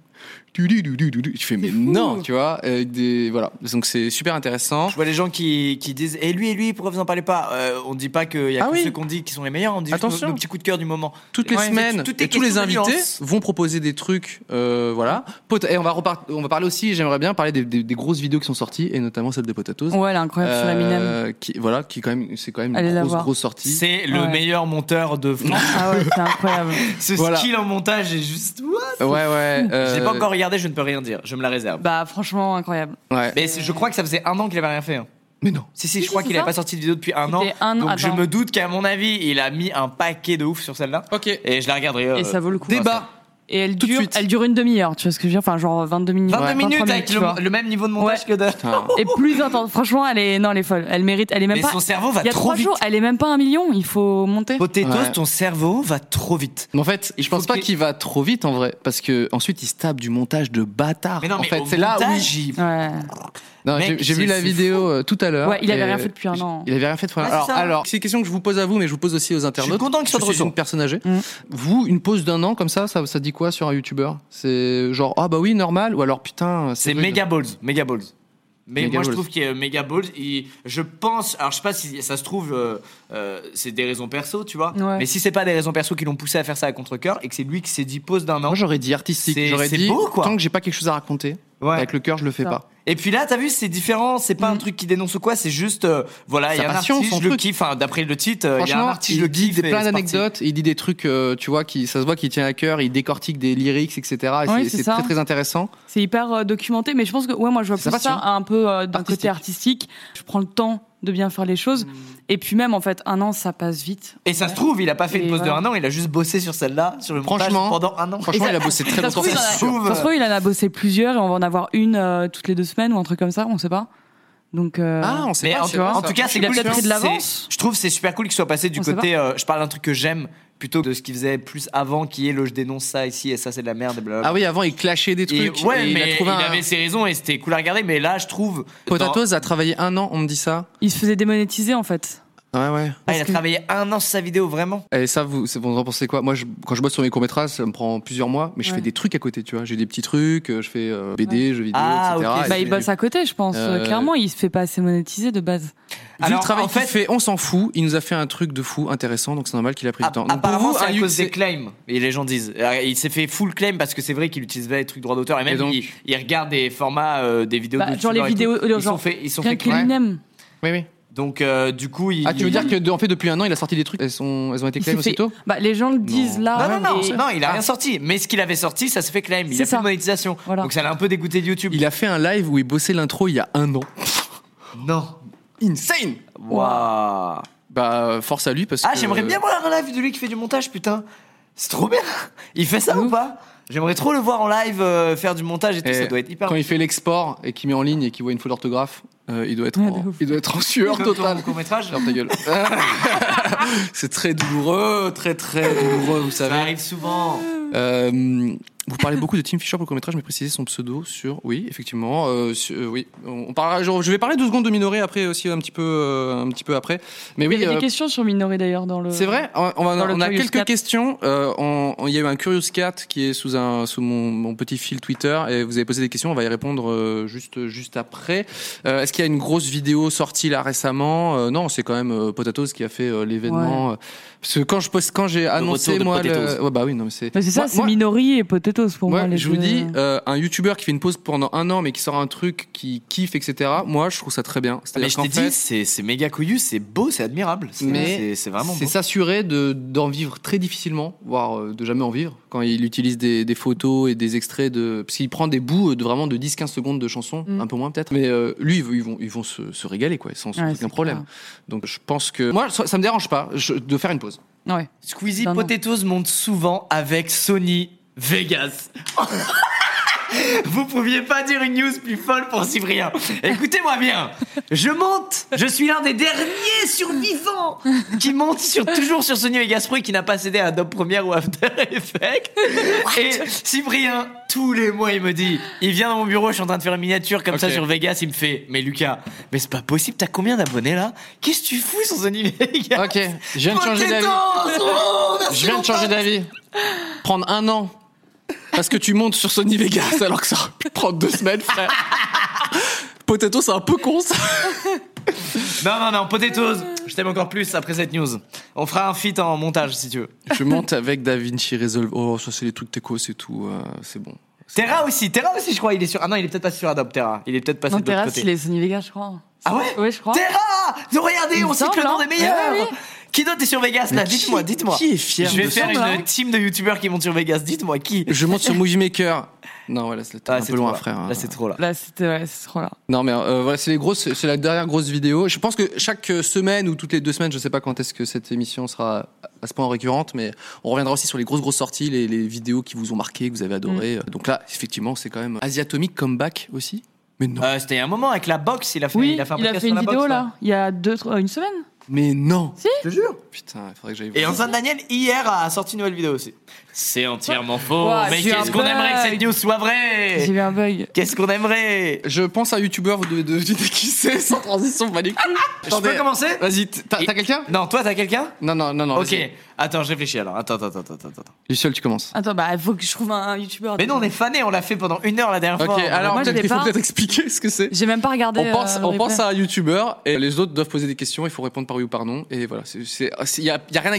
[SPEAKER 3] Tu du du du du du. Je fais mais
[SPEAKER 5] fou.
[SPEAKER 3] non, tu vois, avec des voilà. Donc c'est super intéressant.
[SPEAKER 4] Je vois les gens qui, qui disent Et lui, et lui, pourquoi vous en parlez pas Euh, On dit pas qu'il y a
[SPEAKER 3] Ah
[SPEAKER 4] que
[SPEAKER 3] oui.
[SPEAKER 4] ceux qu'on dit qui sont les meilleurs, on dit juste
[SPEAKER 3] Attention.
[SPEAKER 4] nos, nos petits coups de cœur du moment.
[SPEAKER 3] toutes les
[SPEAKER 4] Ouais.
[SPEAKER 3] semaines
[SPEAKER 4] Tout est
[SPEAKER 3] et tous les
[SPEAKER 4] question de
[SPEAKER 3] invités
[SPEAKER 4] nuance.
[SPEAKER 3] vont proposer des trucs euh, voilà Pot- et on va repart- on va parler aussi j'aimerais bien parler des, des- des grosses vidéos qui sont sorties et notamment celle de Potatoes
[SPEAKER 5] Ouais, elle est incroyable sur la Minem.
[SPEAKER 3] Euh, qui voilà qui quand même c'est quand même
[SPEAKER 5] Allez
[SPEAKER 3] une
[SPEAKER 5] la
[SPEAKER 3] grosse
[SPEAKER 5] voir.
[SPEAKER 3] grosse sortie
[SPEAKER 4] C'est le
[SPEAKER 5] Ouais.
[SPEAKER 4] meilleur monteur de France.
[SPEAKER 5] Ah ouais, c'est incroyable.
[SPEAKER 4] Ce
[SPEAKER 3] Voilà.
[SPEAKER 4] skill en montage est juste. What
[SPEAKER 3] ouais ouais
[SPEAKER 4] Je
[SPEAKER 3] euh,
[SPEAKER 4] l'ai pas encore regardé, je ne peux rien dire. Je me la réserve.
[SPEAKER 5] Bah franchement, incroyable.
[SPEAKER 3] ouais. Mais,
[SPEAKER 4] Mais c'est- je crois que ça faisait un an qu'il avait rien fait. hein.
[SPEAKER 3] non
[SPEAKER 4] Si, si,
[SPEAKER 5] Si,
[SPEAKER 4] je crois
[SPEAKER 5] si,
[SPEAKER 4] qu'il
[SPEAKER 5] c'est
[SPEAKER 4] avait
[SPEAKER 5] ça.
[SPEAKER 4] pas sorti de vidéo depuis un an.
[SPEAKER 5] C'était un an,
[SPEAKER 4] donc je
[SPEAKER 5] attends.
[SPEAKER 4] me doute qu'à mon avis, il a mis un paquet de ouf sur celle-là.
[SPEAKER 3] ok
[SPEAKER 4] Et je la regarderai. euh,
[SPEAKER 5] Et ça vaut le coup. hein,
[SPEAKER 3] débat
[SPEAKER 5] Et elle
[SPEAKER 3] Tout de
[SPEAKER 5] dure,
[SPEAKER 3] suite.
[SPEAKER 5] elle dure une demi-heure, tu vois ce que je veux dire Enfin, genre 22 minutes.
[SPEAKER 4] 22
[SPEAKER 5] 23
[SPEAKER 4] minutes avec
[SPEAKER 5] tu
[SPEAKER 4] le,
[SPEAKER 5] vois.
[SPEAKER 4] le même niveau de montage que de.
[SPEAKER 3] Putain.
[SPEAKER 5] Et plus intense. Franchement, elle est, non, elle est folle. Elle mérite, elle est même
[SPEAKER 4] Mais
[SPEAKER 5] pas.
[SPEAKER 4] son cerveau va
[SPEAKER 5] Il y a
[SPEAKER 4] trop
[SPEAKER 5] trois
[SPEAKER 4] vite.
[SPEAKER 5] jours, elle est même pas un million. Il faut monter.
[SPEAKER 4] Potatoes,
[SPEAKER 3] Ouais.
[SPEAKER 4] ton cerveau va trop vite.
[SPEAKER 3] mais en fait, je pense
[SPEAKER 4] faut
[SPEAKER 3] pas
[SPEAKER 4] qu'il-
[SPEAKER 3] qu'il va trop vite en vrai, parce que ensuite il se tape du montage de bâtard.
[SPEAKER 4] Mais non,
[SPEAKER 3] en
[SPEAKER 4] mais
[SPEAKER 3] fait,
[SPEAKER 4] au
[SPEAKER 3] c'est là où
[SPEAKER 4] montage, il-
[SPEAKER 5] Ouais.
[SPEAKER 3] Non,
[SPEAKER 4] Mec,
[SPEAKER 3] j'ai- j'ai vu
[SPEAKER 4] c'est-
[SPEAKER 3] la
[SPEAKER 4] c'est
[SPEAKER 3] vidéo euh, tout à l'heure.
[SPEAKER 5] Ouais, il avait
[SPEAKER 3] et
[SPEAKER 5] rien fait depuis un an.
[SPEAKER 3] Il avait rien fait depuis un an.
[SPEAKER 4] Ah, c'est
[SPEAKER 3] alors,
[SPEAKER 4] ça.
[SPEAKER 3] alors, c'est une question que je vous pose à vous, mais je vous pose aussi aux internautes.
[SPEAKER 4] content que ce soit de
[SPEAKER 3] Je suis
[SPEAKER 4] retour.
[SPEAKER 3] une personne âgée.
[SPEAKER 5] Mm.
[SPEAKER 3] Vous, une pause d'un an comme ça, ça, ça dit quoi sur un youtubeur C'est genre ah bah oui normal ou alors putain
[SPEAKER 4] C'est
[SPEAKER 3] rude.
[SPEAKER 4] méga balls, méga balls. Mais
[SPEAKER 3] Mega
[SPEAKER 4] moi je
[SPEAKER 3] balls.
[SPEAKER 4] trouve qu'il y a méga balls. il- je pense, alors je sais pas si ça se trouve, euh, euh, c'est des raisons perso, tu vois.
[SPEAKER 5] Ouais.
[SPEAKER 4] Mais si c'est pas des raisons perso qui l'ont poussé à faire ça à contre cœur et que c'est lui qui s'est dit pause d'un an.
[SPEAKER 3] Moi j'aurais dit artistique.
[SPEAKER 4] C'est-
[SPEAKER 3] J'aurais
[SPEAKER 4] c'est
[SPEAKER 3] dit
[SPEAKER 4] beau, quoi.
[SPEAKER 3] tant que j'ai pas quelque chose à raconter
[SPEAKER 4] Ouais.
[SPEAKER 3] avec le cœur, je le fais
[SPEAKER 5] Ça.
[SPEAKER 3] pas.
[SPEAKER 4] Et puis là, t'as vu, c'est différent. C'est
[SPEAKER 5] Mm.
[SPEAKER 4] pas un truc qui dénonce ou quoi. C'est juste, euh, voilà, il y
[SPEAKER 3] Sa
[SPEAKER 4] a un
[SPEAKER 3] passion,
[SPEAKER 4] artiste,
[SPEAKER 3] son
[SPEAKER 4] je le
[SPEAKER 3] truc.
[SPEAKER 4] kiffe. Enfin, d'après le titre, euh, il y a un
[SPEAKER 3] Franchement,
[SPEAKER 4] artiste, je le
[SPEAKER 3] il dit
[SPEAKER 4] kiffe.
[SPEAKER 3] des
[SPEAKER 4] et
[SPEAKER 3] plein
[SPEAKER 4] c'est parti.
[SPEAKER 3] d'anecdotes, il dit des trucs, euh, tu vois, qui ça se voit qu'il tient à cœur, il décortique des lyrics, etc. Et
[SPEAKER 5] Ouais,
[SPEAKER 3] c'est-
[SPEAKER 5] c'est
[SPEAKER 3] c'est
[SPEAKER 5] ça.
[SPEAKER 3] très très intéressant.
[SPEAKER 5] C'est hyper euh, documenté, mais je pense que ouais, moi je vois
[SPEAKER 3] C'est
[SPEAKER 5] plus
[SPEAKER 3] sa
[SPEAKER 5] ça
[SPEAKER 3] passion.
[SPEAKER 5] un peu euh, d'un
[SPEAKER 3] Artistique. Hmm.
[SPEAKER 5] côté artistique. Je prends le temps de bien faire les choses. Et puis même en fait, un an ça passe vite.
[SPEAKER 4] Et ça se trouve, il a pas fait
[SPEAKER 5] Et
[SPEAKER 4] une pause
[SPEAKER 5] voilà.
[SPEAKER 4] de un an. Il a juste bossé sur celle-là, sur le montage
[SPEAKER 3] Franchement,
[SPEAKER 4] pendant un an.
[SPEAKER 3] Franchement,
[SPEAKER 5] Et ça-
[SPEAKER 3] il a bossé très
[SPEAKER 5] ça
[SPEAKER 3] longtemps.
[SPEAKER 5] se trouve,
[SPEAKER 3] c'est
[SPEAKER 5] il en a-
[SPEAKER 3] sûr.
[SPEAKER 5] Ça se trouve, il en a bossé plusieurs et on va en avoir une euh, toutes les deux semaines ou un truc comme ça, on sait pas. Donc euh,
[SPEAKER 3] Ah, on sait
[SPEAKER 4] Mais
[SPEAKER 3] pas.
[SPEAKER 4] en,
[SPEAKER 3] c'est
[SPEAKER 4] en
[SPEAKER 3] vrai, ça.
[SPEAKER 4] tout cas, c'est
[SPEAKER 5] Il a
[SPEAKER 4] cool.
[SPEAKER 5] peut-être pris de
[SPEAKER 4] C'est-
[SPEAKER 5] l'avance.
[SPEAKER 4] Je trouve c'est super cool qu'il soit passé du
[SPEAKER 5] On sait
[SPEAKER 4] côté. euh, je parle d'un truc que j'aime plutôt que de ce qu'il faisait plus avant, qui est le je dénonce ça ici et ça c'est de la merde et blablabla.
[SPEAKER 3] Ah oui, avant il clashait des
[SPEAKER 4] Et
[SPEAKER 3] trucs.
[SPEAKER 4] ouais,
[SPEAKER 3] et il
[SPEAKER 4] mais
[SPEAKER 3] a
[SPEAKER 4] il
[SPEAKER 3] trouvé un-
[SPEAKER 4] avait ses raisons et c'était cool à regarder. Mais là, je trouve. dans- Ah,
[SPEAKER 3] Potatoes a travaillé un an, on me dit ça.
[SPEAKER 5] il se faisait démonétiser en fait.
[SPEAKER 3] Ouais, ouais.
[SPEAKER 4] Ah, il a
[SPEAKER 5] parce que-
[SPEAKER 4] travaillé un an sur sa vidéo vraiment.
[SPEAKER 3] Et ça, vous, c'est- vous en pensez quoi Moi, je- quand je bosse sur mes courts-métrages, ça me prend plusieurs mois, mais je
[SPEAKER 5] Ouais.
[SPEAKER 3] fais des trucs à côté, tu vois. J'ai des petits trucs, euh, je fais euh, BD, jeux vidéo,
[SPEAKER 4] Ah,
[SPEAKER 3] etc.
[SPEAKER 4] ok.
[SPEAKER 3] Et
[SPEAKER 5] Bah, il
[SPEAKER 3] c'est-
[SPEAKER 5] bosse à côté, je pense.
[SPEAKER 3] Euh,
[SPEAKER 5] Clairement, il se fait pas assez monétiser de base.
[SPEAKER 3] Vu
[SPEAKER 4] Alors,
[SPEAKER 3] le travail
[SPEAKER 4] en
[SPEAKER 3] qu'il
[SPEAKER 4] fait-
[SPEAKER 3] fait, on s'en fout. Il nous a fait un truc de fou, intéressant, donc c'est normal qu'il a pris
[SPEAKER 4] Ah,
[SPEAKER 3] du temps. Donc, pour
[SPEAKER 4] apparemment,
[SPEAKER 3] vous,
[SPEAKER 4] c'est
[SPEAKER 3] un
[SPEAKER 4] à
[SPEAKER 3] you-
[SPEAKER 4] cause des
[SPEAKER 3] c'est-
[SPEAKER 4] claims. Et les gens disent. Alors, Il s'est fait full claim parce que c'est vrai qu'il utilisait les trucs droits d'auteur et même
[SPEAKER 3] Et donc-
[SPEAKER 4] il, il regarde des formats, euh, des vidéos.
[SPEAKER 5] Bah,
[SPEAKER 4] de
[SPEAKER 5] genre les
[SPEAKER 4] youtubeurs et
[SPEAKER 5] vidéos-
[SPEAKER 4] tout.
[SPEAKER 5] les
[SPEAKER 4] Ils
[SPEAKER 5] gens-
[SPEAKER 4] sont fait, ils sont
[SPEAKER 5] Rien
[SPEAKER 4] fait
[SPEAKER 5] qu'il
[SPEAKER 4] claim.
[SPEAKER 5] aime.
[SPEAKER 3] Oui, oui.
[SPEAKER 4] Donc, euh, du coup, il.
[SPEAKER 3] Ah, tu veux
[SPEAKER 4] il-
[SPEAKER 3] dire que de- en fait depuis un an, il a sorti des trucs, elles sont, elles ont été
[SPEAKER 5] Il s'est
[SPEAKER 3] claires
[SPEAKER 5] fait-
[SPEAKER 3] aussitôt.
[SPEAKER 5] bah, Les gens le disent là.
[SPEAKER 4] Non, non, non,
[SPEAKER 5] Ah mais-
[SPEAKER 4] non, il a rien sorti. Mais ce qu'il avait sorti, ça se fait claim. Il
[SPEAKER 5] C'est
[SPEAKER 4] a
[SPEAKER 5] ça.
[SPEAKER 4] plus de monétisation.
[SPEAKER 5] Voilà.
[SPEAKER 4] Donc, ça l'a un peu dégoûté de YouTube.
[SPEAKER 3] Il a fait un live où il bossait l'intro il y a un an.
[SPEAKER 4] Non.
[SPEAKER 3] Insane.
[SPEAKER 4] Waouh.
[SPEAKER 3] Bah euh, force à lui parce
[SPEAKER 4] Ah,
[SPEAKER 3] que.
[SPEAKER 4] j'aimerais bien voir un live de lui qui fait du montage, putain. C'est trop bien. Il fait ça ou pas J'aimerais trop le voir en live euh, faire du montage et tout.
[SPEAKER 3] Et
[SPEAKER 4] ça doit être hyper.
[SPEAKER 3] Quand il fait l'export et qu'il met en ligne et qu'il voit une faute d'orthographe, euh, il doit être
[SPEAKER 5] Ouais,
[SPEAKER 3] en,
[SPEAKER 5] de ouf.
[SPEAKER 3] il doit être en sueur totale.
[SPEAKER 4] court métrage.
[SPEAKER 3] Ferme ta gueule. C'est très douloureux, très très douloureux, vous
[SPEAKER 4] Ça
[SPEAKER 3] savez.
[SPEAKER 4] arrive souvent.
[SPEAKER 3] Euh, vous parlez beaucoup de Tim Fisher pour le court-métrage, mais précisez son pseudo sur. Oui, effectivement. euh, sur- euh, oui, on on parlera. Je, je vais parler deux secondes de Minoré après aussi un petit peu, euh, un petit peu après. Mais
[SPEAKER 5] Il
[SPEAKER 3] oui.
[SPEAKER 5] y avait
[SPEAKER 3] euh,
[SPEAKER 5] des questions sur Minoré d'ailleurs dans le.
[SPEAKER 3] c'est vrai, on, on a,
[SPEAKER 5] Dans le
[SPEAKER 3] on a
[SPEAKER 5] Curious
[SPEAKER 3] quelques
[SPEAKER 5] Cat.
[SPEAKER 3] questions. Euh, on- on- Il y a eu un Curious Cat qui est sous, un, sous mon, mon petit fil Twitter et vous avez posé des questions, on va y répondre euh, juste, juste après. Euh, Est-ce qu'il y a une grosse vidéo sortie là récemment Euh, Non, c'est quand même euh, Potatoes qui a fait euh, l'événement. euh, Parce que quand je poste, quand j'ai annoncé
[SPEAKER 4] retour de
[SPEAKER 3] moi, le-
[SPEAKER 4] Potatoes.
[SPEAKER 3] ouais, bah oui, non mais c'est.
[SPEAKER 5] Mais c'est ça,
[SPEAKER 3] Moi-
[SPEAKER 5] c'est
[SPEAKER 3] moi-
[SPEAKER 5] Minori et Potatoes pour
[SPEAKER 3] Ouais,
[SPEAKER 5] moi. les
[SPEAKER 3] je vous
[SPEAKER 5] deux.
[SPEAKER 3] dis, euh, un youtubeur qui fait une pause pendant un an mais qui sort un truc qui kiffe, etc. Moi, je trouve ça très bien.
[SPEAKER 4] Mais
[SPEAKER 3] C'est-à-dire
[SPEAKER 4] je
[SPEAKER 3] qu'en
[SPEAKER 4] t'ai
[SPEAKER 3] fait,
[SPEAKER 4] dit, c'est c'est méga couillu, c'est beau, c'est admirable. C'est-
[SPEAKER 3] Mais
[SPEAKER 4] c'est- c'est vraiment
[SPEAKER 3] c'est
[SPEAKER 4] beau.
[SPEAKER 3] s'assurer de d'en vivre très difficilement, voire euh, de jamais en vivre, quand il utilise des, des photos et des extraits de. Parce qu'il prend des bouts euh, de vraiment de 10-15 secondes de chansons,
[SPEAKER 5] Mm.
[SPEAKER 3] un peu moins peut-être. Mais euh, lui, ils vont, ils vont, ils vont se, se régaler, quoi, sans sans
[SPEAKER 5] Ouais,
[SPEAKER 3] aucun
[SPEAKER 5] c'est
[SPEAKER 3] problème. Donc je pense que. Moi, ça, ça me dérange pas je- de faire une pause.
[SPEAKER 5] clair. Ouais.
[SPEAKER 4] Squeezie
[SPEAKER 5] Non, non.
[SPEAKER 4] Potatoes monte souvent avec Sony Vegas. Vous pouviez pas dire une news plus folle pour Cyprien. Écoutez-moi bien. Je monte. Je suis l'un des derniers survivants qui monte sur, toujours sur Sony Vegas Pro et qui n'a pas cédé à Adobe Premiere ou After Effects. Et Cyprien, tous les mois, il me dit, il vient dans mon bureau, je suis en train de faire une miniature comme ça
[SPEAKER 3] Ok.
[SPEAKER 4] sur Vegas, il me fait, mais Lucas, mais c'est pas possible, t'as combien d'abonnés là Qu'est-ce que tu fous sur Sony Vegas
[SPEAKER 3] Ok, je viens de changer d'avis. Je viens de changer d'avis. Prendre un an. Parce que tu montes sur Sony Vegas alors que ça aurait pu prendre deux semaines, frère. Potato, c'est un peu con ça.
[SPEAKER 4] Non, non, non, Potatoes, je t'aime encore plus après cette news. On fera un feat en montage si tu veux.
[SPEAKER 3] Je monte avec DaVinci Resolve. Oh, ça, c'est les trucs techos, c'est tout. euh, c'est bon.
[SPEAKER 4] Terra aussi, Terra aussi, je crois, il est sur. Ah non, il est peut-être pas sur Adobe, Terra. Il est peut-être passé
[SPEAKER 5] Non,
[SPEAKER 4] de l'autre
[SPEAKER 5] Terrace,
[SPEAKER 4] côté.
[SPEAKER 5] il est Sony Vegas, je crois.
[SPEAKER 4] Ah ouais
[SPEAKER 5] Ouais, je crois.
[SPEAKER 4] Terra Non, Regardez,
[SPEAKER 5] Il
[SPEAKER 4] on
[SPEAKER 5] me
[SPEAKER 4] cite le
[SPEAKER 5] semble,
[SPEAKER 4] nom
[SPEAKER 5] hein.
[SPEAKER 4] des meilleurs
[SPEAKER 5] Ouais, ouais.
[SPEAKER 4] Qui d'autre est sur Vegas là
[SPEAKER 3] Mais qui-
[SPEAKER 4] Ah, Dites-moi, dites-moi.
[SPEAKER 3] qui est fier
[SPEAKER 4] Je vais
[SPEAKER 3] de
[SPEAKER 4] faire
[SPEAKER 3] ça
[SPEAKER 4] une
[SPEAKER 5] Là.
[SPEAKER 4] team de youtubeurs qui montent sur Vegas, dites-moi qui
[SPEAKER 3] Je monte sur Movie Maker. Non, voilà, c'est
[SPEAKER 4] Ah,
[SPEAKER 3] un
[SPEAKER 4] c'est
[SPEAKER 3] peu loin,
[SPEAKER 4] trop là.
[SPEAKER 3] frère. hein.
[SPEAKER 4] Là, c'est trop là.
[SPEAKER 5] Là, c'était ouais, c'est trop là.
[SPEAKER 3] Non, mais euh, voilà, c'est les grosses, c'est la dernière grosse vidéo. Je pense que chaque euh, semaine ou toutes les deux semaines, je sais pas quand est-ce que cette émission sera à ce point récurrente, mais on reviendra aussi sur les grosses grosses sorties, les, les vidéos qui vous ont marqué, que vous avez adoré.
[SPEAKER 4] Mm.
[SPEAKER 3] Donc là, effectivement, c'est quand même Asiatomic Comeback aussi. Mais non,
[SPEAKER 4] Euh, C'était il y a un moment avec la box, il a fait,
[SPEAKER 5] Oui,
[SPEAKER 4] il a fait un podcast sur
[SPEAKER 5] une
[SPEAKER 4] la
[SPEAKER 5] vidéo
[SPEAKER 4] box,
[SPEAKER 5] là, il y a deux, trois- une semaine.
[SPEAKER 3] mais non.
[SPEAKER 4] Je te jure.
[SPEAKER 3] Putain, il faudrait que j'aille.
[SPEAKER 4] Et
[SPEAKER 3] voir.
[SPEAKER 4] Antoine Daniel, hier, a sorti une nouvelle vidéo aussi. C'est entièrement faux.
[SPEAKER 5] Ouah,
[SPEAKER 4] mais
[SPEAKER 5] j'ai
[SPEAKER 4] qu'est-ce
[SPEAKER 5] un
[SPEAKER 4] qu'on aimerait que
[SPEAKER 5] bug.
[SPEAKER 4] cette news soit
[SPEAKER 5] J'ai
[SPEAKER 4] vraie
[SPEAKER 5] eu un bug.
[SPEAKER 4] Qu'est-ce qu'on aimerait
[SPEAKER 3] Je pense à un youtubeur, vous devez deviner qui c'est, sans transition, pas les couilles.
[SPEAKER 4] Je peux
[SPEAKER 3] Attendez.
[SPEAKER 4] commencer
[SPEAKER 3] Vas-y, t- t'as
[SPEAKER 4] Et-
[SPEAKER 3] t'as quelqu'un
[SPEAKER 4] Non, toi, t'as quelqu'un
[SPEAKER 3] Non, non, non, non.
[SPEAKER 4] Ok,
[SPEAKER 3] vas-y.
[SPEAKER 4] attends, je réfléchis alors. Attends, attends, attends, attends. attends.
[SPEAKER 3] Lucille, tu commences.
[SPEAKER 5] Attends, bah, faut que je trouve un, un youtubeur.
[SPEAKER 4] Mais non, on est fané, on l'a fait pendant une heure la dernière
[SPEAKER 3] Ok,
[SPEAKER 4] fois.
[SPEAKER 3] alors
[SPEAKER 5] Ah, moi, je
[SPEAKER 3] peut-être
[SPEAKER 5] l'ai
[SPEAKER 3] qu'il faut
[SPEAKER 5] pas.
[SPEAKER 3] peut-être expliquer ce que c'est.
[SPEAKER 5] J'ai même pas regardé.
[SPEAKER 3] On pense,
[SPEAKER 5] euh, le
[SPEAKER 3] on pense
[SPEAKER 5] replay.
[SPEAKER 3] à un youtubeur et les autres doivent poser des questions, il faut répondre par oui ou par non. Et voilà, il y a, y a rien à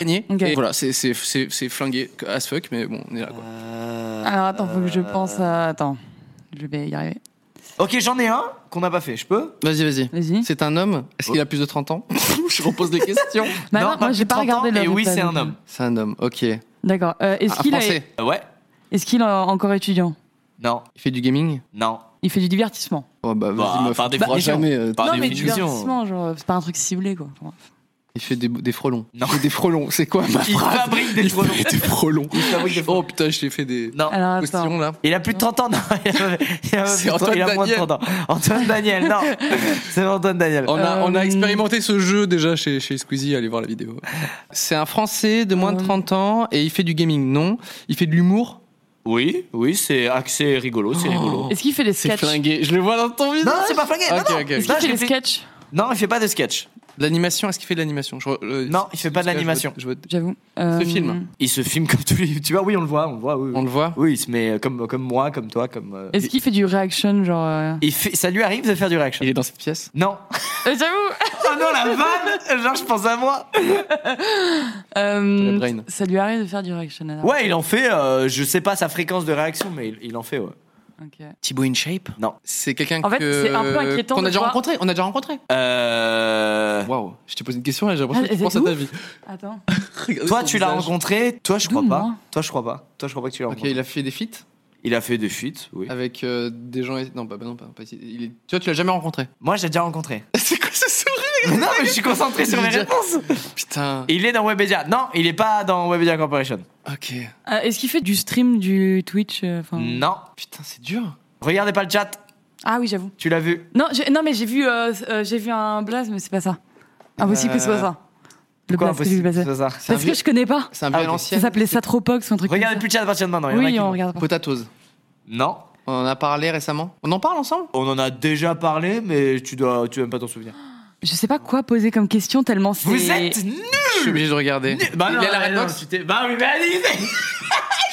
[SPEAKER 3] gagner.
[SPEAKER 5] Ok.
[SPEAKER 3] Et voilà, c'est- c'est c'est- c'est flingué as fuck, mais bon, on est là quoi.
[SPEAKER 5] Euh, Alors attends, faut que je pense à. Attends, je vais y arriver.
[SPEAKER 4] Ok, j'en ai un qu'on n'a pas fait, je peux
[SPEAKER 3] Vas-y, vas-y.
[SPEAKER 5] Vas-y.
[SPEAKER 3] C'est un homme Est-ce qu'il a plus de 30 ans Je repose des questions.
[SPEAKER 5] Bah non,
[SPEAKER 4] pas
[SPEAKER 5] moi
[SPEAKER 4] plus
[SPEAKER 5] j'ai
[SPEAKER 4] de
[SPEAKER 5] pas
[SPEAKER 4] 30
[SPEAKER 5] regardé
[SPEAKER 4] ans,
[SPEAKER 5] le
[SPEAKER 4] Et oui,
[SPEAKER 5] replay,
[SPEAKER 4] c'est un
[SPEAKER 5] donc. euh,
[SPEAKER 4] homme.
[SPEAKER 3] C'est un homme, ok.
[SPEAKER 5] D'accord. Euh, Est-ce
[SPEAKER 3] Un
[SPEAKER 5] qu'il a-
[SPEAKER 3] français.
[SPEAKER 4] Euh, Ouais
[SPEAKER 5] est-ce qu'il est encore étudiant
[SPEAKER 4] Non,
[SPEAKER 3] Il fait du gaming
[SPEAKER 4] non.
[SPEAKER 5] Il fait du divertissement.
[SPEAKER 3] Oh bah
[SPEAKER 4] Bah,
[SPEAKER 3] vas-y, meuf,
[SPEAKER 4] par
[SPEAKER 3] tu pourras
[SPEAKER 4] définition.
[SPEAKER 3] jamais. euh,
[SPEAKER 4] Par
[SPEAKER 5] non,
[SPEAKER 4] Ah, des
[SPEAKER 5] mais du
[SPEAKER 4] définition.
[SPEAKER 5] divertissement, genre, c'est pas un truc ciblé quoi. Enfin, bref.
[SPEAKER 3] Il fait des, des frelons.
[SPEAKER 4] Non.
[SPEAKER 3] Il fait des frelons, c'est quoi ma
[SPEAKER 4] Il
[SPEAKER 3] phrase
[SPEAKER 4] fabrique des frelons.
[SPEAKER 3] Il fait des frelons.
[SPEAKER 4] Il fabrique des
[SPEAKER 3] Oh
[SPEAKER 4] frelons.
[SPEAKER 3] putain, je t'ai fait des
[SPEAKER 4] Non.
[SPEAKER 5] Alors attends.
[SPEAKER 3] postillons là.
[SPEAKER 4] Il a plus de 30 ans, non. Il a, il a-
[SPEAKER 3] C'est
[SPEAKER 4] il a
[SPEAKER 3] Antoine
[SPEAKER 4] moins de 30 ans. Antoine Daniel, non. C'est Antoine Daniel.
[SPEAKER 3] On a, on a
[SPEAKER 5] Euh,
[SPEAKER 3] expérimenté ce jeu déjà chez, chez Squeezie, allez voir la vidéo. C'est un Français de moins de
[SPEAKER 5] Euh.
[SPEAKER 3] 30 ans et il fait du gaming, non Il fait de l'humour
[SPEAKER 4] Oui, oui, c'est axé rigolo, c'est rigolo.
[SPEAKER 5] Est-ce qu'il fait des
[SPEAKER 3] C'est
[SPEAKER 5] sketchs
[SPEAKER 3] flingué. Je le vois dans ton
[SPEAKER 4] Non,
[SPEAKER 3] visage.
[SPEAKER 4] non, c'est pas flingué. non,
[SPEAKER 3] Ok,
[SPEAKER 4] non.
[SPEAKER 3] ok, ok.
[SPEAKER 5] Est-ce qu'il
[SPEAKER 4] Non,
[SPEAKER 5] fait des
[SPEAKER 4] je l'ai
[SPEAKER 5] sketchs
[SPEAKER 4] Non, il fait pas de sketch.
[SPEAKER 3] L'animation, est-ce qu'il fait de l'animation Je re- euh,
[SPEAKER 4] Non, il fait pas de
[SPEAKER 3] parce que je
[SPEAKER 4] l'animation.
[SPEAKER 3] vois- je vois-
[SPEAKER 5] J'avoue. Euh,
[SPEAKER 3] Ce film.
[SPEAKER 4] Il se filme comme tous les youtubeurs. Oui, on le voit, on le voit. Oui, oui.
[SPEAKER 3] On le voit
[SPEAKER 4] Oui, il se met euh, comme, comme moi, comme toi, comme. euh,
[SPEAKER 5] Est-ce qu'il fait du reaction genre euh,
[SPEAKER 4] il fait- ça lui arrive de faire du reaction.
[SPEAKER 3] Il est dans cette pièce
[SPEAKER 4] Non.
[SPEAKER 5] euh, J'avoue.
[SPEAKER 4] Oh non, la vanne Genre, je pense à moi.
[SPEAKER 5] Euh,
[SPEAKER 3] Le brain.
[SPEAKER 5] ça lui arrive de faire du reaction. alors.
[SPEAKER 4] Ouais, il en fait, euh, je sais pas sa fréquence de réaction, mais il, il en fait, ouais.
[SPEAKER 5] Ok.
[SPEAKER 3] Thibaut InShape
[SPEAKER 4] Non.
[SPEAKER 3] C'est quelqu'un
[SPEAKER 5] En fait,
[SPEAKER 3] que-
[SPEAKER 5] c'est un peu inquiétant
[SPEAKER 3] qu'on a
[SPEAKER 5] de
[SPEAKER 3] déjà
[SPEAKER 5] voir-
[SPEAKER 3] rencontré. On a déjà rencontré.
[SPEAKER 4] Euh.
[SPEAKER 3] Waouh, je t'ai posé une question et j'ai
[SPEAKER 5] Ah,
[SPEAKER 3] l'impression que tu
[SPEAKER 5] c'est
[SPEAKER 3] penses à
[SPEAKER 5] ouf.
[SPEAKER 3] ta vie.
[SPEAKER 5] Attends.
[SPEAKER 3] Regardez
[SPEAKER 4] Toi,
[SPEAKER 3] son
[SPEAKER 4] tu l'as
[SPEAKER 3] visage.
[SPEAKER 4] rencontré Toi, je
[SPEAKER 5] D'où,
[SPEAKER 4] crois pas.
[SPEAKER 5] moi
[SPEAKER 4] Toi, je crois pas. Toi, je crois pas que tu l'as
[SPEAKER 3] Ok,
[SPEAKER 4] rencontré.
[SPEAKER 3] il a fait des feats
[SPEAKER 4] Il a fait des fuites, oui.
[SPEAKER 5] Ah.
[SPEAKER 3] avec euh, des gens. Non, bah, bah non, pas, pas ici. Il est- Tu vois, tu l'as jamais rencontré.
[SPEAKER 4] Moi, j'ai déjà rencontré.
[SPEAKER 3] c'est quoi ce sourire
[SPEAKER 4] Mais non, mais je suis concentré sur mes
[SPEAKER 3] J'ai déjà-
[SPEAKER 4] réponses.
[SPEAKER 3] Putain.
[SPEAKER 4] Il est dans Webedia. Non, il est pas dans Webedia Corporation.
[SPEAKER 3] Ok.
[SPEAKER 5] Euh, Est-ce qu'il fait du stream du Twitch euh, enfin-
[SPEAKER 4] Non.
[SPEAKER 3] Putain, c'est dur.
[SPEAKER 4] Regardez pas le chat.
[SPEAKER 5] Ah oui, j'avoue.
[SPEAKER 4] Tu l'as vu
[SPEAKER 5] Non, j'ai- non mais j'ai vu, euh, euh, j'ai vu un blaze, mais c'est pas ça. Impossible que ce soit
[SPEAKER 3] Euh,
[SPEAKER 5] ça. Le
[SPEAKER 4] Quoi,
[SPEAKER 5] blaze que j'ai
[SPEAKER 4] impossible,
[SPEAKER 5] passé.
[SPEAKER 4] c'est ça.
[SPEAKER 3] C'est un
[SPEAKER 5] Parce
[SPEAKER 3] vieux-
[SPEAKER 5] que je connais pas.
[SPEAKER 3] C'est un
[SPEAKER 4] Ah,
[SPEAKER 3] vieux à
[SPEAKER 4] ok.
[SPEAKER 3] l'ancienne.
[SPEAKER 5] Ça s'appelait Satropox, un truc
[SPEAKER 4] Regardez
[SPEAKER 5] comme
[SPEAKER 4] plus le chat à partir de maintenant.
[SPEAKER 5] ça.
[SPEAKER 4] Il y en a
[SPEAKER 5] Oui,
[SPEAKER 4] qui
[SPEAKER 5] on
[SPEAKER 4] l'ont.
[SPEAKER 5] regarde pas.
[SPEAKER 3] Potatose.
[SPEAKER 4] Non.
[SPEAKER 3] On en a parlé récemment. On en parle ensemble
[SPEAKER 4] On en a déjà parlé, mais tu dois, tu dois même pas t'en souvenir.
[SPEAKER 5] Je sais pas quoi poser comme question tellement c'est...
[SPEAKER 4] Vous êtes nuls
[SPEAKER 3] Je suis obligé de regarder.
[SPEAKER 4] Bah
[SPEAKER 3] il
[SPEAKER 4] non,
[SPEAKER 3] est à la
[SPEAKER 4] non, non,
[SPEAKER 3] Redbox
[SPEAKER 4] tu t'es- Bah oui, mais allez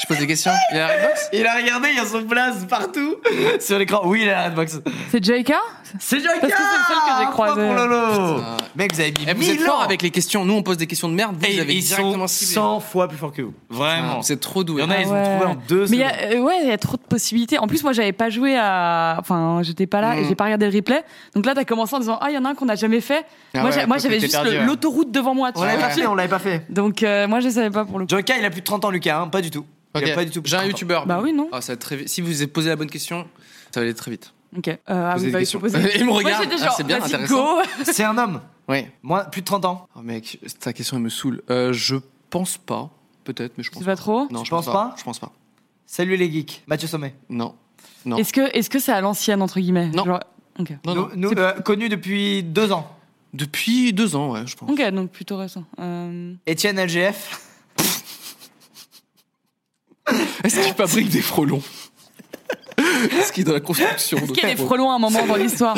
[SPEAKER 3] Je pose des questions. Il est à la Redbox
[SPEAKER 4] Il a regardé, il y a son place partout sur l'écran. Oui, il est à la Redbox.
[SPEAKER 5] C'est JK
[SPEAKER 4] C'est Jacques
[SPEAKER 5] Parce que c'est le seul que j'ai croisé.
[SPEAKER 4] pour Lolo
[SPEAKER 3] Putain.
[SPEAKER 4] Mec, vous avez mis
[SPEAKER 3] Eh, vous êtes
[SPEAKER 4] mille ans
[SPEAKER 3] fort avec les questions. Nous, on pose des questions de merde. Vous
[SPEAKER 4] Et
[SPEAKER 3] avez
[SPEAKER 4] ils
[SPEAKER 3] directement
[SPEAKER 4] sont
[SPEAKER 3] ciblé.
[SPEAKER 4] 100 fois plus forts que vous. Vraiment.
[SPEAKER 3] Ah, C'est trop
[SPEAKER 4] Il y
[SPEAKER 3] doué.
[SPEAKER 4] en a, ils
[SPEAKER 5] Ah
[SPEAKER 4] ont
[SPEAKER 5] ouais.
[SPEAKER 4] trouvé en deux
[SPEAKER 5] Mais il y
[SPEAKER 4] secondes.
[SPEAKER 5] a, euh, ouais, il y a trop de possibilités. En plus, moi, j'avais pas joué à. Enfin, j'étais pas là et
[SPEAKER 3] Mm.
[SPEAKER 5] j'ai pas regardé le replay. Donc là, t'as commencé en disant Ah, il y en a un qu'on a jamais fait.
[SPEAKER 3] Ah
[SPEAKER 5] moi,
[SPEAKER 3] ouais,
[SPEAKER 5] j'a- moi,
[SPEAKER 3] toi,
[SPEAKER 5] j'avais
[SPEAKER 3] t'étais
[SPEAKER 5] juste
[SPEAKER 3] perdu,
[SPEAKER 5] le-
[SPEAKER 3] ouais.
[SPEAKER 5] l'autoroute devant moi. tu
[SPEAKER 4] On
[SPEAKER 5] vois.
[SPEAKER 4] l'avait pas
[SPEAKER 3] Ouais.
[SPEAKER 4] fait, on l'avait pas fait.
[SPEAKER 5] Donc, euh, moi, je savais pas pour le coup.
[SPEAKER 4] Joka, il a plus de 30 ans, Lucas, hein, pas du tout.
[SPEAKER 3] Ok.
[SPEAKER 4] Il a pas du tout. plus
[SPEAKER 3] J'ai un
[SPEAKER 4] de 30 ans.
[SPEAKER 3] youtubeur.
[SPEAKER 5] Bah oui, non.
[SPEAKER 3] Ah, ça va être très vite. Si vous avez posé la bonne question, ça va aller très vite.
[SPEAKER 5] Ok. Euh, ah,
[SPEAKER 3] Posez
[SPEAKER 5] vous
[SPEAKER 3] des
[SPEAKER 5] m'avez
[SPEAKER 3] questions.
[SPEAKER 5] proposé.
[SPEAKER 3] Il me
[SPEAKER 5] Moi,
[SPEAKER 3] regarde.
[SPEAKER 5] j'étais
[SPEAKER 3] Ah,
[SPEAKER 5] genre,
[SPEAKER 3] c'est bien,
[SPEAKER 5] vas-y,
[SPEAKER 3] intéressant.
[SPEAKER 5] go.
[SPEAKER 4] C'est un homme.
[SPEAKER 3] Oui.
[SPEAKER 4] Moi, plus de 30 ans.
[SPEAKER 3] Oh mec, ta question elle me saoule. Euh, je pense pas, peut-être, mais je
[SPEAKER 5] Je sais
[SPEAKER 3] pense
[SPEAKER 5] pas trop.
[SPEAKER 3] Non,
[SPEAKER 4] Tu
[SPEAKER 3] je pense
[SPEAKER 4] penses
[SPEAKER 3] pas.
[SPEAKER 4] pas
[SPEAKER 3] Je pense pas.
[SPEAKER 4] Salut les geeks. Mathieu Sommet.
[SPEAKER 3] Non. Non.
[SPEAKER 5] Est-ce que, est-ce que c'est à l'ancienne entre guillemets
[SPEAKER 3] Non.
[SPEAKER 5] Genre- Ok.
[SPEAKER 3] Non,
[SPEAKER 4] nous,
[SPEAKER 3] non.
[SPEAKER 4] nous, euh, connu depuis deux ans.
[SPEAKER 3] Depuis deux ans, ouais, je pense.
[SPEAKER 5] Ok, donc plutôt récent. Euh,
[SPEAKER 4] Étienne LGF.
[SPEAKER 3] Est-ce qu'il fabrique des frelons Est-ce qu'il est dans la construction
[SPEAKER 5] Est-ce qu'il y a des frelons à un moment dans l'histoire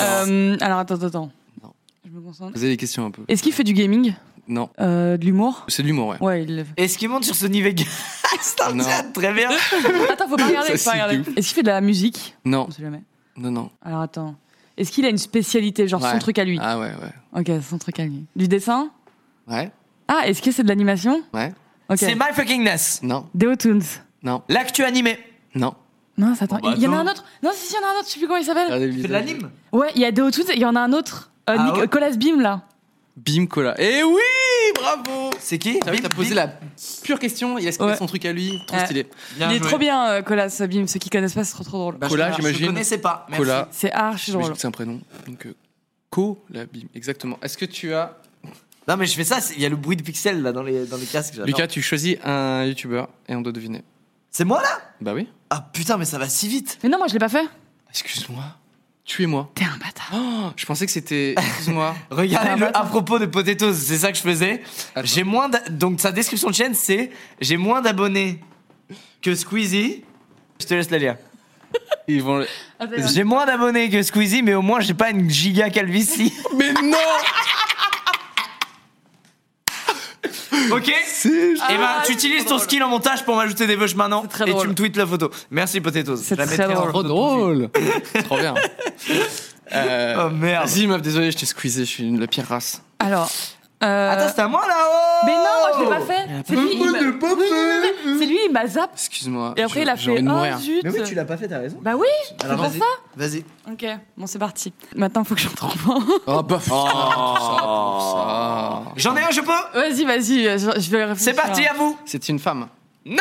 [SPEAKER 5] Euh, Alors attends, attends, attends.
[SPEAKER 3] Non.
[SPEAKER 5] Je me concentre.
[SPEAKER 3] Posez des questions un peu.
[SPEAKER 5] Est-ce qu'il fait du gaming
[SPEAKER 3] Non.
[SPEAKER 5] Euh, De l'humour
[SPEAKER 3] C'est de l'humour, ouais.
[SPEAKER 5] Ouais, il le fait.
[SPEAKER 4] Est-ce qu'il monte sur Sony Vegas
[SPEAKER 3] Non.
[SPEAKER 4] Très bien.
[SPEAKER 5] Attends, faut pas regarder, faut pas
[SPEAKER 3] Ça, c'est
[SPEAKER 5] regarder.
[SPEAKER 3] de ouf.
[SPEAKER 5] Est-ce qu'il fait de la musique
[SPEAKER 3] Non,
[SPEAKER 5] On sait jamais.
[SPEAKER 3] non, non.
[SPEAKER 5] Alors attends. Est-ce qu'il a une spécialité, genre son
[SPEAKER 3] Ouais.
[SPEAKER 5] truc à lui
[SPEAKER 3] Ah ouais, ouais.
[SPEAKER 5] Ok, son truc à lui. Du dessin
[SPEAKER 3] Ouais,
[SPEAKER 5] Ah, est-ce que c'est de l'animation
[SPEAKER 3] ouais.
[SPEAKER 5] Ok.
[SPEAKER 4] C'est My Fucking Ness.
[SPEAKER 3] Non,
[SPEAKER 5] Deotoons.
[SPEAKER 3] non,
[SPEAKER 4] L'actu animé.
[SPEAKER 3] non.
[SPEAKER 5] Non, ça,
[SPEAKER 3] Oh,
[SPEAKER 5] attends.
[SPEAKER 4] Bon, bah,
[SPEAKER 5] il y en a un
[SPEAKER 4] attends.
[SPEAKER 5] autre Non, si, si, il y en a un autre, je sais plus comment il s'appelle.
[SPEAKER 3] Regardez le
[SPEAKER 4] C'est de
[SPEAKER 3] visage.
[SPEAKER 4] l'anime.
[SPEAKER 5] Ouais, il y a Deotoons et il y en a un autre. Euh,
[SPEAKER 4] Ah
[SPEAKER 5] Nick-
[SPEAKER 4] ouais
[SPEAKER 5] euh, Colas Beam, là.
[SPEAKER 3] Bim Cola. Eh oui, bravo
[SPEAKER 4] C'est qui
[SPEAKER 3] T'as vu, t'as posé la pure question, il a
[SPEAKER 5] Ouais.
[SPEAKER 3] expliqué son truc à lui. Trop
[SPEAKER 5] Ouais.
[SPEAKER 3] stylé.
[SPEAKER 5] il est trop bien, Bah, euh, Colas Beam. Ceux qui connaissent pas, c'est trop trop drôle.
[SPEAKER 3] Cola, j'imagine.
[SPEAKER 4] Ah, Je connaissais pas. Merci.
[SPEAKER 3] Cola.
[SPEAKER 5] C'est archi
[SPEAKER 3] J'imagine
[SPEAKER 5] drôle.
[SPEAKER 3] que c'est un prénom. Donc, euh, Co, la bim. Exactement. Est-ce que tu as
[SPEAKER 4] Non, mais je fais ça. c'est- Il y a le bruit de pixels là dans les, dans les casques. j'adore.
[SPEAKER 3] Lucas, tu choisis un youtubeur et on doit deviner.
[SPEAKER 4] C'est moi là
[SPEAKER 3] Bah oui.
[SPEAKER 4] Ah putain, mais ça va si vite.
[SPEAKER 5] Mais non, moi, je l'ai pas fait.
[SPEAKER 3] Excuse-moi. Tuez-moi.
[SPEAKER 5] T'es un bâtard.
[SPEAKER 3] Oh, je pensais que c'était. Excuse-moi.
[SPEAKER 4] Regardez
[SPEAKER 5] Ah,
[SPEAKER 4] le
[SPEAKER 5] bah,
[SPEAKER 4] à propos de Potatoes, c'est ça que je faisais.
[SPEAKER 3] Attends.
[SPEAKER 4] J'ai moins d'a- donc sa description de chaîne c'est j'ai moins d'abonnés que Squeezie. Je te laisse la lire.
[SPEAKER 3] Ils vont.
[SPEAKER 5] Attends,
[SPEAKER 4] J'ai moins d'abonnés que Squeezie, mais au moins j'ai pas une giga calvitie.
[SPEAKER 3] Mais non
[SPEAKER 4] ok.
[SPEAKER 3] C'est.
[SPEAKER 4] Et ben,
[SPEAKER 5] Ah,
[SPEAKER 4] tu utilises ton skill en montage pour m'ajouter des bugs maintenant
[SPEAKER 5] très
[SPEAKER 4] et
[SPEAKER 5] drôle.
[SPEAKER 4] tu me tweets la photo. Merci Potatoes.
[SPEAKER 5] C'est
[SPEAKER 4] Je la
[SPEAKER 5] très
[SPEAKER 4] mettrai en
[SPEAKER 5] Oh, drôle.
[SPEAKER 3] Trop
[SPEAKER 4] photo tout de
[SPEAKER 3] drôle.
[SPEAKER 4] suite.
[SPEAKER 3] Trop bien. Euh,
[SPEAKER 4] Oh merde.
[SPEAKER 3] Vas-y, meuf, désolé, je t'ai squeezé. Je suis une- la pire race.
[SPEAKER 5] Alors. euh,
[SPEAKER 4] Attends, c'est à moi oh là-haut.
[SPEAKER 5] Mais non, moi je l'ai
[SPEAKER 3] Oh
[SPEAKER 5] pas fait. C'est lui, il m'a- Oui, oui, oui, oui. C'est lui, il m'a zappé.
[SPEAKER 3] Excuse-moi.
[SPEAKER 5] Et après,
[SPEAKER 3] Je-
[SPEAKER 5] il a
[SPEAKER 3] j'ai envie
[SPEAKER 5] fait
[SPEAKER 3] de
[SPEAKER 5] Oh
[SPEAKER 3] mourir.
[SPEAKER 5] zut
[SPEAKER 4] Mais oui, tu l'as pas fait, t'as raison.
[SPEAKER 5] Bah oui
[SPEAKER 4] Alors
[SPEAKER 5] pour
[SPEAKER 4] vas-y. Vas-y.
[SPEAKER 5] Ok, bon, c'est parti. Maintenant, faut que j'en trouve un.
[SPEAKER 3] Oh bah. putain,
[SPEAKER 4] Oh.
[SPEAKER 3] ça.
[SPEAKER 4] J'en ai un, je peux
[SPEAKER 5] Vas-y, vas-y, je, je vais réfléchir.
[SPEAKER 4] C'est parti, à vous
[SPEAKER 3] C'est hein. une femme.
[SPEAKER 4] Non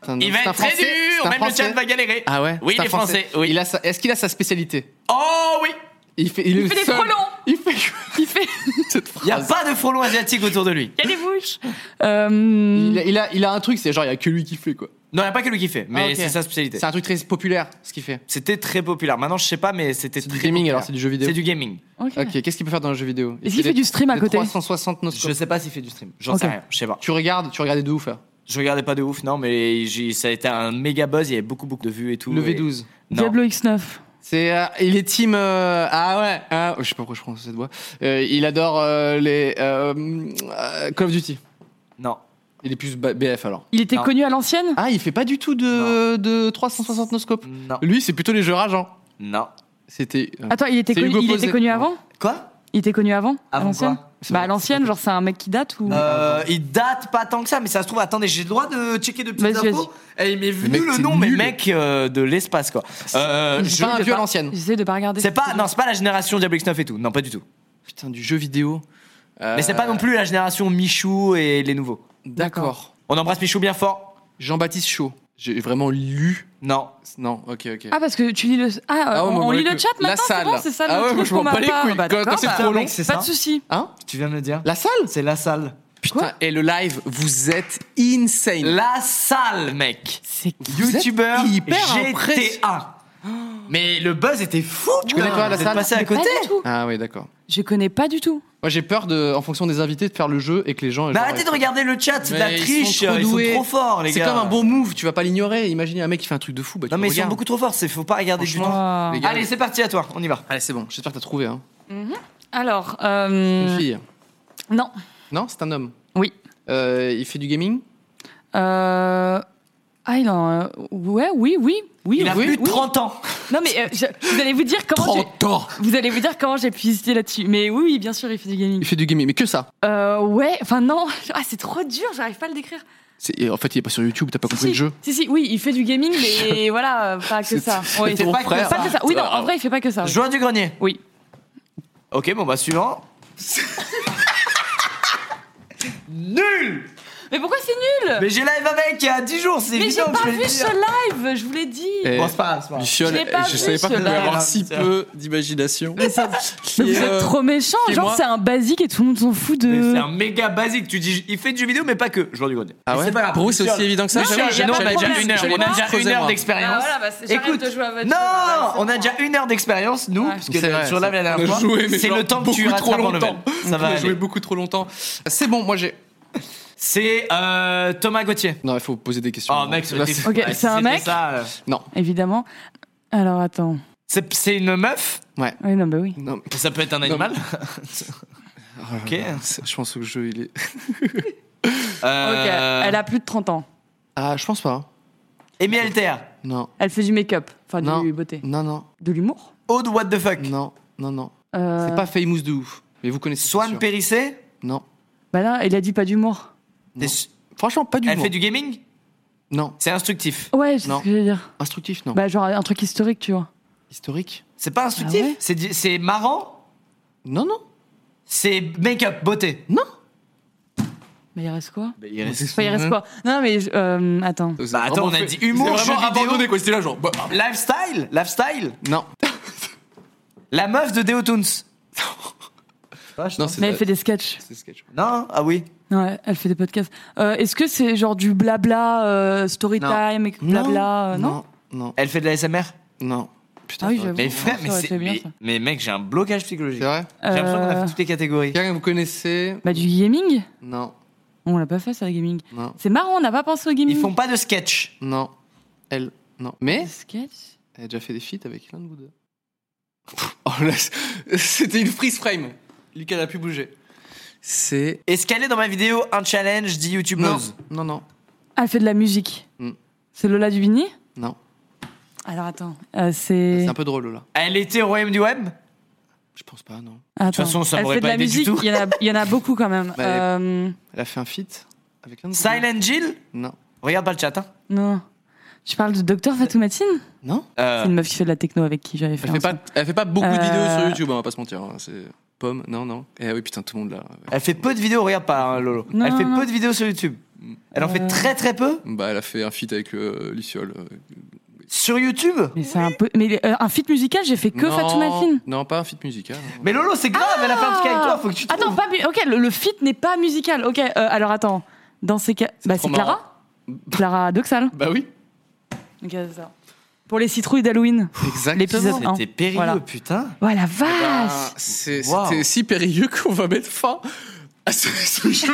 [SPEAKER 3] Putain,
[SPEAKER 4] Il
[SPEAKER 3] donc,
[SPEAKER 4] va
[SPEAKER 3] c'est un
[SPEAKER 4] être très
[SPEAKER 3] Français, c'est
[SPEAKER 4] dur,
[SPEAKER 3] un
[SPEAKER 4] même le
[SPEAKER 3] Français.
[SPEAKER 4] chat va galérer.
[SPEAKER 3] Ah ouais
[SPEAKER 4] Oui,
[SPEAKER 3] c'est un
[SPEAKER 4] les Français, oui.
[SPEAKER 3] Il a sa- Est-ce qu'il a sa spécialité
[SPEAKER 4] Oh oui
[SPEAKER 3] Il fait,
[SPEAKER 5] Il
[SPEAKER 3] est
[SPEAKER 5] fait des
[SPEAKER 3] seul.
[SPEAKER 5] frelons.
[SPEAKER 3] Il fait que-
[SPEAKER 5] Il fait.
[SPEAKER 3] cette
[SPEAKER 4] Il n'y a
[SPEAKER 3] phrase.
[SPEAKER 4] pas de frelon asiatique autour de lui.
[SPEAKER 5] Il y a des bouches euh...
[SPEAKER 3] Il a, il a- il a un truc, c'est genre, il y a que lui qui fait quoi.
[SPEAKER 4] Non, il n'y a pas que lui qui fait,
[SPEAKER 3] Ah,
[SPEAKER 4] mais
[SPEAKER 3] ok.
[SPEAKER 4] c'est sa spécialité.
[SPEAKER 3] C'est un truc très populaire, ce qu'il fait.
[SPEAKER 4] C'était très populaire. Maintenant, je sais pas, mais c'était
[SPEAKER 3] C'est
[SPEAKER 4] très
[SPEAKER 3] du gaming
[SPEAKER 4] populaire.
[SPEAKER 3] alors, c'est du jeu vidéo.
[SPEAKER 4] C'est du gaming.
[SPEAKER 5] Ok.
[SPEAKER 3] Ok, qu'est-ce qu'il peut faire dans le jeu vidéo Il
[SPEAKER 5] Est-ce qu'il fait
[SPEAKER 3] des-
[SPEAKER 5] du stream à
[SPEAKER 3] des
[SPEAKER 5] côté
[SPEAKER 3] 360 no
[SPEAKER 4] Je
[SPEAKER 3] scope.
[SPEAKER 4] sais pas s'il fait du stream. J'en
[SPEAKER 5] Ok.
[SPEAKER 4] sais rien, je sais pas.
[SPEAKER 3] Tu regardes, tu regardes de ouf hein. là.
[SPEAKER 4] Je regardais pas de ouf, non, mais j'ai- ça a été un méga buzz. Il y avait beaucoup, beaucoup de vues et tout.
[SPEAKER 3] Le
[SPEAKER 4] et-
[SPEAKER 3] V12.
[SPEAKER 4] Non.
[SPEAKER 5] Diablo X9.
[SPEAKER 3] C'est, euh, il est team. euh, ah ouais. hein, je sais pas pourquoi je prends cette voix. Euh, il adore euh, les euh, euh, Call of Duty.
[SPEAKER 4] Non.
[SPEAKER 3] Il est plus ba- BF alors.
[SPEAKER 5] Il était
[SPEAKER 4] Non.
[SPEAKER 5] connu à l'ancienne
[SPEAKER 3] Ah, il fait pas du tout de, de 360 no scope.
[SPEAKER 4] Non.
[SPEAKER 3] Lui, c'est plutôt les jeux rageants.
[SPEAKER 4] Non.
[SPEAKER 3] C'était. euh,
[SPEAKER 5] Attends, il était
[SPEAKER 3] C'est
[SPEAKER 5] connu,
[SPEAKER 3] Hugo
[SPEAKER 5] il
[SPEAKER 3] Posé.
[SPEAKER 5] était connu avant
[SPEAKER 4] Quoi
[SPEAKER 5] Il était connu avant À
[SPEAKER 4] Avant
[SPEAKER 5] l'ancienne
[SPEAKER 4] quoi
[SPEAKER 5] Bah à l'ancienne, genre c'est un mec qui date ou
[SPEAKER 4] Euh, il date pas tant que ça, mais ça se trouve. Attendez, j'ai le droit de checker de petites
[SPEAKER 5] Vas-y,
[SPEAKER 4] infos. Et il m'est
[SPEAKER 3] mec,
[SPEAKER 4] venu le
[SPEAKER 3] c'est
[SPEAKER 4] nom, mais
[SPEAKER 3] nul.
[SPEAKER 4] mec euh, de l'espace quoi. Euh,
[SPEAKER 3] c'est
[SPEAKER 4] je
[SPEAKER 3] pas un
[SPEAKER 4] l'ai
[SPEAKER 3] vieux à
[SPEAKER 4] pas.
[SPEAKER 3] l'ancienne.
[SPEAKER 5] J'essaie de pas regarder.
[SPEAKER 4] C'est pas, non, c'est pas la génération Diablo X9 et tout. Non, pas du tout.
[SPEAKER 3] Putain, du jeu vidéo. Euh,
[SPEAKER 4] Mais c'est pas non plus la génération Michou et les nouveaux.
[SPEAKER 3] D'accord.
[SPEAKER 4] On embrasse Michou bien fort.
[SPEAKER 3] Jean-Baptiste Chaud. J'ai vraiment lu.
[SPEAKER 4] Non.
[SPEAKER 3] Non, ok, ok.
[SPEAKER 5] Ah parce que tu lis le ah,
[SPEAKER 3] Ah ouais,
[SPEAKER 5] on,
[SPEAKER 3] moi,
[SPEAKER 5] on
[SPEAKER 3] moi,
[SPEAKER 5] lit le
[SPEAKER 3] que-
[SPEAKER 5] chat
[SPEAKER 3] la
[SPEAKER 5] maintenant c'est
[SPEAKER 3] salle.
[SPEAKER 5] bon, c'est ça
[SPEAKER 3] Ah
[SPEAKER 5] le
[SPEAKER 3] ouais,
[SPEAKER 5] truc
[SPEAKER 3] moi, je m'en
[SPEAKER 5] qu'on
[SPEAKER 3] bats
[SPEAKER 5] m'a
[SPEAKER 3] les
[SPEAKER 5] pas-
[SPEAKER 3] couilles.
[SPEAKER 5] bah,
[SPEAKER 3] Quand-
[SPEAKER 5] d'accord,
[SPEAKER 3] quand c'est
[SPEAKER 5] bah,
[SPEAKER 3] trop long,
[SPEAKER 4] c'est
[SPEAKER 5] Pas
[SPEAKER 4] ça.
[SPEAKER 5] de souci.
[SPEAKER 3] Hein
[SPEAKER 4] Tu viens de le dire.
[SPEAKER 3] La salle
[SPEAKER 4] C'est la salle.
[SPEAKER 3] Putain, et le live, vous êtes insane.
[SPEAKER 4] La salle, mec.
[SPEAKER 5] C'est qui
[SPEAKER 3] Vous êtes
[SPEAKER 4] YouTuber
[SPEAKER 3] hyper
[SPEAKER 4] GTA. Mais le buzz était fou. Tu
[SPEAKER 3] connais pas la salle
[SPEAKER 4] Passé à
[SPEAKER 5] Pas
[SPEAKER 4] côté. Bah,
[SPEAKER 5] du tout.
[SPEAKER 3] Ah oui, d'accord.
[SPEAKER 5] Je connais pas du tout.
[SPEAKER 3] Moi, j'ai peur de, en fonction des invités, de faire le jeu et que les gens.
[SPEAKER 4] Mais
[SPEAKER 3] genre,
[SPEAKER 4] Bah, arrêtez de regarder le chat, c'est de la
[SPEAKER 3] Mais ils
[SPEAKER 4] triche.
[SPEAKER 3] sont trop
[SPEAKER 4] Ils sont
[SPEAKER 3] doués.
[SPEAKER 4] trop forts, les
[SPEAKER 3] C'est
[SPEAKER 4] gars.
[SPEAKER 3] comme un bon move, tu vas pas l'ignorer. Imaginez un mec qui fait un truc de fou. Bah, tu
[SPEAKER 4] Non, mais ils sont
[SPEAKER 3] regardes.
[SPEAKER 4] beaucoup trop forts, c'est- faut pas regarder du tout.
[SPEAKER 5] Franchement,
[SPEAKER 3] les gars,
[SPEAKER 4] Allez, c'est parti à toi, on y va.
[SPEAKER 3] Allez, c'est bon. J'espère que t'as trouvé. Hein.
[SPEAKER 5] Alors
[SPEAKER 3] Une
[SPEAKER 5] euh,
[SPEAKER 3] fille.
[SPEAKER 5] non.
[SPEAKER 3] Non, c'est un homme.
[SPEAKER 5] Oui.
[SPEAKER 3] Euh, il fait du gaming.
[SPEAKER 5] Euh... Ah, il en... euh, Ouais, oui, oui, oui.
[SPEAKER 4] Il a
[SPEAKER 5] oui,
[SPEAKER 4] plus de
[SPEAKER 5] oui.
[SPEAKER 4] 30 ans.
[SPEAKER 5] Non, mais euh, je- vous allez vous dire
[SPEAKER 4] Oh,
[SPEAKER 5] comment j'ai...
[SPEAKER 3] ans.
[SPEAKER 5] Vous allez vous dire comment j'ai pu hésiter là-dessus. Mais oui, oui, bien sûr, il fait du gaming.
[SPEAKER 3] Il fait du gaming, mais que ça.
[SPEAKER 5] Euh, ouais, enfin non. Ah, c'est trop dur, j'arrive pas à le décrire.
[SPEAKER 3] C'est- et En fait, il est pas sur YouTube. T'as pas compris
[SPEAKER 5] si,
[SPEAKER 3] le jeu.
[SPEAKER 5] Si, si, oui, il fait du gaming, mais voilà, euh, pas que
[SPEAKER 3] C'est-
[SPEAKER 5] ça.
[SPEAKER 3] c'est
[SPEAKER 5] Oui,
[SPEAKER 3] ton
[SPEAKER 5] pas,
[SPEAKER 3] frère. Euh,
[SPEAKER 5] que ça. Oui, non, en vrai, il fait pas que
[SPEAKER 3] Ah
[SPEAKER 5] ça. oui.
[SPEAKER 4] Joueur du grenier.
[SPEAKER 5] Oui.
[SPEAKER 4] Ok, bon bah suivant. Nul
[SPEAKER 5] Mais pourquoi c'est nul
[SPEAKER 4] Mais j'ai live avec il y a 10 jours, c'est
[SPEAKER 5] Mais j'ai
[SPEAKER 4] évident que
[SPEAKER 5] pas
[SPEAKER 4] je vais
[SPEAKER 5] vu
[SPEAKER 4] le dire.
[SPEAKER 5] ce live, je vous l'ai dit.
[SPEAKER 3] Eh,
[SPEAKER 4] Bon, c'est pas grave, c'est pas grave.
[SPEAKER 3] Luciole,
[SPEAKER 5] Je l'ai pas
[SPEAKER 3] eh, je
[SPEAKER 5] vu,
[SPEAKER 3] savais pas qu'on pouvait
[SPEAKER 5] cela.
[SPEAKER 3] avoir
[SPEAKER 4] Ah,
[SPEAKER 3] si
[SPEAKER 4] putain.
[SPEAKER 3] peu d'imagination.
[SPEAKER 5] Mais
[SPEAKER 3] Qui
[SPEAKER 5] vous
[SPEAKER 3] est, euh,
[SPEAKER 5] êtes trop méchant.
[SPEAKER 3] qui est
[SPEAKER 5] Genre,
[SPEAKER 3] moi
[SPEAKER 5] c'est un basique et tout le monde s'en fout de.
[SPEAKER 4] Mais C'est un méga basique, tu dis il fait du vidéo mais pas que, joueur du grenier.
[SPEAKER 3] Ah
[SPEAKER 4] Mais
[SPEAKER 3] ouais
[SPEAKER 4] c'est pas grave.
[SPEAKER 3] Pour vous, c'est
[SPEAKER 4] Luciole.
[SPEAKER 3] aussi évident que ça
[SPEAKER 5] Non,
[SPEAKER 3] J'avoue,
[SPEAKER 5] mais
[SPEAKER 3] j'ai-
[SPEAKER 5] y a
[SPEAKER 4] Non,
[SPEAKER 5] pas
[SPEAKER 4] on
[SPEAKER 5] de
[SPEAKER 4] a déjà
[SPEAKER 5] problème.
[SPEAKER 4] une heure,
[SPEAKER 5] Je
[SPEAKER 4] on a déjà une heure
[SPEAKER 3] Creusez-moi.
[SPEAKER 4] d'expérience.
[SPEAKER 5] Ah, voilà, bah, c'est- j'arrête
[SPEAKER 4] Ah, Écoute,
[SPEAKER 5] de jouer à votre jeu,
[SPEAKER 4] non,
[SPEAKER 5] là, c'est
[SPEAKER 4] on a
[SPEAKER 5] bon.
[SPEAKER 4] déjà une heure d'expérience, nous,
[SPEAKER 5] Ouais.
[SPEAKER 4] parce que
[SPEAKER 3] C'est vrai,
[SPEAKER 4] sur
[SPEAKER 3] ça.
[SPEAKER 4] la dernière
[SPEAKER 3] On a
[SPEAKER 4] fois,
[SPEAKER 3] joué, mais
[SPEAKER 4] c'est
[SPEAKER 3] genre
[SPEAKER 4] le temps que tu
[SPEAKER 3] beaucoup trop
[SPEAKER 4] rattrapes en level.
[SPEAKER 3] longtemps.
[SPEAKER 4] Ça va
[SPEAKER 3] On a joué
[SPEAKER 4] aller.
[SPEAKER 3] beaucoup trop longtemps. C'est bon, moi j'ai.
[SPEAKER 4] C'est euh, Thomas Gauthier.
[SPEAKER 3] Non, il faut poser des questions.
[SPEAKER 4] Oh mec, ça
[SPEAKER 3] Là,
[SPEAKER 4] aurait été
[SPEAKER 3] c'est-
[SPEAKER 4] fou.
[SPEAKER 5] Ok,
[SPEAKER 4] Ouais,
[SPEAKER 5] c'est
[SPEAKER 4] si
[SPEAKER 5] un
[SPEAKER 4] c'était
[SPEAKER 5] mec
[SPEAKER 4] ça, euh,
[SPEAKER 3] Non.
[SPEAKER 5] Évidemment. Alors, attends.
[SPEAKER 4] C'est c'est une meuf
[SPEAKER 3] Ouais.
[SPEAKER 5] Oui, non, bah oui.
[SPEAKER 3] Non.
[SPEAKER 4] Ça peut être un animal.
[SPEAKER 3] Ok. Je pense que le jeu, il est.
[SPEAKER 4] Euh,
[SPEAKER 5] Ok, elle a plus de 30 ans.
[SPEAKER 3] Ah, je pense pas. hein.
[SPEAKER 4] Amy Alter.
[SPEAKER 3] Non.
[SPEAKER 5] Elle fait du make-up, enfin
[SPEAKER 3] Non.
[SPEAKER 5] Ah, du beauté.
[SPEAKER 3] Non, non.
[SPEAKER 5] De l'humour
[SPEAKER 4] Aude What the fuck.
[SPEAKER 3] Non, non, non.
[SPEAKER 5] Euh,
[SPEAKER 3] C'est pas famous de ouf. Mais vous connaissez. c'est
[SPEAKER 4] Swan
[SPEAKER 3] sûr.
[SPEAKER 4] Périssé.
[SPEAKER 3] Non.
[SPEAKER 5] Bah non, il a dit pas d'humour.
[SPEAKER 4] T'es su-
[SPEAKER 3] Franchement, pas du
[SPEAKER 4] Elle
[SPEAKER 3] tout.
[SPEAKER 4] fait du gaming
[SPEAKER 3] Non.
[SPEAKER 4] C'est instructif.
[SPEAKER 5] Ouais, c'est
[SPEAKER 3] Non.
[SPEAKER 5] ce que je veux dire.
[SPEAKER 3] Instructif, non.
[SPEAKER 5] Bah genre un truc historique, tu vois.
[SPEAKER 3] Historique
[SPEAKER 4] C'est pas instructif
[SPEAKER 5] Ah ouais
[SPEAKER 4] C'est di- C'est marrant
[SPEAKER 3] Non, non.
[SPEAKER 4] C'est make-up, beauté.
[SPEAKER 3] Non.
[SPEAKER 5] Mais il reste quoi
[SPEAKER 4] Bah, il
[SPEAKER 5] Enfin, il reste quoi Non mais je- euh, attends.
[SPEAKER 3] Vous
[SPEAKER 4] Bah,
[SPEAKER 3] avez
[SPEAKER 4] attends,
[SPEAKER 3] vraiment
[SPEAKER 4] on a
[SPEAKER 3] fait-
[SPEAKER 4] dit humour,
[SPEAKER 3] vous avez
[SPEAKER 4] jeux
[SPEAKER 3] vraiment
[SPEAKER 4] vidéo.
[SPEAKER 3] abandonné quoi. C'était là, genre. bah, ah.
[SPEAKER 4] Lifestyle Lifestyle
[SPEAKER 3] Non.
[SPEAKER 4] La meuf de Deotoons.
[SPEAKER 3] Non, c'est
[SPEAKER 5] Mais elle fait des sketchs.
[SPEAKER 3] c'est sketch.
[SPEAKER 4] Non Ah oui.
[SPEAKER 5] Ouais, elle fait des podcasts. Euh, Est-ce que c'est genre du blabla, euh, story
[SPEAKER 4] Non.
[SPEAKER 5] time, et que blabla euh, Non.
[SPEAKER 3] Non, non,
[SPEAKER 4] Elle fait de la SMR
[SPEAKER 3] non. Putain,
[SPEAKER 5] Ah oui,
[SPEAKER 3] j'aurais
[SPEAKER 5] j'avoue.
[SPEAKER 3] pu-
[SPEAKER 4] Mais frère, mais
[SPEAKER 5] Ça aurait
[SPEAKER 4] c'est.
[SPEAKER 5] été bien,
[SPEAKER 4] Mais,
[SPEAKER 5] ça.
[SPEAKER 4] mais mec, j'ai un blocage
[SPEAKER 3] C'est
[SPEAKER 4] psychologique.
[SPEAKER 3] vrai
[SPEAKER 4] J'ai l'impression qu'on a
[SPEAKER 5] Euh,
[SPEAKER 4] fait toutes les catégories.
[SPEAKER 3] Quelqu'un que vous connaissez
[SPEAKER 5] Bah du gaming
[SPEAKER 3] Non,
[SPEAKER 5] On l'a pas fait ça, le gaming.
[SPEAKER 3] non,
[SPEAKER 5] C'est marrant, on n'a pas pensé au gaming.
[SPEAKER 4] Ils font pas de sketch.
[SPEAKER 3] non. Elle, non. Mais
[SPEAKER 5] des sketchs.
[SPEAKER 3] elle a déjà fait des feats avec l'un de vous deux. Oh là, c'est- c'était une freeze frame. Lucas n'a plus bougé. C'est.
[SPEAKER 4] Est-ce qu'elle est dans ma vidéo un challenge dit
[SPEAKER 3] Non,
[SPEAKER 4] youtubeuse
[SPEAKER 3] non, non,
[SPEAKER 5] Ah, elle fait de la musique.
[SPEAKER 3] Mm.
[SPEAKER 5] C'est Lola Dubini
[SPEAKER 3] non.
[SPEAKER 5] Alors attends, euh, c'est.
[SPEAKER 3] C'est un peu drôle là.
[SPEAKER 4] Elle était au royaume du web
[SPEAKER 3] Je pense pas, non.
[SPEAKER 5] Attends.
[SPEAKER 4] toute façon, ça
[SPEAKER 5] elle
[SPEAKER 4] m'aurait
[SPEAKER 5] fait de
[SPEAKER 4] pas
[SPEAKER 5] la
[SPEAKER 4] aidé du
[SPEAKER 5] musique.
[SPEAKER 4] tout.
[SPEAKER 5] Il y en a, il y en a beaucoup quand même.
[SPEAKER 3] Bah, elle-
[SPEAKER 5] Euh,
[SPEAKER 3] Elle a fait un feat avec l'un de vous deux.
[SPEAKER 4] Silent Jill
[SPEAKER 3] Non.
[SPEAKER 4] Regarde pas le chat, hein.
[SPEAKER 5] Non. Tu parles de Docteur Fatoumatine
[SPEAKER 3] Non
[SPEAKER 4] Euh,
[SPEAKER 5] C'est une meuf qui fait de la techno avec qui j'avais fait.
[SPEAKER 3] Elle fait,
[SPEAKER 5] un
[SPEAKER 3] pas,
[SPEAKER 5] son.
[SPEAKER 3] elle fait pas beaucoup de vidéos
[SPEAKER 5] Euh.
[SPEAKER 3] sur YouTube, on va pas se mentir. hein. C'est pomme, non, non. Eh oui, putain, tout le monde là.
[SPEAKER 4] Elle fait peu de vidéos, regarde pas, hein, Lolo.
[SPEAKER 5] Non,
[SPEAKER 4] elle fait
[SPEAKER 5] non, non.
[SPEAKER 4] peu de vidéos sur YouTube. Elle en fait
[SPEAKER 5] Euh.
[SPEAKER 4] très très peu
[SPEAKER 3] Bah, elle a fait un feat avec euh, Luciole. euh,
[SPEAKER 4] sur YouTube.
[SPEAKER 5] Mais c'est un peu. Mais euh, un feat musical, j'ai fait que
[SPEAKER 3] non,
[SPEAKER 5] Fatoumatine.
[SPEAKER 3] Non, pas un feat musical.
[SPEAKER 4] Mais Lolo, c'est grave, elle a fait un truc avec toi, faut que tu te
[SPEAKER 5] Attends, pas. mu- Ok, le, le feat n'est pas musical. Ok, euh, alors attends. Dans ces cas. Bah,
[SPEAKER 3] trop
[SPEAKER 5] c'est Clara Clara Doxal.
[SPEAKER 3] Bah oui.
[SPEAKER 5] Ok, c'est ça. Pour les citrouilles d'Halloween.
[SPEAKER 3] Exactement.
[SPEAKER 5] L'épisode un.
[SPEAKER 4] C'était périlleux,
[SPEAKER 5] Voilà.
[SPEAKER 4] putain. Eh ben,
[SPEAKER 5] Ouais, la
[SPEAKER 3] Ah,
[SPEAKER 5] vache
[SPEAKER 3] c'est-
[SPEAKER 4] Wow.
[SPEAKER 3] C'était si périlleux qu'on va mettre fin à ce, ce jeu.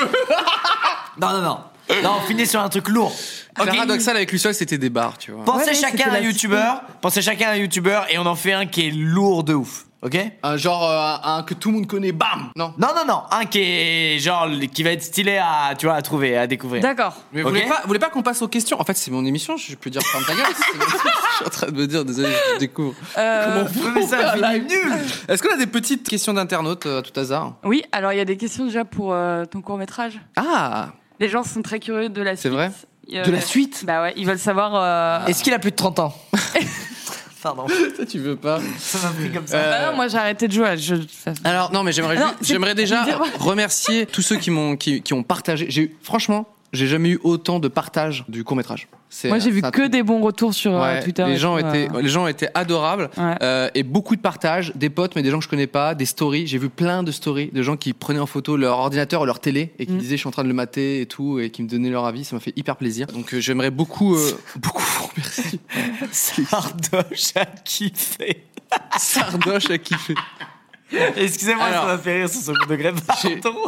[SPEAKER 4] Non, non, non. Là, on finit sur un truc lourd.
[SPEAKER 3] Le Paradoxal avec Luciole, c'était des bars, tu vois.
[SPEAKER 4] Pensez
[SPEAKER 5] Ouais, mais
[SPEAKER 4] chacun
[SPEAKER 5] c'était
[SPEAKER 4] à
[SPEAKER 5] la-
[SPEAKER 4] un youtubeur, pensez chacun à un youtubeur et on en fait un qui est lourd de ouf. Ok
[SPEAKER 3] Un genre euh, un que tout le monde connaît, bam Non.
[SPEAKER 4] Non, non, non, un qui est genre qui va être stylé à, tu vois, à trouver, à découvrir.
[SPEAKER 5] D'accord.
[SPEAKER 3] Mais
[SPEAKER 4] Ok.
[SPEAKER 3] vous voulez pas, vous voulez pas qu'on passe aux questions En fait, c'est mon émission, je peux dire ferme ta gueule. c'est mon- je suis en train de me dire, désolé, je découvre.
[SPEAKER 5] Euh,
[SPEAKER 4] Ouais, mais ça finit nul.
[SPEAKER 3] Est-ce qu'on a des petites questions d'internautes euh, à tout hasard
[SPEAKER 5] oui, alors il y a des questions déjà pour euh, ton court métrage.
[SPEAKER 3] Ah
[SPEAKER 5] Les gens sont très curieux de la suite.
[SPEAKER 3] C'est vrai
[SPEAKER 5] Euh,
[SPEAKER 3] De la suite
[SPEAKER 5] Bah ouais, ils veulent savoir. euh,
[SPEAKER 4] Est-ce qu'il a plus de 30 ans Pardon,
[SPEAKER 3] Toi, tu veux pas
[SPEAKER 4] ça m'a pris comme ça.
[SPEAKER 3] Euh,
[SPEAKER 5] Bah non, moi j'ai arrêté de jouer. Je...
[SPEAKER 3] Alors non, mais j'aimerais
[SPEAKER 5] Non,
[SPEAKER 3] ju-
[SPEAKER 5] c'est-
[SPEAKER 3] j'aimerais déjà
[SPEAKER 5] dire-
[SPEAKER 3] remercier tous ceux qui m'ont qui, qui ont partagé. J'ai eu- franchement, j'ai jamais eu autant de partage du court métrage.
[SPEAKER 5] Moi j'ai vu que des bons retours sur euh, Twitter.
[SPEAKER 3] les
[SPEAKER 5] et
[SPEAKER 3] gens
[SPEAKER 5] tout,
[SPEAKER 3] étaient
[SPEAKER 5] euh.
[SPEAKER 3] les gens étaient adorables
[SPEAKER 5] Ouais.
[SPEAKER 3] euh, et beaucoup de partages, des potes mais des gens que je connais pas, des stories. J'ai vu plein de stories de gens qui prenaient en photo leur ordinateur ou leur télé et qui
[SPEAKER 5] Mm.
[SPEAKER 3] disaient je suis en train de le mater et tout et qui me donnaient leur avis. Ça m'a fait hyper plaisir. Donc euh, j'aimerais beaucoup euh, beaucoup vous remercier.
[SPEAKER 4] Sardoche a kiffé.
[SPEAKER 3] Sardoche a kiffé.
[SPEAKER 4] Excusez-moi,
[SPEAKER 3] Alors.
[SPEAKER 4] ça m'a fait rire sur second degré.
[SPEAKER 3] J'ai-
[SPEAKER 4] Pardon.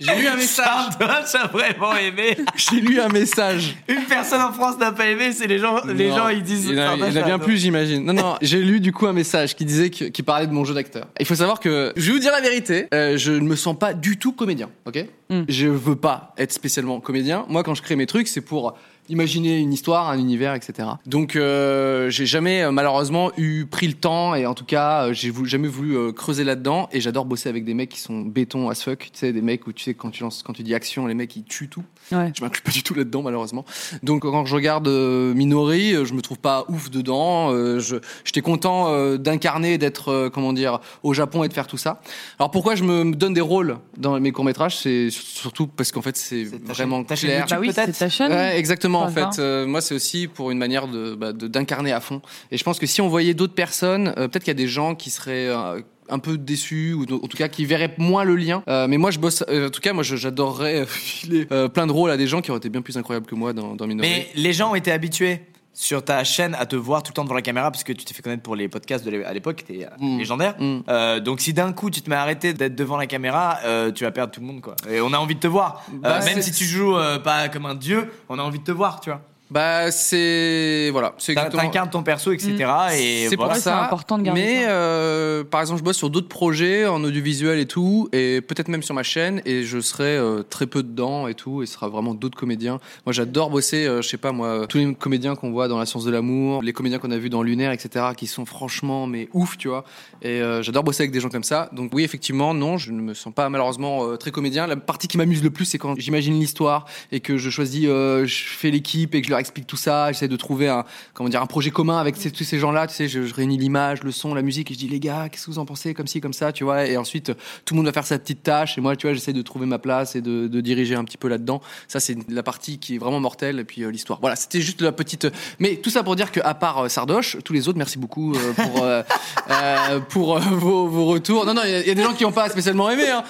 [SPEAKER 3] J'ai lu un message.
[SPEAKER 4] Sardoche a vraiment aimé.
[SPEAKER 3] J'ai lu un message.
[SPEAKER 4] Une personne en France n'a pas aimé, c'est les gens, les
[SPEAKER 3] Non,
[SPEAKER 4] gens ils disent.
[SPEAKER 3] Il y en a, il y en a
[SPEAKER 4] Sardoche
[SPEAKER 3] bien
[SPEAKER 4] adoré.
[SPEAKER 3] plus, j'imagine. Non, non, j'ai lu du coup un message qui disait que- qui parlait de mon jeu d'acteur. Il faut savoir que je vais vous dire la vérité, euh, je ne me sens pas du tout comédien, ok
[SPEAKER 5] Mm.
[SPEAKER 3] Je veux pas être spécialement comédien. Moi, quand je crée mes trucs, c'est pour imaginer une histoire, un univers, etc. Donc, euh, j'ai jamais euh, malheureusement eu pris le temps et en tout cas, euh, j'ai vou- jamais voulu euh, creuser là-dedans. Et j'adore bosser avec des mecs qui sont béton as fuck, tu sais, des mecs où tu sais quand tu lances, quand tu dis action, les mecs ils tuent tout.
[SPEAKER 5] Ouais.
[SPEAKER 3] Je m'inclus pas du tout là-dedans, malheureusement. Donc, quand je regarde euh, Minori, euh, je me trouve pas ouf dedans. Euh, je- J'étais content euh, d'incarner, d'être, euh, comment dire, au Japon et de faire tout ça. Alors, pourquoi je me me donne des rôles dans mes courts-métrages C'est surtout parce qu'en fait, c'est
[SPEAKER 4] C'est ta
[SPEAKER 3] vraiment
[SPEAKER 4] chaîne- ta chaîne
[SPEAKER 3] clair.
[SPEAKER 4] YouTube,
[SPEAKER 5] Bah oui,
[SPEAKER 4] peut-être.
[SPEAKER 5] c'est ta chaîne.
[SPEAKER 3] Ouais, exactement, en
[SPEAKER 5] Par hasard.
[SPEAKER 3] fait. Euh, moi, c'est aussi pour une manière de bah, de- d'incarner à fond. Et je pense que si on voyait d'autres personnes, euh, peut-être qu'il y a des gens qui seraient euh, un peu déçus ou en tout cas qui verraient moins le lien. Euh, mais moi, je bosse. euh, en tout cas, moi, je- j'adorerais euh, filer euh, plein de rôles à des gens qui auraient été bien plus incroyables que moi dans, dans Minority.
[SPEAKER 4] Mais les gens ont été habitués sur ta chaîne à te voir tout le temps devant la caméra parce que tu t'es fait connaître pour les podcasts de l'é- à l'époque, t'es euh,
[SPEAKER 3] Mm.
[SPEAKER 4] légendaire.
[SPEAKER 3] Mm.
[SPEAKER 4] Euh, donc si d'un coup tu te mets à arrêter d'être devant la caméra, euh, tu vas perdre tout le monde quoi. Et on a envie de te voir, Euh,
[SPEAKER 3] Bah,
[SPEAKER 4] même
[SPEAKER 3] c'est-
[SPEAKER 4] si tu joues euh, pas comme un dieu, on a envie de te voir, tu vois.
[SPEAKER 3] Bah, c'est voilà, c'est
[SPEAKER 4] T'in-
[SPEAKER 3] exactement. Mm.
[SPEAKER 4] T'incarnes ton perso, etc. Et
[SPEAKER 3] C'est
[SPEAKER 4] voilà.
[SPEAKER 3] pour
[SPEAKER 5] Ouais,
[SPEAKER 3] ça.
[SPEAKER 5] c'est important de garder
[SPEAKER 3] mais
[SPEAKER 5] ça.
[SPEAKER 3] euh, par exemple, je bosse sur d'autres projets en audiovisuel et tout, et peut-être même sur ma chaîne, et je serai euh, très peu dedans et tout, et ce sera vraiment d'autres comédiens. Moi, j'adore bosser, euh, je sais pas moi, tous les comédiens qu'on voit dans La Science de l'amour, les comédiens qu'on a vus dans Lunaire, etc., qui sont franchement mais ouf, tu vois. Et euh, j'adore bosser avec des gens comme ça. Donc oui, effectivement, non, je ne me sens pas malheureusement euh, très comédien. La partie qui m'amuse le plus, c'est quand j'imagine l'histoire et que je choisis, euh, je fais l'équipe et que je leur explique tout ça. J'essaie de trouver un, comment dire, un projet commun avec ces- tous ces gens-là. Tu sais, je, je réunis l'image, le son, la musique et je dis les gars, qu'est-ce que vous en pensez comme ci, comme ça, tu vois. Et ensuite, tout le monde va faire sa petite tâche et moi, tu vois, j'essaie de trouver ma place et de, de diriger un petit peu là-dedans. Ça, c'est la partie qui est vraiment mortelle et puis euh, l'histoire. Voilà, c'était juste la petite. euh, Mais tout ça pour dire que à part euh, Sardoche, tous les autres, merci beaucoup euh, pour euh, euh, pour euh, vos, vos retours. Non, non, il y a- il y, a des gens qui n'ont pas spécialement aimé. hein.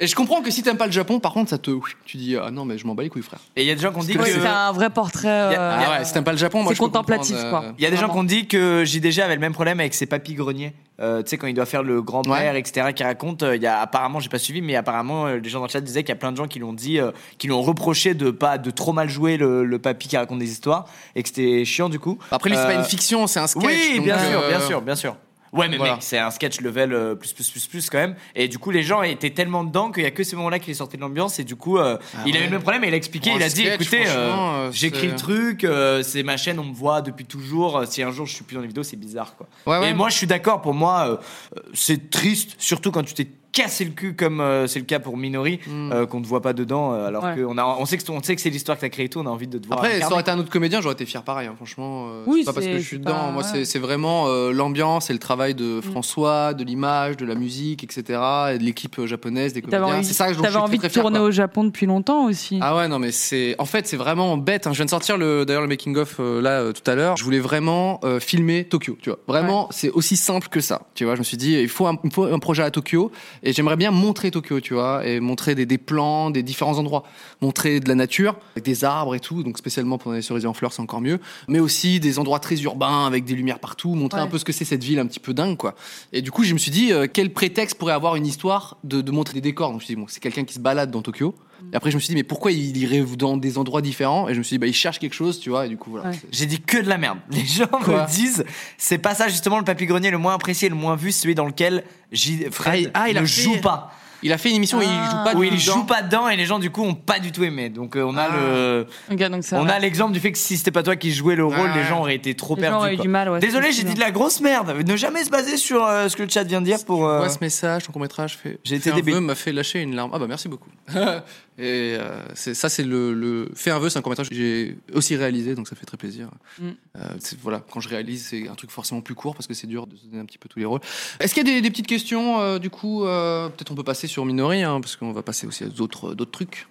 [SPEAKER 3] Et je comprends que si t'aimes pas le Japon, par contre, ça te, tu dis ah non mais je m'en bats les couilles frère.
[SPEAKER 4] Et il y a des gens qui ont dit
[SPEAKER 5] Ouais,
[SPEAKER 4] que.
[SPEAKER 5] c'est un vrai portrait.
[SPEAKER 4] Ah
[SPEAKER 3] Euh, Ah
[SPEAKER 5] euh,
[SPEAKER 3] ouais, si t'aimes pas le Japon, moi
[SPEAKER 5] c'est
[SPEAKER 3] je peux
[SPEAKER 5] contemplatif,
[SPEAKER 3] comprendre, euh,
[SPEAKER 5] quoi.
[SPEAKER 4] Il y a des gens
[SPEAKER 5] Vraiment.
[SPEAKER 4] qui ont dit que JDG avait le même problème avec ses papy greniers. Euh, tu sais, quand il doit faire le grand-père, etc., qui raconte, euh, il y a, apparemment, j'ai pas suivi, mais apparemment, euh, les gens dans le chat disaient qu'il y a plein de gens qui l'ont dit, euh, qui l'ont reproché de pas de trop mal jouer le, le papy qui raconte des histoires et que c'était chiant du coup.
[SPEAKER 3] Après lui c'est
[SPEAKER 4] Euh,
[SPEAKER 3] pas une fiction, c'est un sketch.
[SPEAKER 4] Oui,
[SPEAKER 3] donc,
[SPEAKER 4] bien
[SPEAKER 3] euh,
[SPEAKER 4] sûr, bien sûr, bien sûr. Ouais, mais
[SPEAKER 3] voilà.
[SPEAKER 4] mec, c'est un sketch level euh, plus, plus, plus, plus quand même. Et du coup, les gens étaient tellement dedans qu'il y a que ce moment-là qu'il est sorti de l'ambiance. Et du coup, euh, il a eu le même problème. et Il a expliqué,
[SPEAKER 3] Pour
[SPEAKER 4] il
[SPEAKER 3] un
[SPEAKER 4] a dit
[SPEAKER 3] Ah sketch,
[SPEAKER 4] écoutez, euh,
[SPEAKER 3] franchement, euh,
[SPEAKER 4] j'écris
[SPEAKER 3] c'est-
[SPEAKER 4] le truc, euh, c'est ma chaîne, on me voit depuis toujours. euh, Si un jour je suis plus dans les vidéos, c'est bizarre quoi.
[SPEAKER 3] Ouais, ouais.
[SPEAKER 4] Et moi, je suis d'accord, pour moi, euh, euh, c'est triste, surtout quand tu t'es cassé le cul comme euh, c'est le cas pour Minori,
[SPEAKER 3] Hmm.
[SPEAKER 4] euh, qu'on te voit pas dedans, euh, alors
[SPEAKER 5] Ouais.
[SPEAKER 4] qu'on a, on sait que on sait que c'est l'histoire que t'as créée et tout, on a envie de te voir.
[SPEAKER 3] Après, ça
[SPEAKER 4] incarner.
[SPEAKER 3] aurait été un autre comédien, j'aurais été fier pareil, hein, franchement. euh,
[SPEAKER 5] Oui,
[SPEAKER 3] c'est pas parce
[SPEAKER 5] c'est-
[SPEAKER 3] que je suis
[SPEAKER 5] c'est
[SPEAKER 3] dedans.
[SPEAKER 5] pas-
[SPEAKER 3] Moi, c'est
[SPEAKER 5] ouais. Mm.
[SPEAKER 3] c'est vraiment euh, l'ambiance et le travail de François, de l'image, de la musique, etc. Et de l'équipe euh, japonaise, des
[SPEAKER 5] T'avais
[SPEAKER 3] comédiens.
[SPEAKER 5] envie,
[SPEAKER 3] C'est ça que je suis
[SPEAKER 5] t'avais
[SPEAKER 3] très,
[SPEAKER 5] envie
[SPEAKER 3] très
[SPEAKER 5] de
[SPEAKER 3] fier,
[SPEAKER 5] tourner
[SPEAKER 3] quoi.
[SPEAKER 5] au Japon depuis longtemps aussi.
[SPEAKER 3] Ah ouais non mais c'est en fait c'est vraiment bête hein. je viens de sortir le d'ailleurs le making of euh, là euh, tout à l'heure je voulais vraiment euh, filmer Tokyo tu vois vraiment c'est aussi simple que ça tu vois je me suis dit il faut un, il faut un projet à Tokyo et j'aimerais bien montrer Tokyo tu vois et montrer des, des plans des différents endroits montrer de la nature avec des arbres et tout donc spécialement pour les cerisiers en fleurs c'est encore mieux mais aussi des endroits très urbains avec des lumières partout montrer
[SPEAKER 5] Ouais.
[SPEAKER 3] un peu ce que c'est cette ville un petit peu dingue quoi et du coup, je me suis dit, euh, quel prétexte pourrait avoir une histoire de, de montrer des décors Donc, je me suis dit, bon, c'est quelqu'un qui se balade dans Tokyo. Et après, je me suis dit, mais pourquoi il irait dans des endroits différents Et je me suis dit, bah, il cherche quelque chose, tu vois, et du coup, voilà.
[SPEAKER 5] Ouais.
[SPEAKER 3] C'est-
[SPEAKER 4] J'ai dit que de la merde. Les gens
[SPEAKER 3] Quoi
[SPEAKER 4] me disent, c'est pas ça justement le papy grenier le moins apprécié, le moins vu, celui dans lequel J- Fred
[SPEAKER 3] Ah, il- ah, il
[SPEAKER 4] ne
[SPEAKER 3] a
[SPEAKER 4] joue
[SPEAKER 3] fait- Ah,
[SPEAKER 4] pas.
[SPEAKER 3] Il a fait une émission où il joue pas
[SPEAKER 4] Où Ah. il
[SPEAKER 3] dedans.
[SPEAKER 4] joue pas dedans et les gens du coup ont pas du tout aimé. Donc euh, on a
[SPEAKER 3] Ah.
[SPEAKER 4] le,
[SPEAKER 5] Ok, donc ça.
[SPEAKER 4] on
[SPEAKER 5] va.
[SPEAKER 4] a l'exemple du fait que si c'était pas toi qui jouais le rôle,
[SPEAKER 3] Ah.
[SPEAKER 4] les gens auraient été trop
[SPEAKER 5] Les gens auraient eu
[SPEAKER 4] perdus. quoi.
[SPEAKER 5] du mal, ouais,
[SPEAKER 4] Désolé,
[SPEAKER 5] c'est
[SPEAKER 4] j'ai dit de
[SPEAKER 5] possible.
[SPEAKER 4] la grosse merde. Ne jamais se baser sur euh, ce que le chat vient de dire pour. euh,
[SPEAKER 3] Moi, ce message, ton court métrage, fait.
[SPEAKER 4] J'ai
[SPEAKER 3] fait
[SPEAKER 4] été
[SPEAKER 3] un
[SPEAKER 4] débile.
[SPEAKER 3] vœu m'a fait lâcher une larme. Ah bah merci beaucoup. et euh, c'est ça, c'est le, le fait un vœu, c'est un court métrage que j'ai aussi réalisé, donc ça fait très plaisir.
[SPEAKER 5] Mm.
[SPEAKER 3] Euh, c'est- voilà, quand je réalise, c'est un truc forcément plus court parce que c'est dur de se donner un petit peu tous les rôles. Est-ce qu'il y a des, des petites questions euh, du coup euh, Peut-être on peut passer sur Minori, hein, parce qu'on va passer aussi à d'autres d'autres trucs.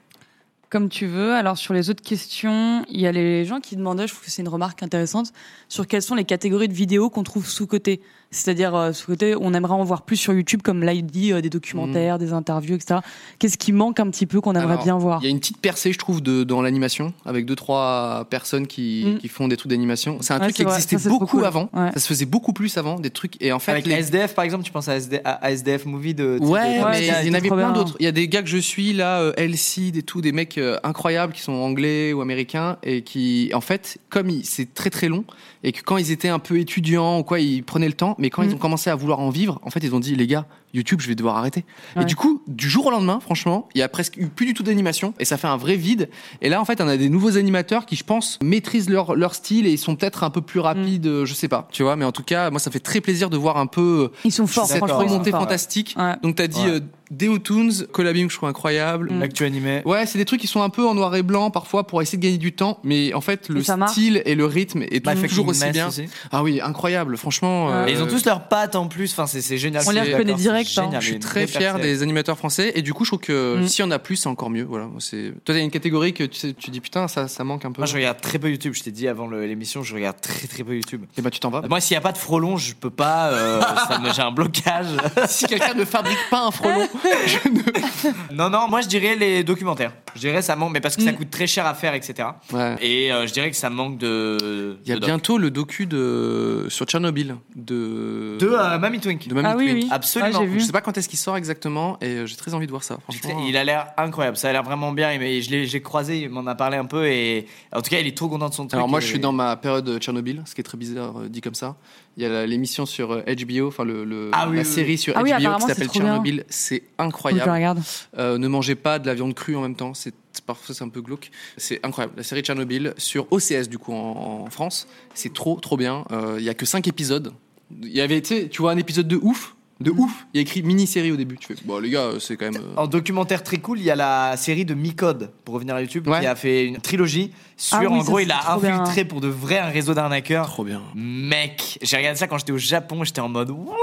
[SPEAKER 5] Comme tu veux. Alors sur les autres questions, il y a les gens qui demandaient, je trouve que c'est une remarque intéressante, sur quelles sont les catégories de vidéos qu'on trouve sous-côté. C'est-à-dire euh, sous-côté, on aimerait en voir plus sur YouTube, comme là il dit, euh, des
[SPEAKER 4] Mm.
[SPEAKER 5] documentaires, des interviews, etc. Qu'est-ce qui manque un petit peu qu'on aimerait
[SPEAKER 3] Alors,
[SPEAKER 5] bien voir
[SPEAKER 3] Il y a une petite percée, je trouve, de, dans l'animation, avec deux trois personnes qui,
[SPEAKER 5] Mm.
[SPEAKER 3] qui font des trucs d'animation. C'est un
[SPEAKER 5] Ouais,
[SPEAKER 3] truc qui
[SPEAKER 5] c'est vrai,
[SPEAKER 3] existait
[SPEAKER 5] ça, c'est trop
[SPEAKER 3] beaucoup
[SPEAKER 5] cool.
[SPEAKER 3] avant.
[SPEAKER 5] Ouais.
[SPEAKER 3] Ça se faisait beaucoup plus avant, des trucs. Et en fait,
[SPEAKER 4] Avec
[SPEAKER 3] les-
[SPEAKER 4] SDF par exemple, tu penses à, SD à SDF Movie
[SPEAKER 5] euh,
[SPEAKER 3] Ouais,
[SPEAKER 4] de. de-
[SPEAKER 5] Ouais,
[SPEAKER 3] mais
[SPEAKER 5] c'était
[SPEAKER 3] il y en avait
[SPEAKER 5] trop bien.
[SPEAKER 3] plein d'autres. Il y a des gars que je suis là, euh, Elcid et tout, des mecs euh, incroyables qui sont anglais ou américains et qui, en fait, comme ils- c'est très très long et que quand ils étaient un peu étudiants ou quoi, ils prenaient le temps, mais quand ils
[SPEAKER 5] Mhm.
[SPEAKER 3] ont commencé à vouloir en vivre, en fait, ils ont dit les gars, YouTube, je vais devoir arrêter. Et
[SPEAKER 5] Ouais.
[SPEAKER 3] du coup, du jour au lendemain, franchement, il y a presque eu plus du tout d'animation et ça fait un vrai vide. Et là, en fait, on a des nouveaux animateurs qui, je pense, maîtrisent leur, leur style et ils sont peut-être un peu
[SPEAKER 5] Mm.
[SPEAKER 3] plus rapides, euh, je sais pas, tu vois, mais en tout cas, moi, ça fait très plaisir de voir un peu euh,
[SPEAKER 5] Ils sont
[SPEAKER 4] forts,
[SPEAKER 5] forts,
[SPEAKER 4] suis
[SPEAKER 3] cette
[SPEAKER 4] franchement,
[SPEAKER 5] franchement.
[SPEAKER 4] ils sont
[SPEAKER 3] remontée
[SPEAKER 4] forts.
[SPEAKER 3] fantastique.
[SPEAKER 5] Ouais.
[SPEAKER 3] Donc t'as dit
[SPEAKER 4] Ouais.
[SPEAKER 3] euh, Deo Toons, Collabing, je trouve incroyable.
[SPEAKER 5] Mm.
[SPEAKER 4] L'actu animé.
[SPEAKER 3] Ouais, c'est des trucs qui sont un peu en noir et blanc parfois pour essayer de gagner du temps, mais en fait le
[SPEAKER 5] Et ça marche.
[SPEAKER 3] style et le rythme est
[SPEAKER 4] Bah,
[SPEAKER 3] toujours
[SPEAKER 4] Fucking
[SPEAKER 3] aussi
[SPEAKER 4] Mess
[SPEAKER 3] bien.
[SPEAKER 4] aussi.
[SPEAKER 3] Ah oui, incroyable, franchement.
[SPEAKER 5] Ouais.
[SPEAKER 4] Et ils ont
[SPEAKER 3] euh,
[SPEAKER 4] tous leurs pattes en plus. Enfin, c'est c'est génial.
[SPEAKER 5] On les
[SPEAKER 4] C'est-
[SPEAKER 5] reconnaît
[SPEAKER 4] d'accord, c'est
[SPEAKER 5] direct, hein.
[SPEAKER 4] génial,
[SPEAKER 3] Je
[SPEAKER 4] il y a
[SPEAKER 3] suis
[SPEAKER 4] une
[SPEAKER 3] très
[SPEAKER 4] vraie
[SPEAKER 3] fier
[SPEAKER 4] percée.
[SPEAKER 3] des animateurs français et du coup je trouve que
[SPEAKER 5] Mm.
[SPEAKER 3] si on a plus c'est encore mieux. Voilà, c'est. Toi t'as une catégorie que tu, sais- tu dis putain ça ça manque un peu.
[SPEAKER 4] Moi, je regarde très peu YouTube. Je t'ai dit avant le- l'émission, je regarde très très peu YouTube.
[SPEAKER 3] Et bah tu t'en vas.
[SPEAKER 4] Moi, s'il n'y a pas de frelon, je peux pas. euh, ça me- J'ai un blocage.
[SPEAKER 3] si quelqu'un ne fabrique pas un frelon, je ne.
[SPEAKER 4] Non, non, moi je dirais les documentaires. Je dirais ça manque, mais parce que ça
[SPEAKER 5] Mm.
[SPEAKER 4] coûte très cher à faire, etc.
[SPEAKER 3] Ouais.
[SPEAKER 4] Et euh, je dirais que ça manque de.
[SPEAKER 3] Il y a
[SPEAKER 4] de doc.
[SPEAKER 3] bientôt le docu de sur Tchernobyl de.
[SPEAKER 4] De euh, Mamie Twink.
[SPEAKER 3] de Mamie
[SPEAKER 5] Ah oui,
[SPEAKER 3] Twink.
[SPEAKER 5] oui.
[SPEAKER 4] Absolument.
[SPEAKER 5] Ouais, j'ai vu.
[SPEAKER 3] Je sais pas quand est-ce qu'il sort exactement et euh, j'ai très envie de voir ça.
[SPEAKER 4] Hmm. J'ai
[SPEAKER 3] Franchement,
[SPEAKER 4] très- Il a l'air incroyable, ça a l'air vraiment bien. il m'a- Je l'ai je l'ai croisé, il m'en a parlé un peu et en tout cas, il est trop content de son truc.
[SPEAKER 3] Alors moi,
[SPEAKER 4] et-
[SPEAKER 3] je suis dans ma période euh, Tchernobyl, ce qui est très bizarre euh, dit comme ça. Il y a la- l'émission sur euh, HBO, enfin le, le-
[SPEAKER 4] Ah oui,
[SPEAKER 3] la
[SPEAKER 4] oui,
[SPEAKER 3] série sur
[SPEAKER 5] Ah oui,
[SPEAKER 3] HBO qui
[SPEAKER 5] apparemment, c'est
[SPEAKER 3] s'appelle
[SPEAKER 5] trop bien.
[SPEAKER 3] Tchernobyl. C'est
[SPEAKER 5] Je
[SPEAKER 3] incroyable.
[SPEAKER 5] regarde.
[SPEAKER 3] Euh, ne mangez pas de la viande crue en même temps. C'est parfois c'est un peu glauque. C'est incroyable. La série Tchernobyl sur OCS du coup en, en France, c'est trop trop bien. Euh, Il y a que 5 épisodes. Il y avait, tu sais, tu vois un épisode de ouf, de ouf. Il y a écrit mini série au début. Tu fais, bon les gars, euh, c'est quand même. euh,
[SPEAKER 4] En documentaire très cool, il y a la série de Micode, pour revenir à YouTube,
[SPEAKER 3] Ouais.
[SPEAKER 4] qui a fait une trilogie sur,
[SPEAKER 5] Ah oui,
[SPEAKER 4] en
[SPEAKER 5] ça,
[SPEAKER 4] gros, il
[SPEAKER 5] c'est
[SPEAKER 4] a
[SPEAKER 5] trop bien.
[SPEAKER 4] infiltré pour de vrai un réseau d'arnaqueurs.
[SPEAKER 3] Trop bien.
[SPEAKER 4] Mec, j'ai regardé ça quand j'étais au Japon, j'étais en mode Wouah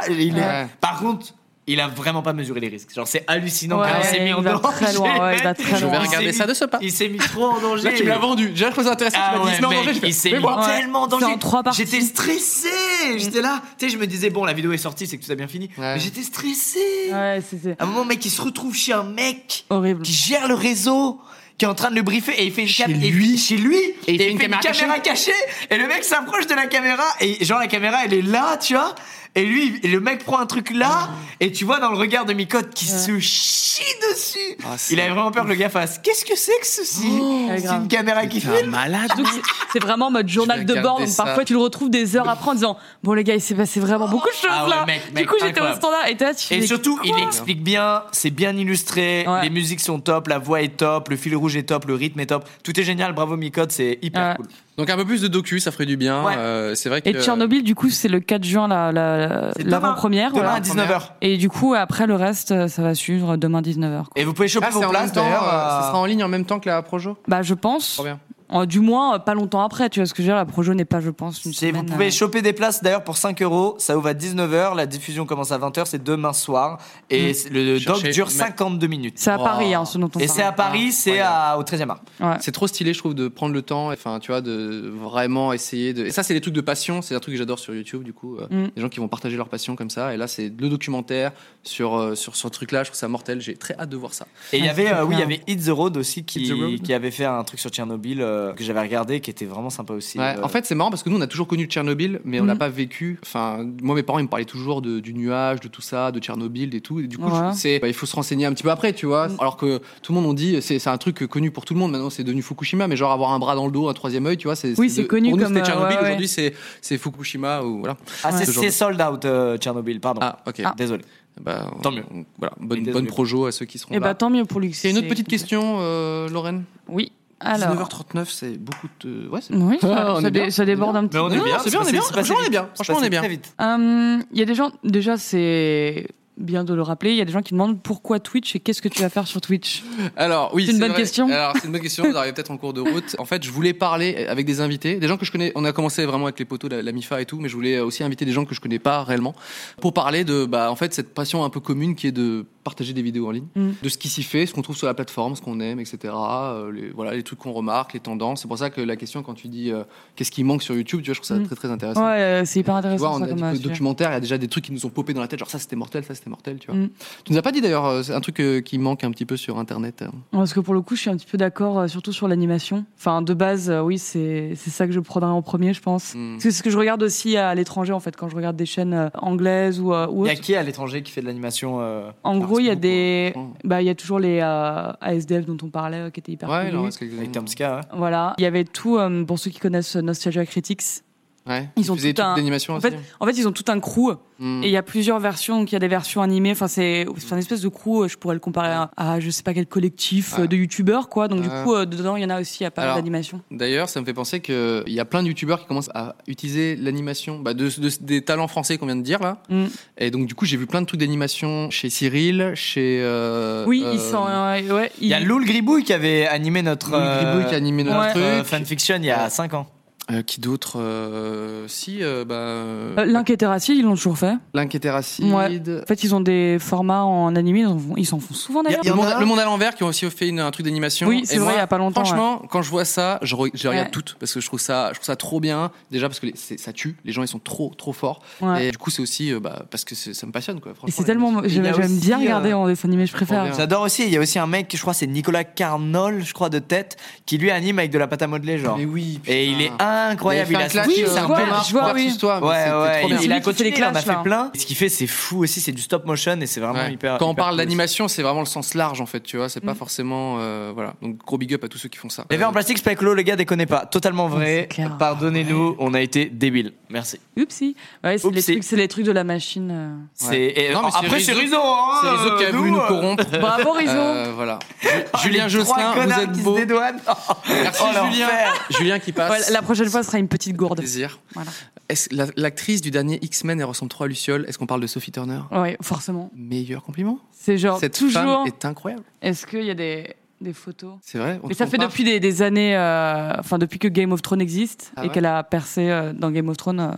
[SPEAKER 4] Ah, Il est-
[SPEAKER 3] Ouais.
[SPEAKER 4] Par contre, il a vraiment pas mesuré les risques. Genre c'est hallucinant
[SPEAKER 5] Ouais,
[SPEAKER 4] quand il s'est mis
[SPEAKER 5] il
[SPEAKER 4] en
[SPEAKER 5] va
[SPEAKER 4] danger.
[SPEAKER 5] très loin, ouais, il va très
[SPEAKER 4] Je
[SPEAKER 3] Je
[SPEAKER 5] loin.
[SPEAKER 4] vais
[SPEAKER 3] vais regarder ça de ce pas.
[SPEAKER 4] Il s'est mis trop en danger.
[SPEAKER 3] Là, tu me l'as vendu. Déjà, je trouve ça intéressant.
[SPEAKER 4] Ah
[SPEAKER 3] tu m'as
[SPEAKER 4] ouais,
[SPEAKER 3] dit, il se met en
[SPEAKER 4] mec,
[SPEAKER 3] danger. Je fais,
[SPEAKER 4] il s'est
[SPEAKER 3] mais
[SPEAKER 4] mis
[SPEAKER 3] moi.
[SPEAKER 4] tellement en danger.
[SPEAKER 5] C'est en trois parties.
[SPEAKER 4] J'étais stressé. J'étais là. Tu sais, je me disais bon, la vidéo est sortie, c'est que tout a bien fini.
[SPEAKER 3] Ouais.
[SPEAKER 4] Mais j'étais stressé.
[SPEAKER 5] Ouais, c'est- c'est
[SPEAKER 4] À un moment, mec, il se retrouve chez un mec
[SPEAKER 5] horrible.
[SPEAKER 4] qui gère le réseau, qui est en train de le briefer et il fait une
[SPEAKER 3] Chez
[SPEAKER 4] cam- et-
[SPEAKER 3] lui.
[SPEAKER 4] chez lui,
[SPEAKER 3] Et il fait une caméra
[SPEAKER 4] cachée. et le mec s'approche de la caméra et genre la caméra elle est là, tu vois. Et lui, et le mec prend un truc là et tu vois dans le regard de Micode qui se chie dessus.
[SPEAKER 3] Ah, c'est
[SPEAKER 4] il avait vraiment peur que le gars fasse. Qu'est-ce que c'est que ceci
[SPEAKER 5] Ouais,
[SPEAKER 4] C'est
[SPEAKER 5] Oh, grave.
[SPEAKER 4] une caméra qui
[SPEAKER 3] T'es Oh, un
[SPEAKER 4] filme.
[SPEAKER 3] malade.
[SPEAKER 5] Donc, c'est- c'est vraiment en mode
[SPEAKER 3] Je
[SPEAKER 5] journal
[SPEAKER 3] vais
[SPEAKER 5] de bord.
[SPEAKER 3] regarder
[SPEAKER 5] Donc
[SPEAKER 3] ça.
[SPEAKER 5] parfois tu le retrouves des heures après en disant bon les gars il s'est passé vraiment beaucoup de choses
[SPEAKER 4] Ah ouais,
[SPEAKER 5] là.
[SPEAKER 4] mec,
[SPEAKER 5] du
[SPEAKER 4] mec,
[SPEAKER 5] coup j'étais au
[SPEAKER 4] incroyable.
[SPEAKER 5] standard et t'es là, tu
[SPEAKER 4] Et
[SPEAKER 5] fais,
[SPEAKER 4] surtout, il explique bien, c'est bien illustré,
[SPEAKER 5] Ouais.
[SPEAKER 4] les musiques sont top, la voix est top, le fil rouge est top, le rythme est top. Tout est génial, bravo Micode, c'est hyper
[SPEAKER 5] Ouais.
[SPEAKER 4] cool.
[SPEAKER 3] Donc un peu plus de docu, ça ferait du bien.
[SPEAKER 4] Ouais.
[SPEAKER 3] Euh, c'est vrai que.
[SPEAKER 5] Et Tchernobyl du coup c'est le 4 juin la- la
[SPEAKER 4] C'est
[SPEAKER 5] l'avant-première.
[SPEAKER 4] Demain
[SPEAKER 5] voilà.
[SPEAKER 4] à 19h.
[SPEAKER 5] Et du coup après le reste euh, ça va suivre demain 19h.
[SPEAKER 4] Et vous pouvez choper
[SPEAKER 3] Ah, c'est
[SPEAKER 4] vos
[SPEAKER 3] en
[SPEAKER 4] places
[SPEAKER 3] même temps,
[SPEAKER 4] d'ailleurs.
[SPEAKER 3] euh,
[SPEAKER 4] à-
[SPEAKER 3] ça sera en ligne en même temps que la Projo.
[SPEAKER 5] Bah je pense.
[SPEAKER 3] Trop bien.
[SPEAKER 5] Euh, du moins euh, pas longtemps après tu vois ce que je veux dire la projo n'est pas je pense une
[SPEAKER 4] Et
[SPEAKER 5] semaine.
[SPEAKER 4] vous pouvez
[SPEAKER 5] euh,
[SPEAKER 4] choper des places d'ailleurs pour 5 euros. Ça ouvre à 19h. La diffusion commence à 20h. C'est demain soir. Et c'est- le doc
[SPEAKER 3] Hmm. Cherchez-
[SPEAKER 4] dure
[SPEAKER 3] mais-
[SPEAKER 4] 52 minutes.
[SPEAKER 5] C'est à
[SPEAKER 3] Oh.
[SPEAKER 5] Paris hein, ce dont on
[SPEAKER 4] Et c'est à
[SPEAKER 5] parle.
[SPEAKER 4] Paris, c'est à- au 13e
[SPEAKER 3] Ah,
[SPEAKER 4] art.
[SPEAKER 5] Ouais.
[SPEAKER 3] C'est trop stylé, je trouve, de prendre le temps. Enfin, tu vois, de vraiment essayer de. Et ça, c'est des trucs de passion. C'est un truc que j'adore sur YouTube, du coup. euh,
[SPEAKER 5] Mm.
[SPEAKER 3] Des gens qui vont partager leur passion comme ça. Et là, c'est le documentaire sur euh, sur ce truc-là. Je trouve ça mortel. J'ai très hâte de voir ça.
[SPEAKER 4] Et il y
[SPEAKER 5] Ah,
[SPEAKER 4] avait,
[SPEAKER 5] c'est
[SPEAKER 4] euh, oui, il y
[SPEAKER 5] clair.
[SPEAKER 4] avait Hit the Road aussi qui,
[SPEAKER 3] Hit the Road.
[SPEAKER 4] qui avait fait un truc sur Tchernobyl. euh, euh, que j'avais regardé qui était vraiment sympa aussi.
[SPEAKER 3] Ouais,
[SPEAKER 4] Euh,
[SPEAKER 3] En fait, c'est marrant parce que nous, on a toujours connu Tchernobyl, mais on n'a
[SPEAKER 5] Mhm.
[SPEAKER 3] pas vécu. Enfin, moi, mes parents, ils me parlaient toujours de- du nuage, de tout ça, de Tchernobyl et tout. Et du coup,
[SPEAKER 5] Ouais.
[SPEAKER 3] je- c'est, bah, il faut se renseigner un petit peu après, tu vois. Alors que tout le monde, on dit, c'est, c'est un truc connu pour tout le monde. Maintenant, c'est devenu Fukushima, mais genre avoir un bras dans le dos, un troisième œil, tu vois. C'est,
[SPEAKER 5] Oui, c'est
[SPEAKER 3] de-
[SPEAKER 5] connu
[SPEAKER 3] Pour nous,
[SPEAKER 5] comme,
[SPEAKER 3] c'était
[SPEAKER 5] euh,
[SPEAKER 3] Tchernobyl.
[SPEAKER 5] ouais, ouais.
[SPEAKER 3] Aujourd'hui, c'est, c'est Fukushima ou voilà.
[SPEAKER 4] ah, c'est
[SPEAKER 3] ce genre de-
[SPEAKER 4] c'est sold out euh, Tchernobyl, pardon.
[SPEAKER 3] Ah, ok.
[SPEAKER 4] Désolé.
[SPEAKER 3] Bah,
[SPEAKER 4] Tant mieux.
[SPEAKER 3] on- voilà, bonne,
[SPEAKER 4] Désolé.
[SPEAKER 3] bonne projo à ceux qui seront
[SPEAKER 5] Et
[SPEAKER 3] là.
[SPEAKER 5] bah tant mieux pour lui.
[SPEAKER 3] c'est une autre petite
[SPEAKER 5] complet.
[SPEAKER 3] question, euh, Lorraine.
[SPEAKER 5] Oui. Alors.
[SPEAKER 3] 19h39, c'est beaucoup de. Ouais, c'est
[SPEAKER 5] Oui,
[SPEAKER 3] Ah,
[SPEAKER 5] ça,
[SPEAKER 3] on
[SPEAKER 5] ça
[SPEAKER 3] est
[SPEAKER 5] dé-
[SPEAKER 3] bien.
[SPEAKER 5] ça déborde un petit peu.
[SPEAKER 3] on est bien, c'est bien, on est
[SPEAKER 4] passé-
[SPEAKER 3] bien.
[SPEAKER 4] passé
[SPEAKER 3] Franchement, on est
[SPEAKER 4] vite.
[SPEAKER 3] bien.
[SPEAKER 4] C'est
[SPEAKER 3] Franchement, on
[SPEAKER 4] passé
[SPEAKER 3] est bien.
[SPEAKER 4] très vite.
[SPEAKER 5] Hum, Il y a des gens, déjà c'est bien de le rappeler, il y a des gens qui demandent pourquoi Twitch et qu'est-ce que tu vas faire sur Twitch.
[SPEAKER 3] Alors oui,
[SPEAKER 5] C'est une bonne
[SPEAKER 3] vrai.
[SPEAKER 5] question.
[SPEAKER 3] Alors c'est une bonne question. Vous arrivez peut-être en cours de route. En fait, je voulais parler avec des invités, des gens que je connais. On a commencé vraiment avec les poteaux, la, la Mifa et tout, mais je voulais aussi inviter des gens que je connais pas réellement pour parler de bah en fait cette passion un peu commune qui est de partager des vidéos en ligne,
[SPEAKER 5] Mm.
[SPEAKER 3] de ce qui s'y fait, ce qu'on trouve sur la plateforme, ce qu'on aime, etc. euh, les, voilà les trucs qu'on remarque, les tendances. C'est pour ça que la question quand tu dis euh, qu'est-ce qui manque sur YouTube, tu vois, je trouve ça
[SPEAKER 5] Mm.
[SPEAKER 3] très très intéressant.
[SPEAKER 5] Ouais, euh, c'est hyper
[SPEAKER 3] Tu vois,
[SPEAKER 5] intéressant
[SPEAKER 3] on
[SPEAKER 5] ça
[SPEAKER 3] a
[SPEAKER 5] comme
[SPEAKER 3] des
[SPEAKER 5] euh,
[SPEAKER 3] trucs
[SPEAKER 5] sujet.
[SPEAKER 3] documentaires, il y a déjà des trucs qui nous ont popé dans la tête, genre ça c'était mortel, ça c'était mortel, tu vois.
[SPEAKER 5] Mm.
[SPEAKER 3] Tu nous as pas dit d'ailleurs, euh, c'est un truc euh, qui manque un petit peu sur internet. euh.
[SPEAKER 5] Parce que pour le coup, je suis un petit peu d'accord, euh, surtout sur l'animation. Enfin, de base, euh, oui, c'est c'est ça que je prendrai en premier, je pense.
[SPEAKER 3] Mm.
[SPEAKER 5] Parce que c'est ce que je regarde aussi à l'étranger, en fait, quand je regarde des chaînes euh, anglaises ou, euh, ou
[SPEAKER 4] Il y a
[SPEAKER 5] autres.
[SPEAKER 4] qui à l'étranger qui fait de l'animation euh,
[SPEAKER 5] En gros, il y a
[SPEAKER 3] beaucoup, hein,
[SPEAKER 5] des.
[SPEAKER 3] franchement.
[SPEAKER 5] Bah, il y a toujours les euh, ASDF dont on parlait, euh, qui étaient hyper
[SPEAKER 3] Ouais, il en
[SPEAKER 5] connus.
[SPEAKER 3] reste quelques-uns.
[SPEAKER 4] avec Tomska ouais.
[SPEAKER 5] Voilà. Il y avait tout, euh, pour ceux qui connaissent Nostalgia Critics.
[SPEAKER 3] Ouais.
[SPEAKER 5] Ils ont
[SPEAKER 3] faisaient des
[SPEAKER 5] tout
[SPEAKER 3] trucs
[SPEAKER 5] un-
[SPEAKER 3] d'animation
[SPEAKER 5] En
[SPEAKER 3] aussi.
[SPEAKER 5] fait, en fait, ils ont tout un crew.
[SPEAKER 3] Hmm.
[SPEAKER 5] Et il y a plusieurs versions, donc il y a des versions animées. Enfin, c'est c'est un espèce de crew, euh, je pourrais le comparer à, à je sais pas quel collectif euh,
[SPEAKER 3] Ouais.
[SPEAKER 5] de youtubeurs, quoi. Donc, du
[SPEAKER 3] Ouais.
[SPEAKER 5] coup, euh, dedans, il y en a aussi à pas mal
[SPEAKER 3] Alors,
[SPEAKER 5] d'animations.
[SPEAKER 3] D'ailleurs, ça me fait penser qu'il y a plein de youtubeurs qui commencent à utiliser l'animation bah, de, de- des talents français qu'on vient de dire là.
[SPEAKER 5] Mm.
[SPEAKER 3] Et donc, du coup, j'ai vu plein de trucs d'animation chez Cyril, chez. euh,
[SPEAKER 5] Oui,
[SPEAKER 3] euh,
[SPEAKER 5] ils sont. euh, ouais,
[SPEAKER 4] Il y a
[SPEAKER 5] ils-
[SPEAKER 4] Loul Gribouille qui avait animé notre
[SPEAKER 3] Louis Gribouille qui a animé notre
[SPEAKER 5] Ouais.
[SPEAKER 3] truc.
[SPEAKER 4] euh, fanfiction il y a 5 ans.
[SPEAKER 3] Euh, qui d'autre euh, Si, euh, bah.
[SPEAKER 5] Euh, L'Inquiétéracide, ils l'ont toujours fait.
[SPEAKER 3] L'Inquiétéracide.
[SPEAKER 5] Ouais. En fait, ils ont des formats en animé, ils en font- ils s'en font souvent d'ailleurs.
[SPEAKER 4] Il y
[SPEAKER 3] Le
[SPEAKER 4] en a
[SPEAKER 3] monde,
[SPEAKER 4] un-
[SPEAKER 3] Ah. le monde à l'envers qui ont aussi fait une- un truc d'animation.
[SPEAKER 5] Oui, c'est
[SPEAKER 3] Et
[SPEAKER 5] vrai,
[SPEAKER 3] moi,
[SPEAKER 5] il y a pas longtemps. ouais.
[SPEAKER 3] Franchement, quand je vois ça, je, re- je les regarde
[SPEAKER 5] Ouais.
[SPEAKER 3] toutes parce que je trouve ça, je trouve ça trop bien. Déjà parce que les- c'est- ça tue, les gens ils sont trop, trop forts.
[SPEAKER 5] Ouais.
[SPEAKER 3] Et du coup, c'est aussi euh, bah, parce que c'est- ça me passionne quoi.
[SPEAKER 5] Et
[SPEAKER 3] franchement,
[SPEAKER 5] c'est tellement.
[SPEAKER 3] l'animation.
[SPEAKER 4] il y a
[SPEAKER 5] J'aime j'aime bien
[SPEAKER 4] aussi,
[SPEAKER 5] regarder
[SPEAKER 4] euh,
[SPEAKER 5] en dessin animé, je
[SPEAKER 3] bien.
[SPEAKER 5] préfère.
[SPEAKER 4] J'adore aussi, il y a aussi un mec, je crois c'est Nicolas Carnol, je crois de tête, qui lui anime avec de la pâte à modeler genre.
[SPEAKER 3] Mais oui. putain.
[SPEAKER 4] Et il est incroyable,
[SPEAKER 3] Il
[SPEAKER 4] il
[SPEAKER 3] a
[SPEAKER 4] a
[SPEAKER 3] fait un
[SPEAKER 4] son
[SPEAKER 3] clash,
[SPEAKER 5] Oui,
[SPEAKER 4] style,
[SPEAKER 3] euh,
[SPEAKER 4] c'est un
[SPEAKER 5] je vois,
[SPEAKER 4] peu
[SPEAKER 3] Thomas
[SPEAKER 5] oui, je vois,
[SPEAKER 3] versus
[SPEAKER 5] oui.
[SPEAKER 3] toi, mais
[SPEAKER 4] Ouais,
[SPEAKER 3] c'était
[SPEAKER 4] ouais,
[SPEAKER 3] trop bien.
[SPEAKER 4] il, il a
[SPEAKER 5] Celui qui fait
[SPEAKER 4] continué,
[SPEAKER 5] les
[SPEAKER 4] il en a
[SPEAKER 5] clashs,
[SPEAKER 4] fait
[SPEAKER 5] là.
[SPEAKER 4] plein. Ce qu'il fait, c'est fou aussi, c'est du stop motion et c'est vraiment
[SPEAKER 3] hein. Ouais.
[SPEAKER 4] hyper.
[SPEAKER 3] Quand on
[SPEAKER 4] hyper
[SPEAKER 3] parle
[SPEAKER 4] cool.
[SPEAKER 3] d'animation, c'est vraiment le sens large en fait, tu vois. C'est pas
[SPEAKER 5] Mm.
[SPEAKER 3] forcément euh, voilà. Donc gros big up à tous ceux qui font ça.
[SPEAKER 4] Les verres en
[SPEAKER 3] Euh,
[SPEAKER 4] plastique, Speclo, les gars, déconnez pas. Totalement
[SPEAKER 5] C'est
[SPEAKER 4] vrai.
[SPEAKER 5] clair.
[SPEAKER 4] Pardonnez-nous, on a été débiles. Merci.
[SPEAKER 5] Oupsie. Ouais, c'est les
[SPEAKER 4] Oupsie.
[SPEAKER 5] trucs, c'est les trucs de la machine. euh.
[SPEAKER 4] C'est... et-
[SPEAKER 3] Non, mais c'est
[SPEAKER 4] Après, c'est
[SPEAKER 3] Rizzo.
[SPEAKER 4] Rizzo. hein,
[SPEAKER 3] C'est Rizzo qui a
[SPEAKER 4] euh,
[SPEAKER 3] voulu nous
[SPEAKER 4] euh,
[SPEAKER 3] corrompre.
[SPEAKER 5] Bravo, Rizzo.
[SPEAKER 3] Euh, voilà.
[SPEAKER 4] ah,
[SPEAKER 3] Julien
[SPEAKER 4] les trois
[SPEAKER 3] Josselin, vous
[SPEAKER 4] connards
[SPEAKER 3] êtes
[SPEAKER 4] qui se
[SPEAKER 3] beau.
[SPEAKER 4] dédouanent.
[SPEAKER 3] Merci
[SPEAKER 4] Oh,
[SPEAKER 3] Julien.
[SPEAKER 4] l'enfer.
[SPEAKER 3] Julien qui passe.
[SPEAKER 5] Ouais, la prochaine fois, ce sera une petite gourde.
[SPEAKER 3] Plaisir.
[SPEAKER 5] Voilà.
[SPEAKER 3] Est-ce- la- L'actrice du dernier X-Men, elle ressemble trop à Luciole. Est-ce qu'on parle de Sophie Turner
[SPEAKER 5] Ouais, forcément.
[SPEAKER 3] Meilleur compliment.
[SPEAKER 5] C'est genre
[SPEAKER 3] Cette
[SPEAKER 5] toujours.
[SPEAKER 3] femme est incroyable.
[SPEAKER 5] Est-ce qu'il y a des, des photos
[SPEAKER 3] C'est vrai. on
[SPEAKER 5] Mais
[SPEAKER 3] se
[SPEAKER 5] ça
[SPEAKER 3] trompe
[SPEAKER 5] fait
[SPEAKER 3] pas.
[SPEAKER 5] depuis des, des années, euh, enfin depuis que Game of Thrones existe
[SPEAKER 3] Ah
[SPEAKER 5] et
[SPEAKER 3] ouais
[SPEAKER 5] qu'elle a percé euh, dans Game of Thrones euh,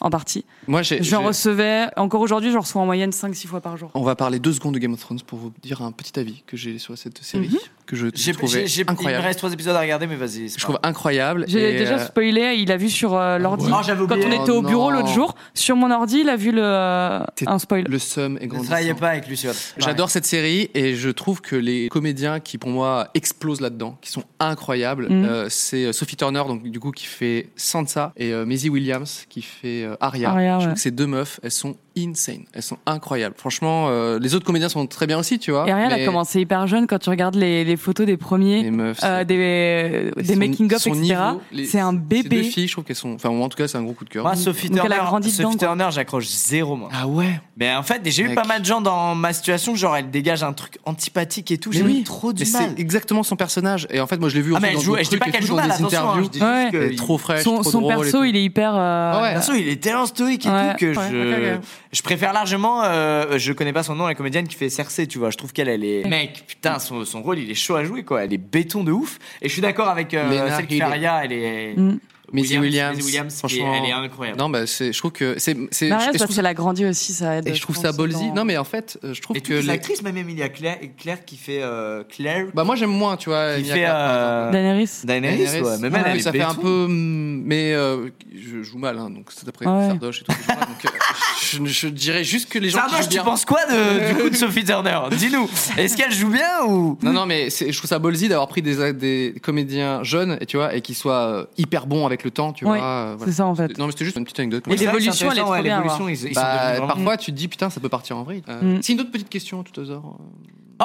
[SPEAKER 5] en partie.
[SPEAKER 3] Moi, j'ai.
[SPEAKER 5] J'en
[SPEAKER 3] j'ai-
[SPEAKER 5] recevais, encore aujourd'hui, j'en reçois en moyenne 5-6 fois par jour.
[SPEAKER 3] On va parler deux secondes de Game of Thrones pour vous dire un petit avis que j'ai sur cette série
[SPEAKER 5] Mhm.
[SPEAKER 3] que je
[SPEAKER 4] J'ai-
[SPEAKER 3] trouve
[SPEAKER 4] j'ai- j'ai- Il me
[SPEAKER 3] incroyable.
[SPEAKER 4] reste trois épisodes à regarder, mais vas-y. c'est
[SPEAKER 3] Je
[SPEAKER 4] pas
[SPEAKER 3] trouve incroyable.
[SPEAKER 5] J'ai
[SPEAKER 3] et,
[SPEAKER 5] déjà
[SPEAKER 3] euh,
[SPEAKER 5] spoilé, il a vu sur euh, l'ordi.
[SPEAKER 4] ouais. Ah, j'avais
[SPEAKER 5] Quand
[SPEAKER 4] oublié.
[SPEAKER 5] on était au
[SPEAKER 3] Oh
[SPEAKER 5] bureau
[SPEAKER 3] non.
[SPEAKER 5] l'autre jour, sur mon ordi, il a vu le, euh,
[SPEAKER 3] T'es-
[SPEAKER 5] un spoil.
[SPEAKER 3] le seum est
[SPEAKER 4] grave. Ne
[SPEAKER 3] grandissant.
[SPEAKER 4] travaillez pas avec Luciole.
[SPEAKER 3] J'adore cette série et je trouve que les comédiens qui pour moi explosent là-dedans, qui sont incroyables,
[SPEAKER 5] Mhm.
[SPEAKER 3] euh, c'est Sophie Turner donc du coup qui fait Sansa et euh, Maisie Williams qui fait euh, Arya.
[SPEAKER 5] Arya,
[SPEAKER 3] je trouve
[SPEAKER 5] ouais.
[SPEAKER 3] que ces deux meufs, elles sont insane, elles sont incroyables. Franchement, euh, les autres comédiens sont très bien aussi, tu vois.
[SPEAKER 5] Et rien, elle
[SPEAKER 3] mais
[SPEAKER 5] a commencé hyper jeune quand tu regardes les, les photos des premiers,
[SPEAKER 3] Les meufs,
[SPEAKER 5] euh,
[SPEAKER 3] c'est-
[SPEAKER 5] des, des
[SPEAKER 3] son-
[SPEAKER 5] making-of,
[SPEAKER 3] son
[SPEAKER 5] etc.
[SPEAKER 3] niveau, les-
[SPEAKER 5] C'est un
[SPEAKER 3] ces deux
[SPEAKER 5] bébé.
[SPEAKER 3] filles, je trouve qu'elles sont. Enfin, en tout cas, c'est un gros coup de cœur.
[SPEAKER 4] Moi, Sophie
[SPEAKER 5] Donc, elle a
[SPEAKER 4] Turner,
[SPEAKER 5] grandi dedans,
[SPEAKER 4] Sophie
[SPEAKER 5] quoi.
[SPEAKER 4] Turner, j'accroche zéro, moi.
[SPEAKER 3] Ah ouais.
[SPEAKER 4] Mais en fait, j'ai eu
[SPEAKER 3] Mec.
[SPEAKER 4] pas mal de gens dans ma situation, genre elle dégage un truc antipathique et tout,
[SPEAKER 3] Mais
[SPEAKER 4] j'ai
[SPEAKER 3] oui.
[SPEAKER 4] eu trop
[SPEAKER 3] Mais
[SPEAKER 4] du
[SPEAKER 3] c'est
[SPEAKER 4] mal.
[SPEAKER 3] exactement son personnage. Et en fait, moi, je l'ai vu.
[SPEAKER 4] Ah
[SPEAKER 3] aussi
[SPEAKER 4] mais elle
[SPEAKER 3] dans
[SPEAKER 4] joue,
[SPEAKER 3] d'autres
[SPEAKER 4] je dis
[SPEAKER 3] trucs
[SPEAKER 4] pas
[SPEAKER 3] et
[SPEAKER 4] qu'elle
[SPEAKER 3] tout,
[SPEAKER 4] joue
[SPEAKER 3] dans
[SPEAKER 4] mal,
[SPEAKER 3] des
[SPEAKER 4] attention, hein,
[SPEAKER 3] interviews.
[SPEAKER 4] je dis
[SPEAKER 5] Ouais.
[SPEAKER 4] juste
[SPEAKER 3] Elle
[SPEAKER 4] que
[SPEAKER 3] est trop fraîche,
[SPEAKER 5] Son,
[SPEAKER 3] trop
[SPEAKER 5] son
[SPEAKER 3] drôle et
[SPEAKER 5] perso,
[SPEAKER 3] tout.
[SPEAKER 5] il est hyper. euh,
[SPEAKER 3] Ah ouais.
[SPEAKER 4] Perso, il est tellement stoïque et
[SPEAKER 5] Ouais,
[SPEAKER 4] tout que
[SPEAKER 5] ouais,
[SPEAKER 4] je...
[SPEAKER 3] ok, ok.
[SPEAKER 4] je préfère largement. euh, je connais pas son nom, la comédienne qui fait Cersei, tu vois. Je trouve qu'elle, elle est. Mec, putain, son, son rôle, il est chaud à jouer, quoi. Elle est béton de ouf. Et je suis d'accord avec euh,
[SPEAKER 3] Lena
[SPEAKER 4] celle qui
[SPEAKER 3] Headey.
[SPEAKER 4] fait Arya, elle est.
[SPEAKER 5] Mm.
[SPEAKER 3] Maisie Williams,
[SPEAKER 4] Maisie Williams, qui est-
[SPEAKER 3] franchement.
[SPEAKER 4] elle est incroyable.
[SPEAKER 3] Non, bah, c'est, je trouve que c'est, c'est,
[SPEAKER 5] Mariah,
[SPEAKER 3] je- je
[SPEAKER 5] c'est Bah, parce
[SPEAKER 3] trouve
[SPEAKER 5] qu'elle a grandi aussi, ça aide.
[SPEAKER 3] Et je trouve
[SPEAKER 5] pense,
[SPEAKER 3] ça ballsy.
[SPEAKER 5] dans-
[SPEAKER 3] Non, mais en fait, euh, je trouve
[SPEAKER 4] Et
[SPEAKER 3] que.
[SPEAKER 4] toutes les
[SPEAKER 3] les-
[SPEAKER 4] actrices, même Emilia Claire, Claire qui fait euh, Claire,
[SPEAKER 3] Bah, moi, j'aime moins, tu vois.
[SPEAKER 4] qui
[SPEAKER 3] Emilia
[SPEAKER 4] fait
[SPEAKER 3] Clarke, par exemple.
[SPEAKER 4] euh,
[SPEAKER 5] Daenerys.
[SPEAKER 4] Daenerys,
[SPEAKER 3] Daenerys.
[SPEAKER 4] ouais, même
[SPEAKER 3] Ouais,
[SPEAKER 4] elle, elle est
[SPEAKER 3] ça fait un
[SPEAKER 4] béton.
[SPEAKER 3] peu. hum, Mais euh, je joue mal, hein, donc c'est après
[SPEAKER 5] Ouais.
[SPEAKER 3] Sardoche et tout. je joue mal, donc, euh, je, je dirais juste que les gens. qui
[SPEAKER 4] Sardoche,
[SPEAKER 3] jouent
[SPEAKER 4] tu
[SPEAKER 3] bien-
[SPEAKER 4] penses quoi de- du coup de Sophie Turner Dis-nous, est-ce qu'elle joue bien ou
[SPEAKER 3] Non, non, mais c'est- je trouve ça ballsy d'avoir pris des, des comédiens jeunes, et tu vois, et qui soient euh, hyper bons avec le temps, tu
[SPEAKER 5] Ouais,
[SPEAKER 3] vois. euh, voilà.
[SPEAKER 5] C'est ça en fait.
[SPEAKER 3] Non, mais c'était juste une petite anecdote.
[SPEAKER 5] Et
[SPEAKER 4] C'est vrai que
[SPEAKER 5] l'évolution,
[SPEAKER 4] c'est intéressant,
[SPEAKER 5] elle est trop
[SPEAKER 4] ouais,
[SPEAKER 5] bien,
[SPEAKER 4] l'évolution, ils- ils sont
[SPEAKER 3] Bah,
[SPEAKER 4] devenus vraiment-
[SPEAKER 3] parfois, tu te dis, putain, ça peut partir en vrai. Euh,
[SPEAKER 5] Mm.
[SPEAKER 3] C'est une autre petite question, tout à l'heure.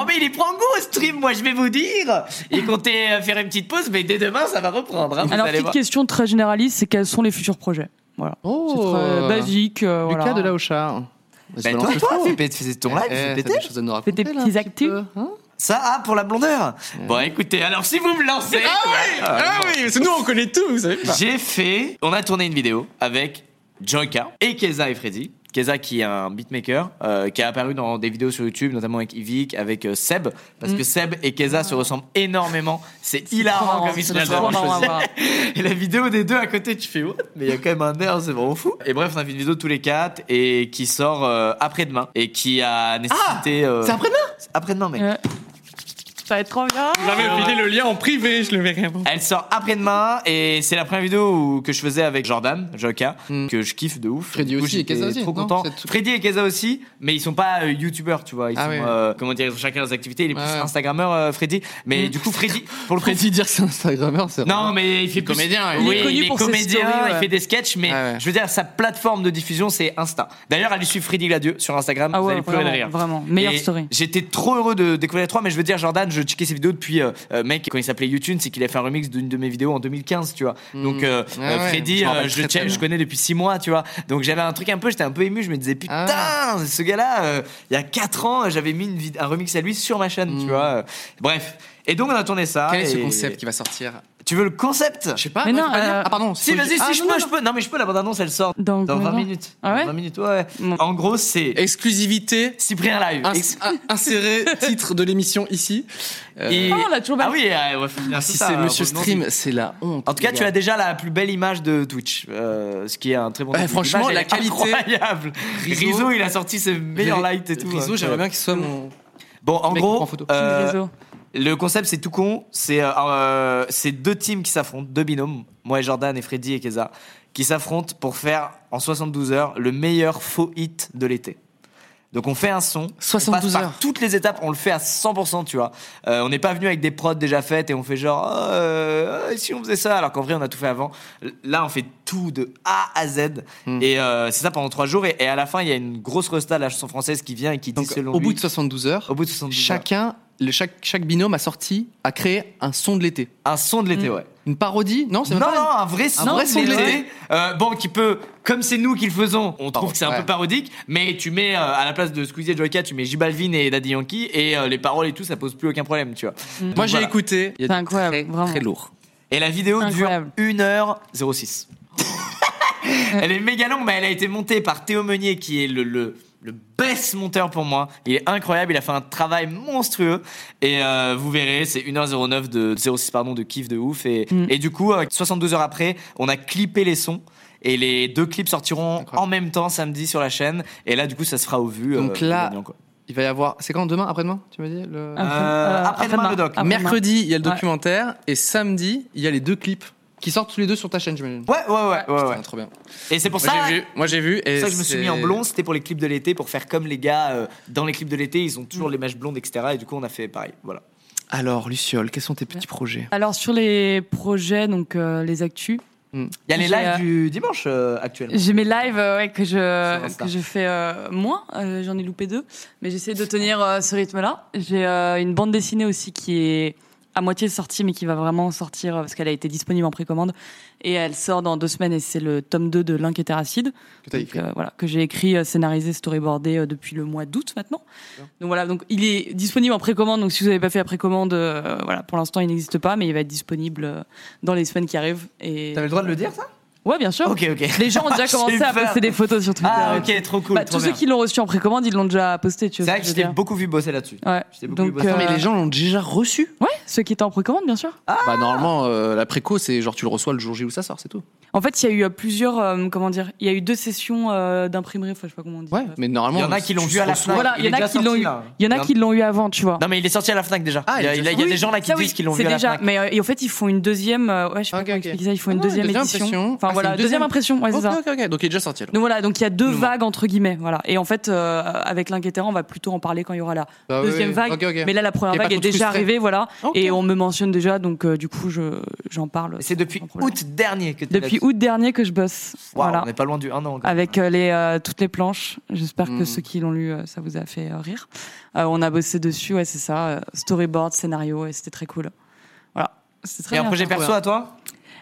[SPEAKER 4] Oh mais il y prend goût au stream, moi je vais vous dire. Il comptait euh, faire une petite pause, mais dès demain ça va reprendre. hein, vous
[SPEAKER 5] Alors,
[SPEAKER 4] allez
[SPEAKER 5] petite
[SPEAKER 4] voir.
[SPEAKER 5] question très généraliste c'est quels sont les futurs projets Voilà.
[SPEAKER 3] Oh,
[SPEAKER 5] c'est très
[SPEAKER 3] euh,
[SPEAKER 5] basique. euh,
[SPEAKER 3] Lucas
[SPEAKER 5] voilà.
[SPEAKER 3] de la Hochard.
[SPEAKER 4] Bah, toi,
[SPEAKER 3] hein.
[SPEAKER 4] toi, fais péter- fais ton live,
[SPEAKER 3] Eh,
[SPEAKER 4] fais péter.
[SPEAKER 3] des choses à nous raconter.
[SPEAKER 5] des
[SPEAKER 3] là,
[SPEAKER 5] petits
[SPEAKER 3] un
[SPEAKER 5] actus.
[SPEAKER 3] petit peu, hein
[SPEAKER 4] Ça, ah, pour la blondeur Bon, écoutez, alors si vous me lancez... Ah,
[SPEAKER 3] Ah oui, parce que nous on connaît tout, vous savez pas.
[SPEAKER 4] J'ai fait... On a tourné une vidéo avec Joyka et Keza et Freddy. Keza qui est un beatmaker, euh, qui a apparu dans des vidéos sur YouTube, notamment avec Yvick, avec euh, Seb, parce que Seb et Keza se ressemblent énormément. C'est hilarant Ah, comme ils se
[SPEAKER 5] Mm. C'est Oh, trop
[SPEAKER 4] ressemblent.
[SPEAKER 5] marrant à voir.
[SPEAKER 4] Et la vidéo des deux à côté, tu fais what Mais il y a quand même un air, c'est vraiment fou. Et bref, on a fait une vidéo tous les quatre et qui sort euh, après-demain et qui
[SPEAKER 5] Ah!
[SPEAKER 4] a nécessité. euh,
[SPEAKER 3] C'est après-demain
[SPEAKER 4] Après-demain, mec.
[SPEAKER 5] Ouais. Ça va être trop bien.
[SPEAKER 3] le lien en privé, je le verrai avant.
[SPEAKER 4] Elle sort après-demain et c'est la première vidéo où- que je faisais avec Jordan, Joka,
[SPEAKER 3] Hmm.
[SPEAKER 4] que je kiffe de ouf.
[SPEAKER 3] Freddy
[SPEAKER 4] Du coup,
[SPEAKER 3] aussi et
[SPEAKER 4] j'étais
[SPEAKER 3] Keza aussi,
[SPEAKER 4] Trop
[SPEAKER 3] non
[SPEAKER 4] content.
[SPEAKER 3] C'est tout-
[SPEAKER 4] Freddy et Keza aussi, mais ils sont pas euh, youtubeurs, tu vois. Ils
[SPEAKER 3] Ah
[SPEAKER 4] sont,
[SPEAKER 3] ouais.
[SPEAKER 4] euh, comment dire, ils ont chacun leurs activités. Il est plus
[SPEAKER 3] Ouais. Hmm.
[SPEAKER 4] Instagrammeur, euh, Freddy. Mais du coup, Freddy, pour le coup,
[SPEAKER 3] Freddy dire que c'est Instagrammeur, c'est
[SPEAKER 4] Non, mais il fait plus-
[SPEAKER 3] comédien, il
[SPEAKER 4] Oui,
[SPEAKER 5] est connu
[SPEAKER 4] il est
[SPEAKER 5] pour ses
[SPEAKER 4] comédien,
[SPEAKER 5] stories,
[SPEAKER 4] il
[SPEAKER 5] ouais.
[SPEAKER 4] fait des sketchs, mais
[SPEAKER 3] Ah ouais.
[SPEAKER 4] je veux dire, sa plateforme de diffusion, c'est Insta. D'ailleurs, allez suivre Freddy Gladieux sur Instagram,
[SPEAKER 5] Ah
[SPEAKER 4] vous
[SPEAKER 5] ouais,
[SPEAKER 4] allez pleurer de
[SPEAKER 5] vraiment,
[SPEAKER 4] rire.
[SPEAKER 5] vraiment. Meilleure
[SPEAKER 4] hein. Et
[SPEAKER 5] story.
[SPEAKER 4] J'étais trop heureux de découvrir les trois, mais je veux dire, Jordan, je checkais ses vidéos depuis, euh, euh, mec, quand il s'appelait YouTube, c'est qu'il a fait un remix d'une de mes vidéos en 2015, tu vois. Donc, euh,
[SPEAKER 3] Ah
[SPEAKER 4] euh,
[SPEAKER 3] ouais,
[SPEAKER 4] Freddy,
[SPEAKER 3] je m'en
[SPEAKER 4] euh,
[SPEAKER 3] rappelle
[SPEAKER 4] je,
[SPEAKER 3] très, très
[SPEAKER 4] check-
[SPEAKER 3] bien.
[SPEAKER 4] je connais depuis 6 mois, tu vois. Donc, j'avais un truc un peu, j'étais un peu ému, je me disais, putain,
[SPEAKER 3] Ah.
[SPEAKER 4] ce gars-là, euh, il y a 4 ans, j'avais mis une vid- un remix à lui sur ma chaîne, tu vois. Bref. Et donc, on a tourné ça.
[SPEAKER 3] Hmm. Quel est ce
[SPEAKER 4] et-
[SPEAKER 3] concept qui va sortir
[SPEAKER 4] tu veux le concept
[SPEAKER 3] Je sais pas.
[SPEAKER 5] Mais
[SPEAKER 3] moi,
[SPEAKER 5] non,
[SPEAKER 3] je peux pas
[SPEAKER 5] euh,
[SPEAKER 3] dire. Ah pardon.
[SPEAKER 4] Si,
[SPEAKER 3] faut-
[SPEAKER 4] vas-y, si
[SPEAKER 3] Ah,
[SPEAKER 4] je
[SPEAKER 3] non,
[SPEAKER 4] peux,
[SPEAKER 3] non,
[SPEAKER 4] je peux. Non, mais je peux, la bande-annonce, elle sort
[SPEAKER 5] Dans
[SPEAKER 4] dans 20
[SPEAKER 5] combien de temps
[SPEAKER 4] minutes.
[SPEAKER 5] Ah ouais
[SPEAKER 4] Dans 20 minutes, ouais.
[SPEAKER 5] Mm.
[SPEAKER 4] En gros, c'est
[SPEAKER 3] non. Ah, Exclusivité.
[SPEAKER 4] Cyprien Live.
[SPEAKER 3] ins-
[SPEAKER 4] Ex-
[SPEAKER 3] in- Insérer titre de l'émission ici. Euh,
[SPEAKER 4] et-
[SPEAKER 5] Ah, on l'a toujours pas
[SPEAKER 4] Ah oui, euh, ouais, faut bien
[SPEAKER 3] si
[SPEAKER 4] ça,
[SPEAKER 3] c'est
[SPEAKER 4] euh,
[SPEAKER 3] Monsieur
[SPEAKER 4] revenons-y.
[SPEAKER 3] Stream, c'est la honte.
[SPEAKER 4] En tout cas,
[SPEAKER 3] les
[SPEAKER 4] tu
[SPEAKER 3] gars.
[SPEAKER 4] as déjà la plus belle image de Twitch, euh, ce qui est un très bon.
[SPEAKER 3] Ouais,
[SPEAKER 4] début.
[SPEAKER 3] franchement,
[SPEAKER 4] L'image,
[SPEAKER 3] la
[SPEAKER 4] elle est
[SPEAKER 3] qualité.
[SPEAKER 4] Incroyable.
[SPEAKER 3] Rizzo.
[SPEAKER 4] Rizzo, il a sorti ses meilleurs lights et tout.
[SPEAKER 3] Rizzo,
[SPEAKER 4] hein.
[SPEAKER 3] j'aimerais bien qu'il soit mon.
[SPEAKER 4] Bon, en
[SPEAKER 3] Mec, prends
[SPEAKER 4] gros,
[SPEAKER 3] photo.
[SPEAKER 4] euh,
[SPEAKER 5] Réseau.
[SPEAKER 4] le concept, c'est tout con. C'est euh, euh, c'est deux teams qui s'affrontent, deux binômes, moi et Jordan et Freddy et Keza, qui s'affrontent pour faire en 72 heures le meilleur faux hit de l'été. Donc on fait un son, on
[SPEAKER 3] 72
[SPEAKER 4] passe par
[SPEAKER 3] heures.
[SPEAKER 4] toutes les étapes, on le fait à 100%, tu vois. Euh, on n'est pas venu avec des prods déjà faites et on fait genre Ah, euh, ah, si on faisait ça, alors qu'en vrai on a tout fait avant. L- Là on fait tout de A à Z
[SPEAKER 3] Hmm.
[SPEAKER 4] et euh, c'est ça pendant trois jours et, et à la fin il y a une grosse resta de la chanson française qui vient et qui dit
[SPEAKER 3] Donc,
[SPEAKER 4] selon
[SPEAKER 3] au bout
[SPEAKER 4] lui-
[SPEAKER 3] de 72 heures,
[SPEAKER 4] au bout de 72 heures,
[SPEAKER 3] chacun, le, chaque, chaque binôme a sorti, a créé un son de l'été.
[SPEAKER 4] un son de l'été, ouais.
[SPEAKER 3] Une parodie Non, Hmm. c'est
[SPEAKER 4] Non,
[SPEAKER 3] même pas une-
[SPEAKER 4] non, un vrai son,
[SPEAKER 3] vrai
[SPEAKER 4] de
[SPEAKER 3] son de
[SPEAKER 4] l'été.
[SPEAKER 3] l'été.
[SPEAKER 4] Euh, bon, qui peut, comme c'est nous qui le faisons, on trouve
[SPEAKER 3] Pardon,
[SPEAKER 4] que c'est un
[SPEAKER 3] ouais.
[SPEAKER 4] peu parodique, mais tu mets euh, à la place de Squeezie et Joyka, tu mets J Balvin et Daddy Yankee, et euh, les paroles et tout, ça pose plus aucun problème, tu vois. Donc,
[SPEAKER 3] Moi, j'ai
[SPEAKER 4] voilà.
[SPEAKER 3] écouté. Il y a
[SPEAKER 5] C'est
[SPEAKER 3] du
[SPEAKER 5] incroyable,
[SPEAKER 3] très,
[SPEAKER 5] vraiment.
[SPEAKER 3] Très lourd.
[SPEAKER 4] Et la vidéo
[SPEAKER 5] Incroyable.
[SPEAKER 4] dure 1h06. elle est méga longue, mais elle a été montée par Théo Meunier, qui est le, le, le best monteur pour moi. Il est incroyable, il a fait un travail monstrueux. Et euh, vous verrez, c'est 1h09 de 06 pardon, de kiff de ouf. Et,
[SPEAKER 3] Mm.
[SPEAKER 4] et du coup, euh, 72 heures après, on a clippé les sons. Et les deux clips sortiront
[SPEAKER 3] Incroyable.
[SPEAKER 4] en même temps samedi sur la chaîne. Et là, du coup, ça se fera au vu. euh,
[SPEAKER 3] Donc là,
[SPEAKER 4] gagnant, quoi.
[SPEAKER 3] Il va y avoir. C'est quand demain Après-demain Tu m'as dit le...
[SPEAKER 5] Après-
[SPEAKER 4] euh, après-demain, le doc.
[SPEAKER 5] Ah, après-demain.
[SPEAKER 3] Mercredi, il y a le
[SPEAKER 5] Ouais.
[SPEAKER 3] documentaire. Et samedi, il y a les deux clips qui sortent tous les deux sur ta chaîne, j'imagine.
[SPEAKER 4] Ouais, ouais, ouais. ouais, ouais.
[SPEAKER 3] Ah, Putain, trop bien.
[SPEAKER 4] Et c'est pour
[SPEAKER 3] Moi,
[SPEAKER 4] ça.
[SPEAKER 3] j'ai vu. Moi, j'ai vu. Et
[SPEAKER 4] ça que je me suis
[SPEAKER 3] c'est-
[SPEAKER 4] mis en blond, c'était pour les clips de l'été, pour faire comme les gars euh, dans les clips de l'été, ils ont toujours les mèches blondes, etc. Et du coup, on a fait pareil. Voilà.
[SPEAKER 3] Alors, Luciole, quels sont tes petits projets
[SPEAKER 5] Alors, sur les projets, donc euh, les actus,
[SPEAKER 4] Il y a les
[SPEAKER 5] J'ai,
[SPEAKER 4] lives
[SPEAKER 5] euh,
[SPEAKER 4] du dimanche euh, actuellement.
[SPEAKER 5] j'ai mes lives euh, ouais, que,
[SPEAKER 4] Sur
[SPEAKER 5] je,
[SPEAKER 4] Insta.
[SPEAKER 5] que je fais euh, moins, euh, j'en ai loupé deux, mais j'essaie de tenir euh, ce rythme-là. J'ai euh, une bande dessinée aussi qui est à moitié sortie, mais qui va vraiment sortir euh, parce qu'elle a été disponible en précommande. Et elle sort dans deux semaines, et c'est le tome 2 de L'Inquiétéracide.
[SPEAKER 3] que t'as
[SPEAKER 5] Donc,
[SPEAKER 3] écrit
[SPEAKER 5] euh, voilà, que j'ai écrit, euh, scénarisé, storyboardé euh, depuis le mois d'août maintenant. Donc voilà, donc il est disponible en précommande. Donc si vous n'avez pas fait la précommande, euh, voilà, pour l'instant il n'existe pas, mais il va être disponible euh, dans les semaines qui arrivent. Et
[SPEAKER 4] T'avais le droit de le dire, ça
[SPEAKER 5] Ouais, bien sûr.
[SPEAKER 4] Ok, ok.
[SPEAKER 5] Les gens ont déjà
[SPEAKER 4] J'ai
[SPEAKER 5] commencé à
[SPEAKER 4] peur.
[SPEAKER 5] poster des photos sur Twitter.
[SPEAKER 4] Ah,
[SPEAKER 5] et tout.
[SPEAKER 4] ok, trop cool.
[SPEAKER 5] Bah,
[SPEAKER 4] trop
[SPEAKER 5] tous ceux
[SPEAKER 4] bien.
[SPEAKER 5] qui l'ont reçu en précommande, ils l'ont déjà posté, tu
[SPEAKER 4] C'est
[SPEAKER 5] vois. ce
[SPEAKER 4] vrai que
[SPEAKER 5] je veux
[SPEAKER 4] je t'ai
[SPEAKER 5] dire.
[SPEAKER 4] beaucoup vu bosser là-dessus.
[SPEAKER 5] Ouais.
[SPEAKER 4] je t'ai beaucoup vu
[SPEAKER 5] Donc,
[SPEAKER 4] bosser.
[SPEAKER 5] euh,
[SPEAKER 3] Non, mais les gens l'ont déjà reçu.
[SPEAKER 5] ouais, ceux qui étaient en précommande, bien sûr.
[SPEAKER 4] Ah.
[SPEAKER 3] Bah, normalement, euh, la préco, c'est genre tu le reçois le jour J où ça sort, c'est tout.
[SPEAKER 5] En fait, il y a eu euh, plusieurs, euh, comment dire, il y a eu deux sessions euh, d'imprimerie, enfin, je sais pas comment on dit.
[SPEAKER 3] Ouais, mais normalement.
[SPEAKER 4] Il y en a qui l'ont
[SPEAKER 3] tu
[SPEAKER 4] vu à la
[SPEAKER 3] reçois-
[SPEAKER 4] Fnac.
[SPEAKER 5] Voilà, il y
[SPEAKER 4] est
[SPEAKER 5] en a
[SPEAKER 4] déjà
[SPEAKER 5] qui l'ont
[SPEAKER 4] sorti,
[SPEAKER 5] eu.
[SPEAKER 4] là.
[SPEAKER 5] Il y en a qui l'ont eu avant, tu vois.
[SPEAKER 4] Non, mais il est sorti à la Fnac déjà.
[SPEAKER 3] Ah,
[SPEAKER 4] il y a,
[SPEAKER 3] il est
[SPEAKER 4] il y a- il y a
[SPEAKER 5] Oui,
[SPEAKER 4] des gens là qui
[SPEAKER 5] ça,
[SPEAKER 4] disent
[SPEAKER 5] oui,
[SPEAKER 4] qu'ils l'ont
[SPEAKER 5] c'est
[SPEAKER 4] vu à la
[SPEAKER 5] déjà,
[SPEAKER 4] Fnac.
[SPEAKER 5] mais euh, et en fait, ils font une deuxième, euh, ouais, je sais pas
[SPEAKER 3] Ok,
[SPEAKER 5] comment
[SPEAKER 3] ok.
[SPEAKER 5] expliquer ça, ils font
[SPEAKER 3] Ah,
[SPEAKER 5] une
[SPEAKER 3] non,
[SPEAKER 5] deuxième,
[SPEAKER 3] deuxième
[SPEAKER 5] édition.
[SPEAKER 3] impression.
[SPEAKER 5] Enfin
[SPEAKER 3] Ah, c'est
[SPEAKER 5] voilà,
[SPEAKER 3] une
[SPEAKER 5] deuxième,
[SPEAKER 3] deuxième-
[SPEAKER 5] impression, ouais, c'est
[SPEAKER 3] Ok,
[SPEAKER 5] ça.
[SPEAKER 3] ok, ok. Donc il est déjà sorti. alors.
[SPEAKER 5] Donc voilà, donc il y a deux
[SPEAKER 3] Mouvement.
[SPEAKER 5] vagues entre guillemets, voilà. Et en fait, euh, avec l'inquiétant, on va plutôt en parler quand il y aura la
[SPEAKER 3] Bah oui,
[SPEAKER 5] deuxième
[SPEAKER 3] oui.
[SPEAKER 5] vague.
[SPEAKER 3] Ok, ok.
[SPEAKER 5] Mais là, la première
[SPEAKER 3] Et pas
[SPEAKER 5] vague est
[SPEAKER 3] trop
[SPEAKER 5] déjà
[SPEAKER 3] frustré.
[SPEAKER 5] arrivée, voilà.
[SPEAKER 3] Ok.
[SPEAKER 5] Et on me mentionne déjà, donc euh, du coup, je j'en parle.
[SPEAKER 4] C'est depuis
[SPEAKER 5] sans problème.
[SPEAKER 4] août dernier que tu
[SPEAKER 5] Depuis août dernier que je bosse, voilà.
[SPEAKER 4] On n'est pas loin du 1 an. encore.
[SPEAKER 5] Avec euh, les euh, toutes les planches. J'espère
[SPEAKER 3] Mm.
[SPEAKER 5] que ceux qui l'ont lu, euh, ça vous a fait euh, rire. Euh, on a bossé dessus, ouais, c'est ça. euh, storyboard, scénario, et c'était très cool. Voilà. C'était très
[SPEAKER 4] Et un
[SPEAKER 5] bien
[SPEAKER 4] projet
[SPEAKER 5] fait.
[SPEAKER 4] perso à toi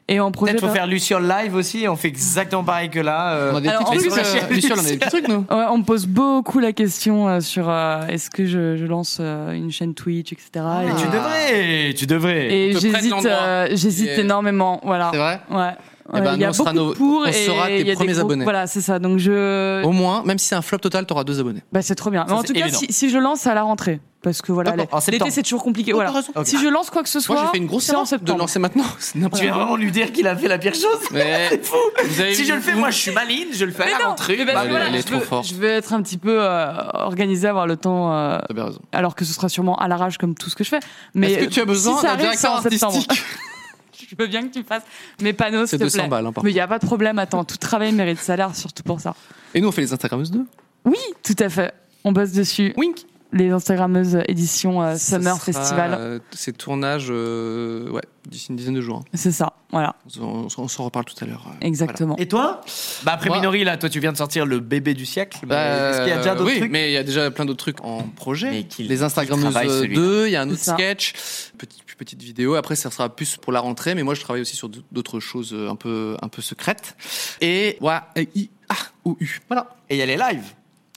[SPEAKER 5] Et en projet
[SPEAKER 4] Peut-être faut
[SPEAKER 5] perso.
[SPEAKER 4] faire Luciole live aussi. On fait exactement pareil que là. euh,
[SPEAKER 3] On a des
[SPEAKER 5] Alors, en
[SPEAKER 3] petits
[SPEAKER 5] plus,
[SPEAKER 3] trucs, euh,
[SPEAKER 4] euh,
[SPEAKER 3] Luciole, on a des petits trucs, nous.
[SPEAKER 5] Ouais, on me pose beaucoup la question euh, sur euh, est-ce que je, je lance euh, une chaîne Twitch, etc.
[SPEAKER 4] Mais tu devrais, tu devrais.
[SPEAKER 5] Ah. et
[SPEAKER 3] on Ah. te prête
[SPEAKER 5] j'hésite,
[SPEAKER 3] l'endroit.
[SPEAKER 5] euh, j'hésite
[SPEAKER 3] Et-
[SPEAKER 5] énormément. Voilà.
[SPEAKER 3] C'est vrai
[SPEAKER 5] Ouais.
[SPEAKER 3] Eh
[SPEAKER 5] Ouais,
[SPEAKER 3] ben,
[SPEAKER 5] il y
[SPEAKER 3] nous,
[SPEAKER 5] a
[SPEAKER 3] on sera
[SPEAKER 5] beaucoup de
[SPEAKER 3] nos-
[SPEAKER 5] pour
[SPEAKER 3] on
[SPEAKER 5] et
[SPEAKER 3] sera tes
[SPEAKER 5] il y a des
[SPEAKER 3] premiers
[SPEAKER 5] gros-
[SPEAKER 3] abonnés.
[SPEAKER 5] Voilà, c'est ça. Donc je,
[SPEAKER 3] Euh, Au moins, même si c'est un flop total, t'auras deux abonnés.
[SPEAKER 5] bah c'est trop bien. Mais en
[SPEAKER 4] c'est
[SPEAKER 5] tout cas,
[SPEAKER 4] évident.
[SPEAKER 5] si, si je lance c'est à la rentrée, parce que voilà,
[SPEAKER 4] D'accord, en
[SPEAKER 5] l'été,
[SPEAKER 4] septembre.
[SPEAKER 5] c'est toujours compliqué.
[SPEAKER 3] Non,
[SPEAKER 5] Voilà.
[SPEAKER 3] t'as raison.
[SPEAKER 4] Ok.
[SPEAKER 5] Si je lance quoi que ce soit,
[SPEAKER 3] Moi, j'ai fait une grosse
[SPEAKER 5] c'est en
[SPEAKER 3] erreur de
[SPEAKER 5] septembre.
[SPEAKER 3] lancer maintenant. C'est n'importe
[SPEAKER 4] Tu viens
[SPEAKER 3] quoi.
[SPEAKER 4] vraiment lui dire qu'il a fait la pire chose
[SPEAKER 3] Mais-
[SPEAKER 4] C'est fou
[SPEAKER 3] Vous avez
[SPEAKER 4] Si
[SPEAKER 3] vu-
[SPEAKER 4] je le fais, moi je suis maligne, je le fais
[SPEAKER 5] Mais
[SPEAKER 4] à la
[SPEAKER 5] non,
[SPEAKER 4] rentrée.
[SPEAKER 5] mais parce
[SPEAKER 4] bah,
[SPEAKER 5] que
[SPEAKER 3] elle-
[SPEAKER 5] voilà,
[SPEAKER 3] elle est
[SPEAKER 5] je
[SPEAKER 3] trop
[SPEAKER 5] veux-
[SPEAKER 3] forte.
[SPEAKER 5] Je vais être un petit peu euh, organisé, avoir le temps. euh,
[SPEAKER 3] T'as bien raison.
[SPEAKER 5] alors que ce sera sûrement à l'arrache comme tout ce que je fais. Mais
[SPEAKER 3] Est-ce que tu as
[SPEAKER 5] euh,
[SPEAKER 3] besoin
[SPEAKER 5] si ça
[SPEAKER 3] d'un
[SPEAKER 5] arrive,
[SPEAKER 3] directeur
[SPEAKER 5] c'est en septembre.
[SPEAKER 3] artistique
[SPEAKER 5] Je veux bien que tu fasses mes panneaux,
[SPEAKER 3] C'est
[SPEAKER 5] s'il te plaît.
[SPEAKER 3] 200 balles, hein, par
[SPEAKER 5] Mais il n'y a pas de problème, attends, tout travail mérite salaire, surtout pour ça.
[SPEAKER 3] Et nous, on fait les Instagrammeuses 2.
[SPEAKER 5] Oui, tout à fait. On bosse dessus.
[SPEAKER 3] Wink
[SPEAKER 5] Les Instagrammeuses édition euh,
[SPEAKER 3] Ça
[SPEAKER 5] Summer
[SPEAKER 3] sera,
[SPEAKER 5] Festival.
[SPEAKER 3] euh, C'est tournage, euh, ouais, d'ici une dizaine de jours. hein.
[SPEAKER 5] C'est ça, voilà,
[SPEAKER 3] On, s'en- on s'en reparle tout à l'heure. euh,
[SPEAKER 5] exactement.
[SPEAKER 4] Et toi Bah après
[SPEAKER 3] Moi-
[SPEAKER 4] Minori là, toi tu viens de sortir le bébé du siècle. mais
[SPEAKER 3] voilà.
[SPEAKER 4] Est-ce qu'il y a déjà
[SPEAKER 3] Euh,
[SPEAKER 4] d'autres
[SPEAKER 3] oui,
[SPEAKER 4] trucs
[SPEAKER 3] mais il y a déjà plein d'autres trucs en projet.
[SPEAKER 4] Mais qu'il-
[SPEAKER 3] les
[SPEAKER 4] qu'il
[SPEAKER 3] Instagrammeuses
[SPEAKER 4] travaille,
[SPEAKER 3] euh,
[SPEAKER 4] celui-là.
[SPEAKER 3] 2, il y a un autre
[SPEAKER 5] C'est ça.
[SPEAKER 3] sketch, petite, plus petite vidéo. Après, ça sera plus pour la rentrée, mais moi, je travaille aussi sur d'autres choses euh, un peu, un peu secrètes. Et, ouais, I, A, O, U. Voilà.
[SPEAKER 4] Et il y a les lives.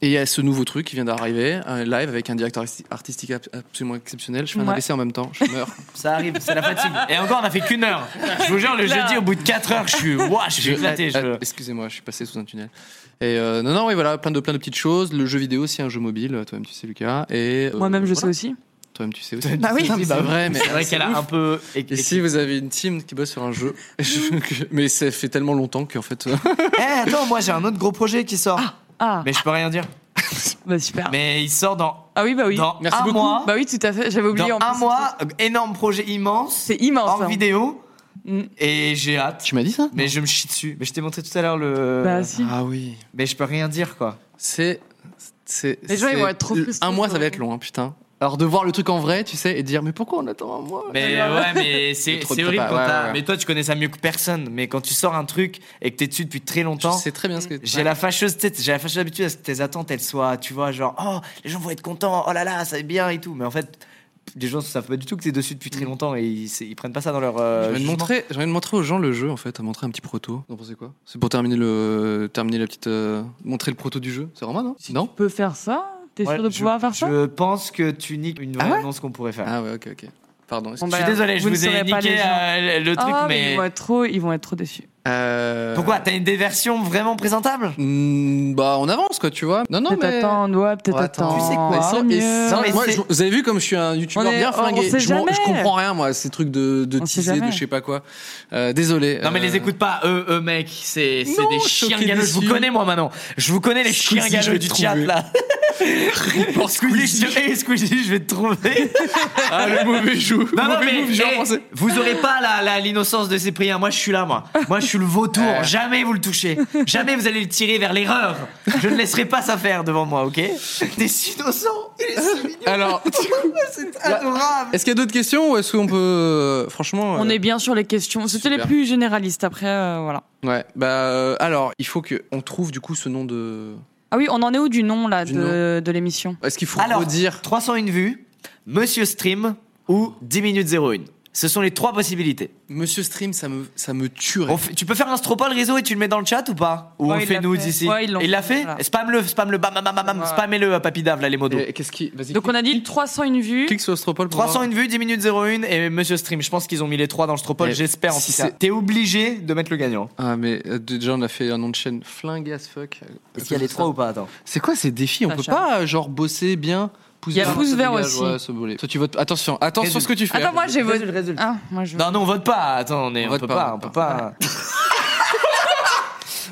[SPEAKER 3] Et il y a ce nouveau truc qui vient d'arriver, un live avec un directeur arti- artistique ab- absolument exceptionnel. Je fais un
[SPEAKER 5] Ouais.
[SPEAKER 3] AVC en même temps, je meurs.
[SPEAKER 4] Ça arrive, c'est la fatigue. Et encore, on a fait qu'une heure. Je vous jure, le
[SPEAKER 5] Là. Euh,
[SPEAKER 4] jeudi, au bout de 4 heures, je suis, ouah, je suis
[SPEAKER 3] Je-
[SPEAKER 4] éclaté.
[SPEAKER 3] ah,
[SPEAKER 4] je-
[SPEAKER 3] Excusez-moi, je suis passé sous un tunnel. Et euh, non, non, oui, voilà, plein de, plein de petites choses. Le jeu vidéo aussi, un jeu mobile, toi-même tu sais, Lucas. Et euh,
[SPEAKER 5] Moi-même, je sais
[SPEAKER 3] voilà.
[SPEAKER 5] aussi.
[SPEAKER 3] Toi-même tu sais aussi.
[SPEAKER 5] Bah oui.
[SPEAKER 3] Putain, mais Ah, c'est vrai, mais
[SPEAKER 4] C'est vrai qu'elle a un peu.
[SPEAKER 3] Et si vous avez une team qui bosse sur un jeu, je- mais ça fait tellement longtemps qu'en fait. euh,
[SPEAKER 4] Eh, attends, moi j'ai un autre gros projet qui sort.
[SPEAKER 5] Ah,
[SPEAKER 4] Mais je peux rien dire.
[SPEAKER 5] bah super.
[SPEAKER 4] Mais il sort dans,
[SPEAKER 5] Ah oui, bah oui.
[SPEAKER 4] dans
[SPEAKER 3] Merci
[SPEAKER 4] un
[SPEAKER 3] beaucoup.
[SPEAKER 4] mois.
[SPEAKER 5] Bah oui, tout à fait. J'avais oublié
[SPEAKER 4] dans
[SPEAKER 5] en plus.
[SPEAKER 4] un mois, énorme projet immense,
[SPEAKER 5] C'est immense.
[SPEAKER 4] hors
[SPEAKER 5] hein.
[SPEAKER 4] vidéo.
[SPEAKER 5] Mm.
[SPEAKER 4] Et j'ai hâte.
[SPEAKER 3] tu m'as dit ça
[SPEAKER 4] Mais je me chie dessus. Mais je t'ai montré tout à l'heure le.
[SPEAKER 5] Bah si.
[SPEAKER 3] Ah oui.
[SPEAKER 4] Mais je peux rien dire quoi.
[SPEAKER 3] C'est. c'est-
[SPEAKER 5] Les gens, ils
[SPEAKER 3] c'est-
[SPEAKER 5] vont être trop frustrés,
[SPEAKER 3] Un mois,
[SPEAKER 5] quoi.
[SPEAKER 3] ça va être long, hein, putain. Alors de voir le truc en vrai, tu sais, et de dire, mais pourquoi on attend un mois
[SPEAKER 4] Mais ouais, mais c'est
[SPEAKER 3] trop de
[SPEAKER 4] c'est horrible
[SPEAKER 3] prépa,
[SPEAKER 4] quand
[SPEAKER 3] ouais,
[SPEAKER 4] t'as-
[SPEAKER 3] ouais.
[SPEAKER 4] Mais toi, tu connais ça mieux que personne. Mais quand tu sors un truc et que t'es dessus depuis très
[SPEAKER 3] Je
[SPEAKER 4] longtemps.
[SPEAKER 3] sais très bien ce que.
[SPEAKER 4] J'ai la fâcheuse tête, j'ai la fâcheuse habitude à ce que tes attentes elles soient, tu vois, genre oh les gens vont être contents, oh là là ça va être bien et tout, mais en fait les gens ne savent pas du tout que t'es dessus
[SPEAKER 3] Mm.
[SPEAKER 4] depuis très longtemps et ils, c'est- ils prennent pas ça dans leur. euh,
[SPEAKER 3] J'ai envie, de
[SPEAKER 4] jugement.
[SPEAKER 3] montrer, j'ai envie de montrer aux gens le jeu en fait, à montrer un petit proto. Vous en pensez quoi C'est pour terminer le terminer la petite euh, montrer le proto du jeu. C'est Romain non Non
[SPEAKER 5] Tu peux faire ça T'es
[SPEAKER 4] Ouais,
[SPEAKER 5] sûr de
[SPEAKER 4] je-
[SPEAKER 5] pouvoir faire ça
[SPEAKER 4] Je pense que tu niques une vraie
[SPEAKER 3] Ah ouais
[SPEAKER 4] annonce qu'on pourrait faire.
[SPEAKER 3] Ah ouais, ok, ok. Pardon.
[SPEAKER 5] Bon,
[SPEAKER 4] je suis
[SPEAKER 5] bah,
[SPEAKER 4] désolé, je vous,
[SPEAKER 5] ne
[SPEAKER 4] ai
[SPEAKER 5] saurez pas
[SPEAKER 4] niqué
[SPEAKER 5] les gens.
[SPEAKER 4] euh, le truc,
[SPEAKER 5] Ah,
[SPEAKER 4] mais.
[SPEAKER 5] ils vont être trop, ils vont être trop déçus.
[SPEAKER 3] Euh,
[SPEAKER 4] Pourquoi T'as une des versions vraiment présentables
[SPEAKER 3] Hmm, Bah on avance quoi, tu vois. Non non
[SPEAKER 5] Peut-être
[SPEAKER 3] mais.
[SPEAKER 5] attendre, ouais, peut-être
[SPEAKER 3] Ouais,
[SPEAKER 5] attendre. euh,
[SPEAKER 4] Tu sais quoi,
[SPEAKER 3] Mais
[SPEAKER 4] Ah,
[SPEAKER 3] sans-
[SPEAKER 5] mieux.
[SPEAKER 3] et sans-
[SPEAKER 4] Non, mais
[SPEAKER 3] moi,
[SPEAKER 4] c'est-
[SPEAKER 3] je- vous avez vu comme je suis un youtubeur
[SPEAKER 5] On est-
[SPEAKER 3] bien
[SPEAKER 5] on- on
[SPEAKER 3] flingué.
[SPEAKER 5] sait
[SPEAKER 3] je, m'en- je
[SPEAKER 5] jamais.
[SPEAKER 3] comprends rien moi, ces trucs de, de
[SPEAKER 5] On sait
[SPEAKER 3] teaser, de
[SPEAKER 5] jamais.
[SPEAKER 3] je sais pas quoi. Euh, désolé.
[SPEAKER 4] Non mais
[SPEAKER 3] euh,
[SPEAKER 4] les écoute pas, eux, eux mec, c'est c'est
[SPEAKER 3] Non,
[SPEAKER 4] des
[SPEAKER 3] choqué,
[SPEAKER 4] chiens galeux. Je vous
[SPEAKER 3] déçu.
[SPEAKER 4] connais moi maintenant. Je vous connais les
[SPEAKER 3] Squeezie,
[SPEAKER 4] chiens
[SPEAKER 3] je
[SPEAKER 4] galeux
[SPEAKER 3] vais
[SPEAKER 4] du
[SPEAKER 3] te
[SPEAKER 4] chat
[SPEAKER 3] trouver.
[SPEAKER 4] là. Squeezie, je, hey, Squeezie, je vais te trouver.
[SPEAKER 3] Ah le mauvais jeu.
[SPEAKER 4] Non, non,
[SPEAKER 3] Mauvais
[SPEAKER 4] mais,
[SPEAKER 3] move, j'ai
[SPEAKER 4] eh,
[SPEAKER 3] repensé.
[SPEAKER 4] vous aurez pas la- la- l'innocence de Cyprien. Moi, je suis là, moi. Moi, je suis le vautour.
[SPEAKER 3] Euh.
[SPEAKER 4] Jamais vous le touchez. Jamais vous allez le tirer vers l'erreur. Je ne laisserai pas ça faire devant moi, ok T'es si innocent. Il est si mignon.
[SPEAKER 3] Alors,
[SPEAKER 4] C'est adorable.
[SPEAKER 3] est-ce qu'il y a d'autres questions ou est-ce qu'on peut euh, franchement
[SPEAKER 5] On
[SPEAKER 3] euh,
[SPEAKER 5] est bien sur les questions. C'était les
[SPEAKER 3] Super.
[SPEAKER 5] plus généralistes. Après, euh, voilà.
[SPEAKER 3] Ouais, bah euh, alors, il faut que on trouve du coup ce nom de
[SPEAKER 5] Ah oui, on en est où du nom là
[SPEAKER 3] Du
[SPEAKER 5] de, de l'émission
[SPEAKER 3] est-ce qu'il faut
[SPEAKER 4] Alors,
[SPEAKER 3] redire
[SPEAKER 4] 301 vues, Monsieur Stream ou 10 minutes 01. Ce sont les trois possibilités.
[SPEAKER 3] Monsieur Stream, ça me, ça me tuerait.
[SPEAKER 4] On fait- tu peux faire un stropole réseau et tu le mets dans le chat ou pas Ou
[SPEAKER 5] Ouais,
[SPEAKER 4] on
[SPEAKER 5] il
[SPEAKER 4] fait
[SPEAKER 5] l'a
[SPEAKER 4] nous
[SPEAKER 5] fait.
[SPEAKER 4] ici
[SPEAKER 5] Ouais, ils l'ont
[SPEAKER 4] Il l'a
[SPEAKER 5] fait,
[SPEAKER 4] fait
[SPEAKER 5] voilà.
[SPEAKER 4] Spam-le, spam-le, bam, bam, bam, bam, bam,
[SPEAKER 5] Ouais.
[SPEAKER 4] spammez-le à Papy Dave, là, les mots
[SPEAKER 3] Et Qu'est-ce qui. Vas-y.
[SPEAKER 5] Donc on a dit
[SPEAKER 3] clique-
[SPEAKER 5] 301 vues.
[SPEAKER 3] Clique sur Stropol pour.
[SPEAKER 4] 301
[SPEAKER 3] voir.
[SPEAKER 4] vues, 10 minutes 01 et Monsieur Stream. Je pense qu'ils ont mis les trois dans le stropole,
[SPEAKER 3] Et
[SPEAKER 4] j'espère en
[SPEAKER 3] si
[SPEAKER 4] tout cas.
[SPEAKER 3] c'est-
[SPEAKER 4] T'es obligé de mettre le gagnant.
[SPEAKER 3] Ah, mais euh, déjà, on a fait un nom de chaîne flingué as fuck.
[SPEAKER 4] Est-ce qu'il y a les trois ou pas Attends.
[SPEAKER 3] C'est quoi ces défis On peut
[SPEAKER 5] Sacha.
[SPEAKER 3] pas, euh, genre, bosser bien pouce
[SPEAKER 5] Il y a
[SPEAKER 3] vert,
[SPEAKER 5] pouce
[SPEAKER 3] ça
[SPEAKER 5] vert
[SPEAKER 3] dégage,
[SPEAKER 5] aussi.
[SPEAKER 3] ouais, ça brûle. Toi, tu votes. Attention, attention
[SPEAKER 4] Résulte.
[SPEAKER 3] ce que tu fais.
[SPEAKER 5] Attends, moi j'ai voté.
[SPEAKER 4] Résulte, résulte.
[SPEAKER 5] Ah, moi je.
[SPEAKER 4] Non, non, on vote pas. Attends, on, est,
[SPEAKER 3] On
[SPEAKER 4] on,
[SPEAKER 3] vote
[SPEAKER 4] peut
[SPEAKER 3] pas,
[SPEAKER 4] pas,
[SPEAKER 3] on
[SPEAKER 4] on peut pas.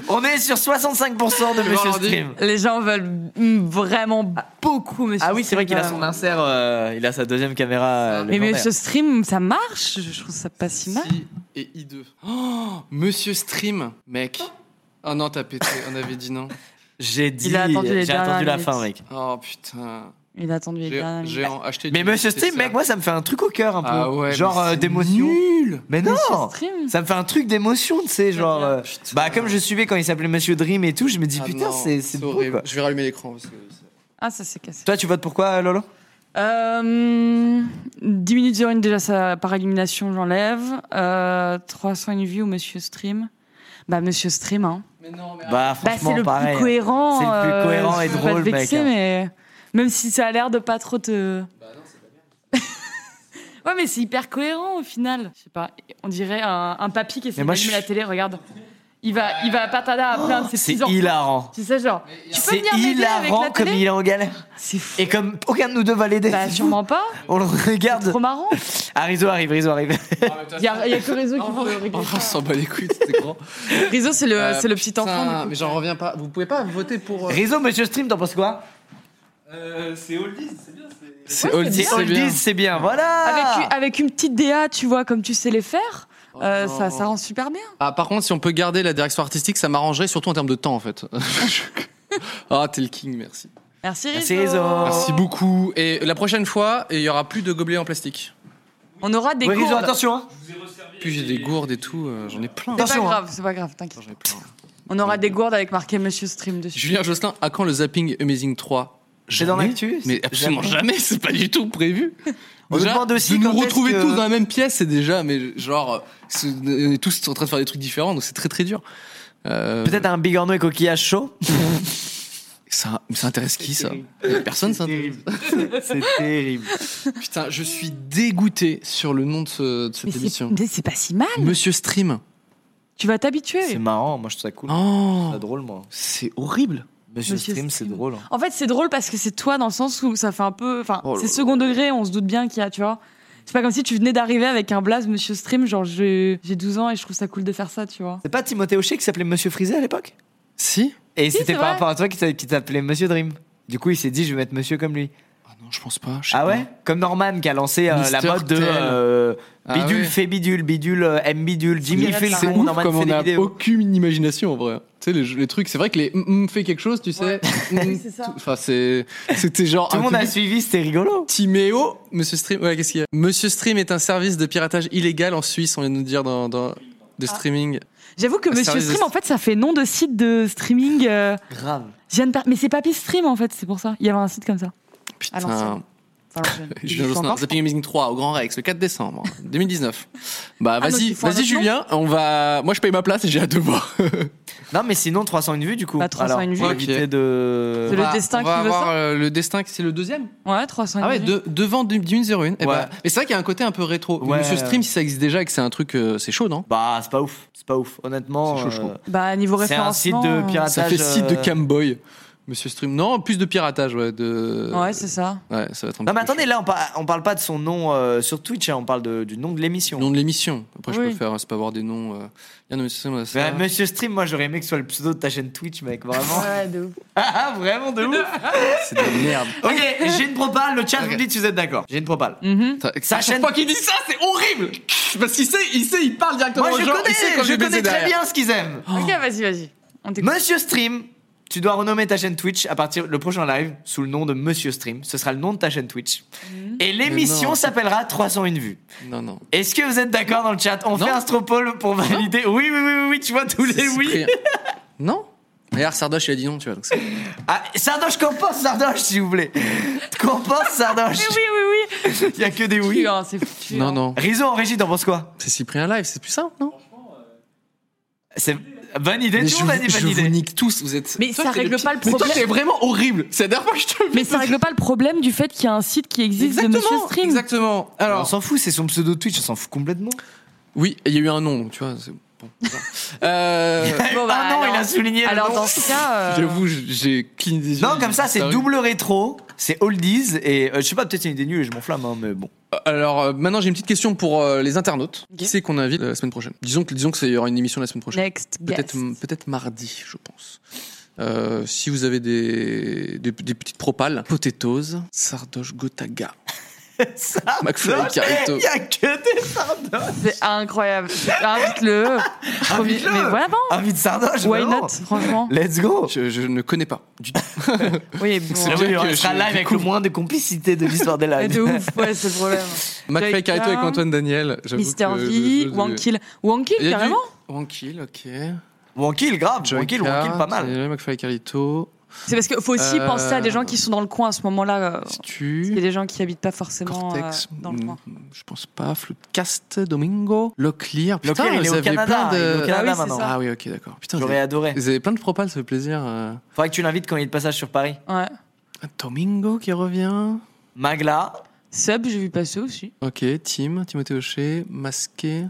[SPEAKER 4] on est sur 65% de
[SPEAKER 3] Tu
[SPEAKER 4] Monsieur
[SPEAKER 3] leur dis
[SPEAKER 4] Stream.
[SPEAKER 5] Les gens veulent mm, vraiment beaucoup, monsieur.
[SPEAKER 4] Ah oui, c'est vrai qu'il
[SPEAKER 5] Stream.
[SPEAKER 4] a son insert, euh, il a sa deuxième caméra. euh,
[SPEAKER 5] Mais
[SPEAKER 4] légendaire.
[SPEAKER 5] monsieur Stream, ça marche. Je je trouve ça pas si mal.
[SPEAKER 3] Si et I2. Oh, Monsieur Stream, mec. Oh non, t'as pété, on avait dit non.
[SPEAKER 4] J'ai dit,
[SPEAKER 5] a attendu les
[SPEAKER 4] j'ai attendu la
[SPEAKER 5] dernières
[SPEAKER 4] fin,
[SPEAKER 5] minutes.
[SPEAKER 4] mec.
[SPEAKER 3] Oh putain.
[SPEAKER 5] Il a attendu les
[SPEAKER 3] J'ai
[SPEAKER 5] dernières minutes.
[SPEAKER 3] j'ai en- acheté
[SPEAKER 4] Mais
[SPEAKER 3] du
[SPEAKER 4] Monsieur
[SPEAKER 3] nécessaire.
[SPEAKER 4] Stream, mec, moi ça me fait un truc au cœur un peu.
[SPEAKER 3] Ah ouais,
[SPEAKER 4] genre
[SPEAKER 3] mais
[SPEAKER 4] euh,
[SPEAKER 3] c'est
[SPEAKER 4] d'émotion.
[SPEAKER 3] Nul
[SPEAKER 4] Mais non
[SPEAKER 5] Monsieur Stream.
[SPEAKER 4] Ça me fait un truc d'émotion, tu sais, genre. euh,
[SPEAKER 3] Putain.
[SPEAKER 4] bah, comme je suivais quand il s'appelait Monsieur Dream et tout, je me dis,
[SPEAKER 3] Ah
[SPEAKER 4] putain,
[SPEAKER 3] non,
[SPEAKER 4] c'est c'est beau,
[SPEAKER 3] horrible.
[SPEAKER 4] quoi.
[SPEAKER 3] Je vais rallumer l'écran parce que.
[SPEAKER 5] Ah, ça c'est cassé.
[SPEAKER 4] Toi, tu votes pour quoi, Lolo
[SPEAKER 5] Euh, 10 minutes 01 déjà ça par élimination j'enlève. Euh, 301 vues ou Monsieur Stream. Bah Monsieur Stream hein.
[SPEAKER 3] Mais non, mais.
[SPEAKER 4] Bah,
[SPEAKER 5] Bah
[SPEAKER 4] franchement,
[SPEAKER 5] c'est le
[SPEAKER 4] pareil.
[SPEAKER 5] plus cohérent.
[SPEAKER 4] C'est le plus
[SPEAKER 5] euh,
[SPEAKER 4] cohérent et
[SPEAKER 5] je veux
[SPEAKER 4] drôle,
[SPEAKER 5] pas te vexer,
[SPEAKER 4] mec, hein.
[SPEAKER 5] mais même si ça a l'air de pas trop te.
[SPEAKER 3] Bah
[SPEAKER 5] ouais mais c'est hyper cohérent au final. Je sais pas. On dirait un, un papy qui essaie
[SPEAKER 4] Mais moi,
[SPEAKER 5] d'allumer
[SPEAKER 4] je- Oh,
[SPEAKER 5] la télé. Regarde. Il va il va à patada à plein de ses
[SPEAKER 4] C'est
[SPEAKER 5] petits enfants.
[SPEAKER 4] hilarant.
[SPEAKER 5] C'est ça genre. Tu peux
[SPEAKER 4] C'est
[SPEAKER 5] venir m'aider avec
[SPEAKER 4] hilarant
[SPEAKER 5] la
[SPEAKER 4] comme
[SPEAKER 5] télé
[SPEAKER 4] il est en galère.
[SPEAKER 5] C'est fou.
[SPEAKER 4] Et comme aucun de nous deux va l'aider.
[SPEAKER 5] Bah sûrement pas.
[SPEAKER 4] On le regarde.
[SPEAKER 5] Trop marrant.
[SPEAKER 4] Ah, Rizzo arrive, Rizzo arrive.
[SPEAKER 5] Il y, a que Rizzo qui peut
[SPEAKER 3] Oh,
[SPEAKER 5] régler.
[SPEAKER 3] on s'en bat les couilles, c'était grand.
[SPEAKER 5] Rizzo, c'est le,
[SPEAKER 3] Euh,
[SPEAKER 5] c'est le petit
[SPEAKER 3] putain,
[SPEAKER 5] enfant. du coup.
[SPEAKER 3] Mais j'en reviens pas. Vous pouvez pas voter pour. euh,
[SPEAKER 4] Rizzo, Monsieur Stream, t'en penses quoi
[SPEAKER 3] C'est Oldies, c'est bien.
[SPEAKER 4] Oldies, c'est bien, voilà.
[SPEAKER 5] Avec, une- avec une petite DA, tu vois, comme tu sais les faire, euh,
[SPEAKER 3] Oh non.
[SPEAKER 5] ça, ça rend super bien.
[SPEAKER 3] Ah, par contre, si on peut garder la direction artistique, ça m'arrangerait, surtout en termes de temps, en fait. Ah, t'es le king, merci.
[SPEAKER 5] Merci Rizzo.
[SPEAKER 4] Merci, Rizzo.
[SPEAKER 3] Merci beaucoup. Et la prochaine fois, et il y aura plus de gobelets en plastique.
[SPEAKER 5] On aura des
[SPEAKER 4] Ouais, Rizzo,
[SPEAKER 5] gourdes.
[SPEAKER 4] attention, hein.
[SPEAKER 3] Puis j'ai des gourdes et tout, euh, j'en ai plein.
[SPEAKER 5] C'est pas
[SPEAKER 4] attention, hein.
[SPEAKER 5] grave, c'est pas grave, t'inquiète.
[SPEAKER 3] J'en ai plein.
[SPEAKER 5] On aura des gourdes avec marqué Monsieur Stream dessus.
[SPEAKER 3] Julien Josselin, à quand le zapping Amazing 3
[SPEAKER 4] C'est dans l'actu
[SPEAKER 3] Mais absolument jamais, c'est pas du tout prévu.
[SPEAKER 4] On nous demande aussi
[SPEAKER 3] de
[SPEAKER 4] quand
[SPEAKER 3] nous
[SPEAKER 4] est-ce
[SPEAKER 3] retrouver
[SPEAKER 4] que-
[SPEAKER 3] tous dans la même pièce, c'est déjà, mais genre, euh, c'est- on est tous en train de faire des trucs différents, donc c'est très très dur. Euh,
[SPEAKER 4] Peut-être un bigorneau et coquillage chaud.
[SPEAKER 3] ça, ça intéresse qui ça Personne ça intéresse.
[SPEAKER 4] C'est terrible.
[SPEAKER 3] Putain, je suis dégoûté sur le nom de, ce- de cette
[SPEAKER 5] Mais c'est,
[SPEAKER 3] émission.
[SPEAKER 5] mais c'est pas si mal.
[SPEAKER 3] Monsieur Stream.
[SPEAKER 5] Tu vas
[SPEAKER 4] C'est
[SPEAKER 5] t'habituer.
[SPEAKER 4] marrant, moi je trouve ça cool.
[SPEAKER 3] Oh,
[SPEAKER 4] C'est drôle, moi.
[SPEAKER 3] c'est horrible.
[SPEAKER 4] Monsieur,
[SPEAKER 5] Monsieur
[SPEAKER 4] Stream, c'est
[SPEAKER 5] Stream.
[SPEAKER 4] drôle.
[SPEAKER 5] En fait, c'est drôle hein. parce que c'est toi dans le sens où ça fait un peu. Enfin,
[SPEAKER 3] Oh là
[SPEAKER 5] c'est
[SPEAKER 3] là.
[SPEAKER 5] second degré, on se doute bien qu'il y a, tu vois. C'est pas comme si tu venais d'arriver avec un blaze Monsieur Stream, genre j'ai, j'ai 12 ans et je trouve ça cool de faire ça, tu vois.
[SPEAKER 4] C'est pas Timothée Hochet qui s'appelait Monsieur Frisé à l'époque
[SPEAKER 3] Si
[SPEAKER 4] Et
[SPEAKER 5] Si, c'est
[SPEAKER 4] c'était par
[SPEAKER 5] vrai.
[SPEAKER 4] rapport à toi qui t'a- qui t'appelait Monsieur Dream. Du coup, il s'est dit, je vais mettre Monsieur comme lui.
[SPEAKER 3] Ah non, je pense pas. je sais
[SPEAKER 4] Ah
[SPEAKER 3] pas.
[SPEAKER 4] ouais Comme Norman qui a lancé euh, la
[SPEAKER 3] Mister
[SPEAKER 4] mode de
[SPEAKER 3] Tel.
[SPEAKER 4] euh,
[SPEAKER 3] Ah
[SPEAKER 4] bidule
[SPEAKER 3] ouais.
[SPEAKER 4] fait bidule, bidule euh, aime bidule, Jimmy
[SPEAKER 3] Mais
[SPEAKER 4] fait le
[SPEAKER 3] c'est
[SPEAKER 4] con,
[SPEAKER 3] ouf
[SPEAKER 4] Norman
[SPEAKER 3] comme
[SPEAKER 4] fait
[SPEAKER 3] on
[SPEAKER 4] des
[SPEAKER 3] a
[SPEAKER 4] vidéos.
[SPEAKER 3] aucune imagination en vrai. Tu sais, les, les trucs, c'est vrai que les mm, mm, fait quelque chose, tu sais. mm,
[SPEAKER 5] Oui, c'est ça.
[SPEAKER 3] tout- Enfin, c'est. C'était genre.
[SPEAKER 4] Tout le
[SPEAKER 3] un
[SPEAKER 4] monde a
[SPEAKER 3] truc-
[SPEAKER 4] suivi, c'était rigolo.
[SPEAKER 3] Timéo, Monsieur Stream, ouais, qu'est-ce qu'il y a Monsieur Stream est un service de piratage illégal en Suisse, on vient de nous dire dans, dans de
[SPEAKER 5] Ah.
[SPEAKER 3] streaming.
[SPEAKER 5] J'avoue que
[SPEAKER 3] Un
[SPEAKER 5] Monsieur
[SPEAKER 3] service de
[SPEAKER 5] Stream, en fait, ça fait nom de site de streaming. euh,
[SPEAKER 4] Grave.
[SPEAKER 5] Jeanne Par- Mais c'est Papy Stream en fait, c'est pour ça. Il y avait un site comme ça. À
[SPEAKER 3] Putain,
[SPEAKER 5] l'ancienne. Enfin, l'ancienne. Il
[SPEAKER 3] Julien
[SPEAKER 5] existe
[SPEAKER 3] Josselin,
[SPEAKER 5] encore,
[SPEAKER 3] Zapping Amazing 3 au Grand Rex le 4 décembre 2019. Bah
[SPEAKER 5] Ah, donc
[SPEAKER 3] vas-y,
[SPEAKER 5] il faut un
[SPEAKER 3] vas-y
[SPEAKER 5] autre nom
[SPEAKER 3] Julien, on va. Moi je paye ma place et j'ai hâte de voir.
[SPEAKER 4] Non, mais sinon, 301 vues du coup.
[SPEAKER 5] Bah, 301
[SPEAKER 4] Alors,
[SPEAKER 5] vues.
[SPEAKER 4] pour
[SPEAKER 3] Ok.
[SPEAKER 4] éviter de.
[SPEAKER 5] C'est le destin
[SPEAKER 3] on va
[SPEAKER 5] qui veut
[SPEAKER 3] avoir
[SPEAKER 5] ça
[SPEAKER 3] euh, le destin, qui- c'est le deuxième.
[SPEAKER 5] je crois. Ouais, 300.
[SPEAKER 3] Ah ouais, de- devant 2001. Eh
[SPEAKER 4] Ouais.
[SPEAKER 3] ben, mais c'est vrai qu'il y a un côté un peu rétro.
[SPEAKER 4] Ouais.
[SPEAKER 3] Monsieur Stream, si ça existe déjà et que c'est un truc, euh, c'est chaud, non
[SPEAKER 4] Bah, c'est pas ouf. C'est pas ouf. Honnêtement,
[SPEAKER 3] C'est chaud, je
[SPEAKER 4] euh,
[SPEAKER 3] trouve.
[SPEAKER 5] Bah niveau
[SPEAKER 4] c'est un
[SPEAKER 5] référencement.
[SPEAKER 4] site de
[SPEAKER 5] euh,
[SPEAKER 4] piratage.
[SPEAKER 3] Ça fait site de
[SPEAKER 4] euh,
[SPEAKER 3] Camboy. Monsieur Stream, non, plus de piratage, ouais. De...
[SPEAKER 5] Ouais, c'est ça.
[SPEAKER 3] Ouais, ça va être un
[SPEAKER 4] Non, mais
[SPEAKER 3] peu
[SPEAKER 4] attendez, là, on, par- on parle pas de son nom euh, sur Twitch, hein, on parle de- du nom de l'émission.
[SPEAKER 3] Le nom de l'émission. Après, je
[SPEAKER 5] Oui.
[SPEAKER 3] peux faire, c'est pas avoir des noms. euh, Il y en a, monsieur, on a ça.
[SPEAKER 4] Ouais, Monsieur Stream, moi j'aurais aimé que ce soit le pseudo de ta chaîne Twitch, mec, vraiment.
[SPEAKER 5] Ouais, de ouf.
[SPEAKER 4] Ah, vraiment de ouf.
[SPEAKER 3] C'est de la merde.
[SPEAKER 4] Ok, j'ai une propale, le chat
[SPEAKER 3] Ok.
[SPEAKER 4] vous dit si vous êtes d'accord. J'ai une propale.
[SPEAKER 5] Mhm.
[SPEAKER 4] Sa chaîne-
[SPEAKER 3] qu'il dit ça, c'est horrible. Parce qu'il sait, il sait, il parle directement
[SPEAKER 4] Moi je
[SPEAKER 3] aux gens, il sait
[SPEAKER 4] connais,
[SPEAKER 3] quand
[SPEAKER 4] je
[SPEAKER 3] vais baiser
[SPEAKER 4] connais très
[SPEAKER 3] derrière.
[SPEAKER 4] bien ce qu'ils aiment.
[SPEAKER 5] Ok, vas-y, vas-y. On t'écoute.
[SPEAKER 4] Monsieur Stream, tu dois renommer ta chaîne Twitch à partir le prochain live sous le nom de Monsieur Stream. Ce sera le nom de ta chaîne Twitch.
[SPEAKER 5] Mm.
[SPEAKER 4] Et
[SPEAKER 3] non,
[SPEAKER 4] l'émission
[SPEAKER 3] c'est-
[SPEAKER 4] s'appellera 301 vues.
[SPEAKER 3] Non, non.
[SPEAKER 4] Est-ce que vous êtes d'accord dans le chat On
[SPEAKER 3] Non.
[SPEAKER 4] fait un stropole pour valider. Oui, oui, oui, oui, oui, tu vois tous les oui.
[SPEAKER 3] Cyprien. Non D'ailleurs, Sardoche, il a dit non, tu vois. donc c'est-
[SPEAKER 4] Ah, Sardoche, qu'en pense Sardoche, s'il vous plaît Qu'en pense Sardoche
[SPEAKER 5] Eh Oui, oui, oui.
[SPEAKER 4] Il y a que des oui.
[SPEAKER 5] Putain, c'est foutu. hein.
[SPEAKER 3] Non, non.
[SPEAKER 4] Rizzo en régie, t'en penses quoi
[SPEAKER 3] C'est Cyprien Live, c'est plus simple, non
[SPEAKER 4] C'est bonne idée,
[SPEAKER 3] Mais
[SPEAKER 4] toujours vas
[SPEAKER 3] je
[SPEAKER 4] bonne
[SPEAKER 3] vous
[SPEAKER 4] idée.
[SPEAKER 3] nique tous, vous êtes.
[SPEAKER 5] Mais ça
[SPEAKER 3] Toi, t'es
[SPEAKER 5] règle
[SPEAKER 3] le
[SPEAKER 5] pas le problème.
[SPEAKER 3] Mais toi, t'es vraiment horrible. C'est la dernière fois que je te le
[SPEAKER 5] Mais ça règle pas le problème du fait qu'il y a un site qui existe de Monsieur
[SPEAKER 3] Exactement.
[SPEAKER 5] Stream.
[SPEAKER 3] Exactement.
[SPEAKER 4] Alors, on
[SPEAKER 3] Alors,
[SPEAKER 4] s'en fout, c'est son pseudo Twitch, on s'en fout complètement.
[SPEAKER 3] oui, il y a eu un nom, donc tu vois. c'est Bon, voilà. euh,
[SPEAKER 5] Bon, bah,
[SPEAKER 4] ah non,
[SPEAKER 5] alors-
[SPEAKER 4] il a souligné le
[SPEAKER 5] Alors
[SPEAKER 4] nom.
[SPEAKER 5] dans ce cas, euh,
[SPEAKER 3] J'avoue, j- j'ai cligné des yeux.
[SPEAKER 4] Non, comme ça, c'est
[SPEAKER 3] horrible.
[SPEAKER 4] double rétro, c'est oldies, et euh, je sais pas, peut-être c'est une idée nulle et je m'enflamme, hein, mais bon.
[SPEAKER 3] Alors euh, maintenant j'ai une petite question pour euh, les internautes.
[SPEAKER 5] Ok.
[SPEAKER 3] Qui c'est qu'on invite la semaine prochaine Disons que disons que ça y aura une émission la semaine prochaine.
[SPEAKER 5] next
[SPEAKER 3] Peut-être
[SPEAKER 5] guest.
[SPEAKER 3] peut-être mardi, je pense. Euh, si vous avez des, des, des petites propales, potatoes, sardoche gotaga,
[SPEAKER 4] Ça,
[SPEAKER 3] McFly, Carito.
[SPEAKER 4] Il y a que des sardoches.
[SPEAKER 5] C'est incroyable. Invite-le. Premier-
[SPEAKER 4] Invite-le.
[SPEAKER 5] Mais voilà, bon.
[SPEAKER 4] Invite sardoche,
[SPEAKER 5] Why
[SPEAKER 4] vraiment.
[SPEAKER 5] not, franchement.
[SPEAKER 4] Let's go.
[SPEAKER 3] Je, je ne connais pas. Du tout.
[SPEAKER 5] Oui, bon.
[SPEAKER 4] Ah
[SPEAKER 3] le
[SPEAKER 4] oui,
[SPEAKER 3] truc
[SPEAKER 4] on
[SPEAKER 3] que
[SPEAKER 4] sera
[SPEAKER 3] je
[SPEAKER 4] live avec le moins de complicité de l'histoire des
[SPEAKER 5] Ouais,
[SPEAKER 4] lives.
[SPEAKER 5] de ouf, ouais, c'est le problème.
[SPEAKER 3] McFly Carito avec Antoine Daniel. j'avoue
[SPEAKER 5] Mister
[SPEAKER 3] que
[SPEAKER 5] V,
[SPEAKER 3] je- je-
[SPEAKER 5] Wankil. Wankil,
[SPEAKER 3] Il y a du-
[SPEAKER 5] carrément
[SPEAKER 3] Wankill, ok.
[SPEAKER 4] Wankill, grave, Wankill,
[SPEAKER 3] Joyka,
[SPEAKER 4] Wankill, pas mal.
[SPEAKER 3] Daniel, McFly Carito.
[SPEAKER 5] C'est parce qu'il faut aussi
[SPEAKER 3] Euh,
[SPEAKER 5] penser à des gens qui sont dans le coin à ce moment-là. euh, Il y a
[SPEAKER 3] Stu.
[SPEAKER 5] des gens qui habitent pas forcément euh,
[SPEAKER 3] Cortex,
[SPEAKER 5] dans le
[SPEAKER 3] mm,
[SPEAKER 5] coin.
[SPEAKER 3] je pense pas. Flutcast, Domingo, Locklear. Putain,
[SPEAKER 4] Locklear, il est
[SPEAKER 3] vous
[SPEAKER 4] au
[SPEAKER 3] avez
[SPEAKER 4] Canada,
[SPEAKER 3] plein
[SPEAKER 4] il est
[SPEAKER 3] de.
[SPEAKER 4] au Canada
[SPEAKER 5] Ah oui, c'est
[SPEAKER 4] maintenant.
[SPEAKER 5] ça.
[SPEAKER 3] Ah oui, ok, d'accord. Putain, vous
[SPEAKER 4] J'aurais
[SPEAKER 3] avez,
[SPEAKER 4] adoré.
[SPEAKER 3] vous avez plein de propales, ça fait plaisir. euh.
[SPEAKER 4] Faudrait que tu l'invites quand il est de passage sur Paris.
[SPEAKER 5] Ouais.
[SPEAKER 3] Ah, Domingo qui revient.
[SPEAKER 4] Magla.
[SPEAKER 5] Sub, j'ai vu passer aussi.
[SPEAKER 3] Ok, Tim, Timothée Hochet, Masqué.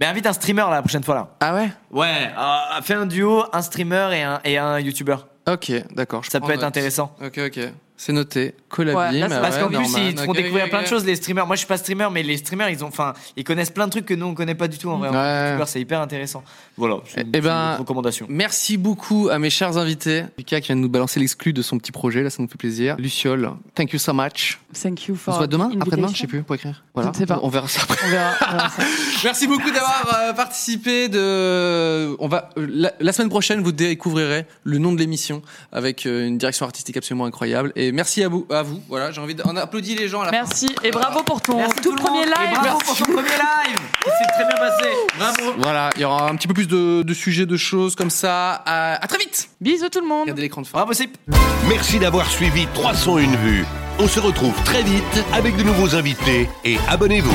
[SPEAKER 4] Mais invite un streamer là, la prochaine fois là.
[SPEAKER 3] Ah ouais
[SPEAKER 4] Ouais, euh, fais un duo, un streamer et un, et un youtubeur.
[SPEAKER 3] Ok, d'accord. je
[SPEAKER 4] Ça
[SPEAKER 3] prends
[SPEAKER 4] peut être
[SPEAKER 3] note.
[SPEAKER 4] intéressant.
[SPEAKER 3] Ok, ok. C'est noté. Collabim.
[SPEAKER 5] Ouais, là, c'est
[SPEAKER 3] ah
[SPEAKER 4] Parce
[SPEAKER 3] ouais,
[SPEAKER 4] qu'en plus,
[SPEAKER 3] Norman,
[SPEAKER 4] ils te font
[SPEAKER 3] ok,
[SPEAKER 4] découvrir
[SPEAKER 3] ok,
[SPEAKER 4] plein de
[SPEAKER 3] ok.
[SPEAKER 4] choses, les streamers. Moi, je suis pas streamer, mais les streamers, ils ont, enfin, ils connaissent plein de trucs que nous, on connaît pas du tout en vrai. En tant que
[SPEAKER 3] Ouais.
[SPEAKER 4] youtubeur, C'est hyper intéressant. Voilà, c'est une,
[SPEAKER 3] Eh ben-
[SPEAKER 4] c'est une recommandation.
[SPEAKER 3] Merci beaucoup à mes chers invités. Lucas qui vient de nous balancer l'exclu de son petit projet, là ça nous fait plaisir. Luciole, thank you so much.
[SPEAKER 5] Thank you
[SPEAKER 3] On
[SPEAKER 5] for.
[SPEAKER 3] se voit demain,
[SPEAKER 5] invitation.
[SPEAKER 3] après-demain, je sais plus, pour écrire. Voilà.
[SPEAKER 5] Je ne sais pas.
[SPEAKER 3] On verra ça après.
[SPEAKER 5] On verra. on verra ça.
[SPEAKER 3] Merci beaucoup d'avoir euh, participé. De, on va euh, la, la semaine prochaine, vous découvrirez le nom de l'émission avec euh, une direction artistique absolument incroyable. Et merci à vous. À vous. Voilà, j'ai envie. De, on applaudit les gens. À la fin.
[SPEAKER 5] Merci et bravo pour ton
[SPEAKER 4] Merci
[SPEAKER 5] tout,
[SPEAKER 4] le
[SPEAKER 5] premier
[SPEAKER 4] monde, et
[SPEAKER 5] live.
[SPEAKER 4] Bravo pour ton premier live. Il s'est très bien passé. Bravo.
[SPEAKER 3] Voilà, il y aura un petit peu plus de, de sujets, de choses comme ça. À, à très vite.
[SPEAKER 5] Bisous tout le monde.
[SPEAKER 3] Regardez l'écran de fin.
[SPEAKER 4] Bravo, Sip.
[SPEAKER 1] Merci d'avoir suivi 301 vues. On se retrouve très vite avec de nouveaux invités et abonnez-vous.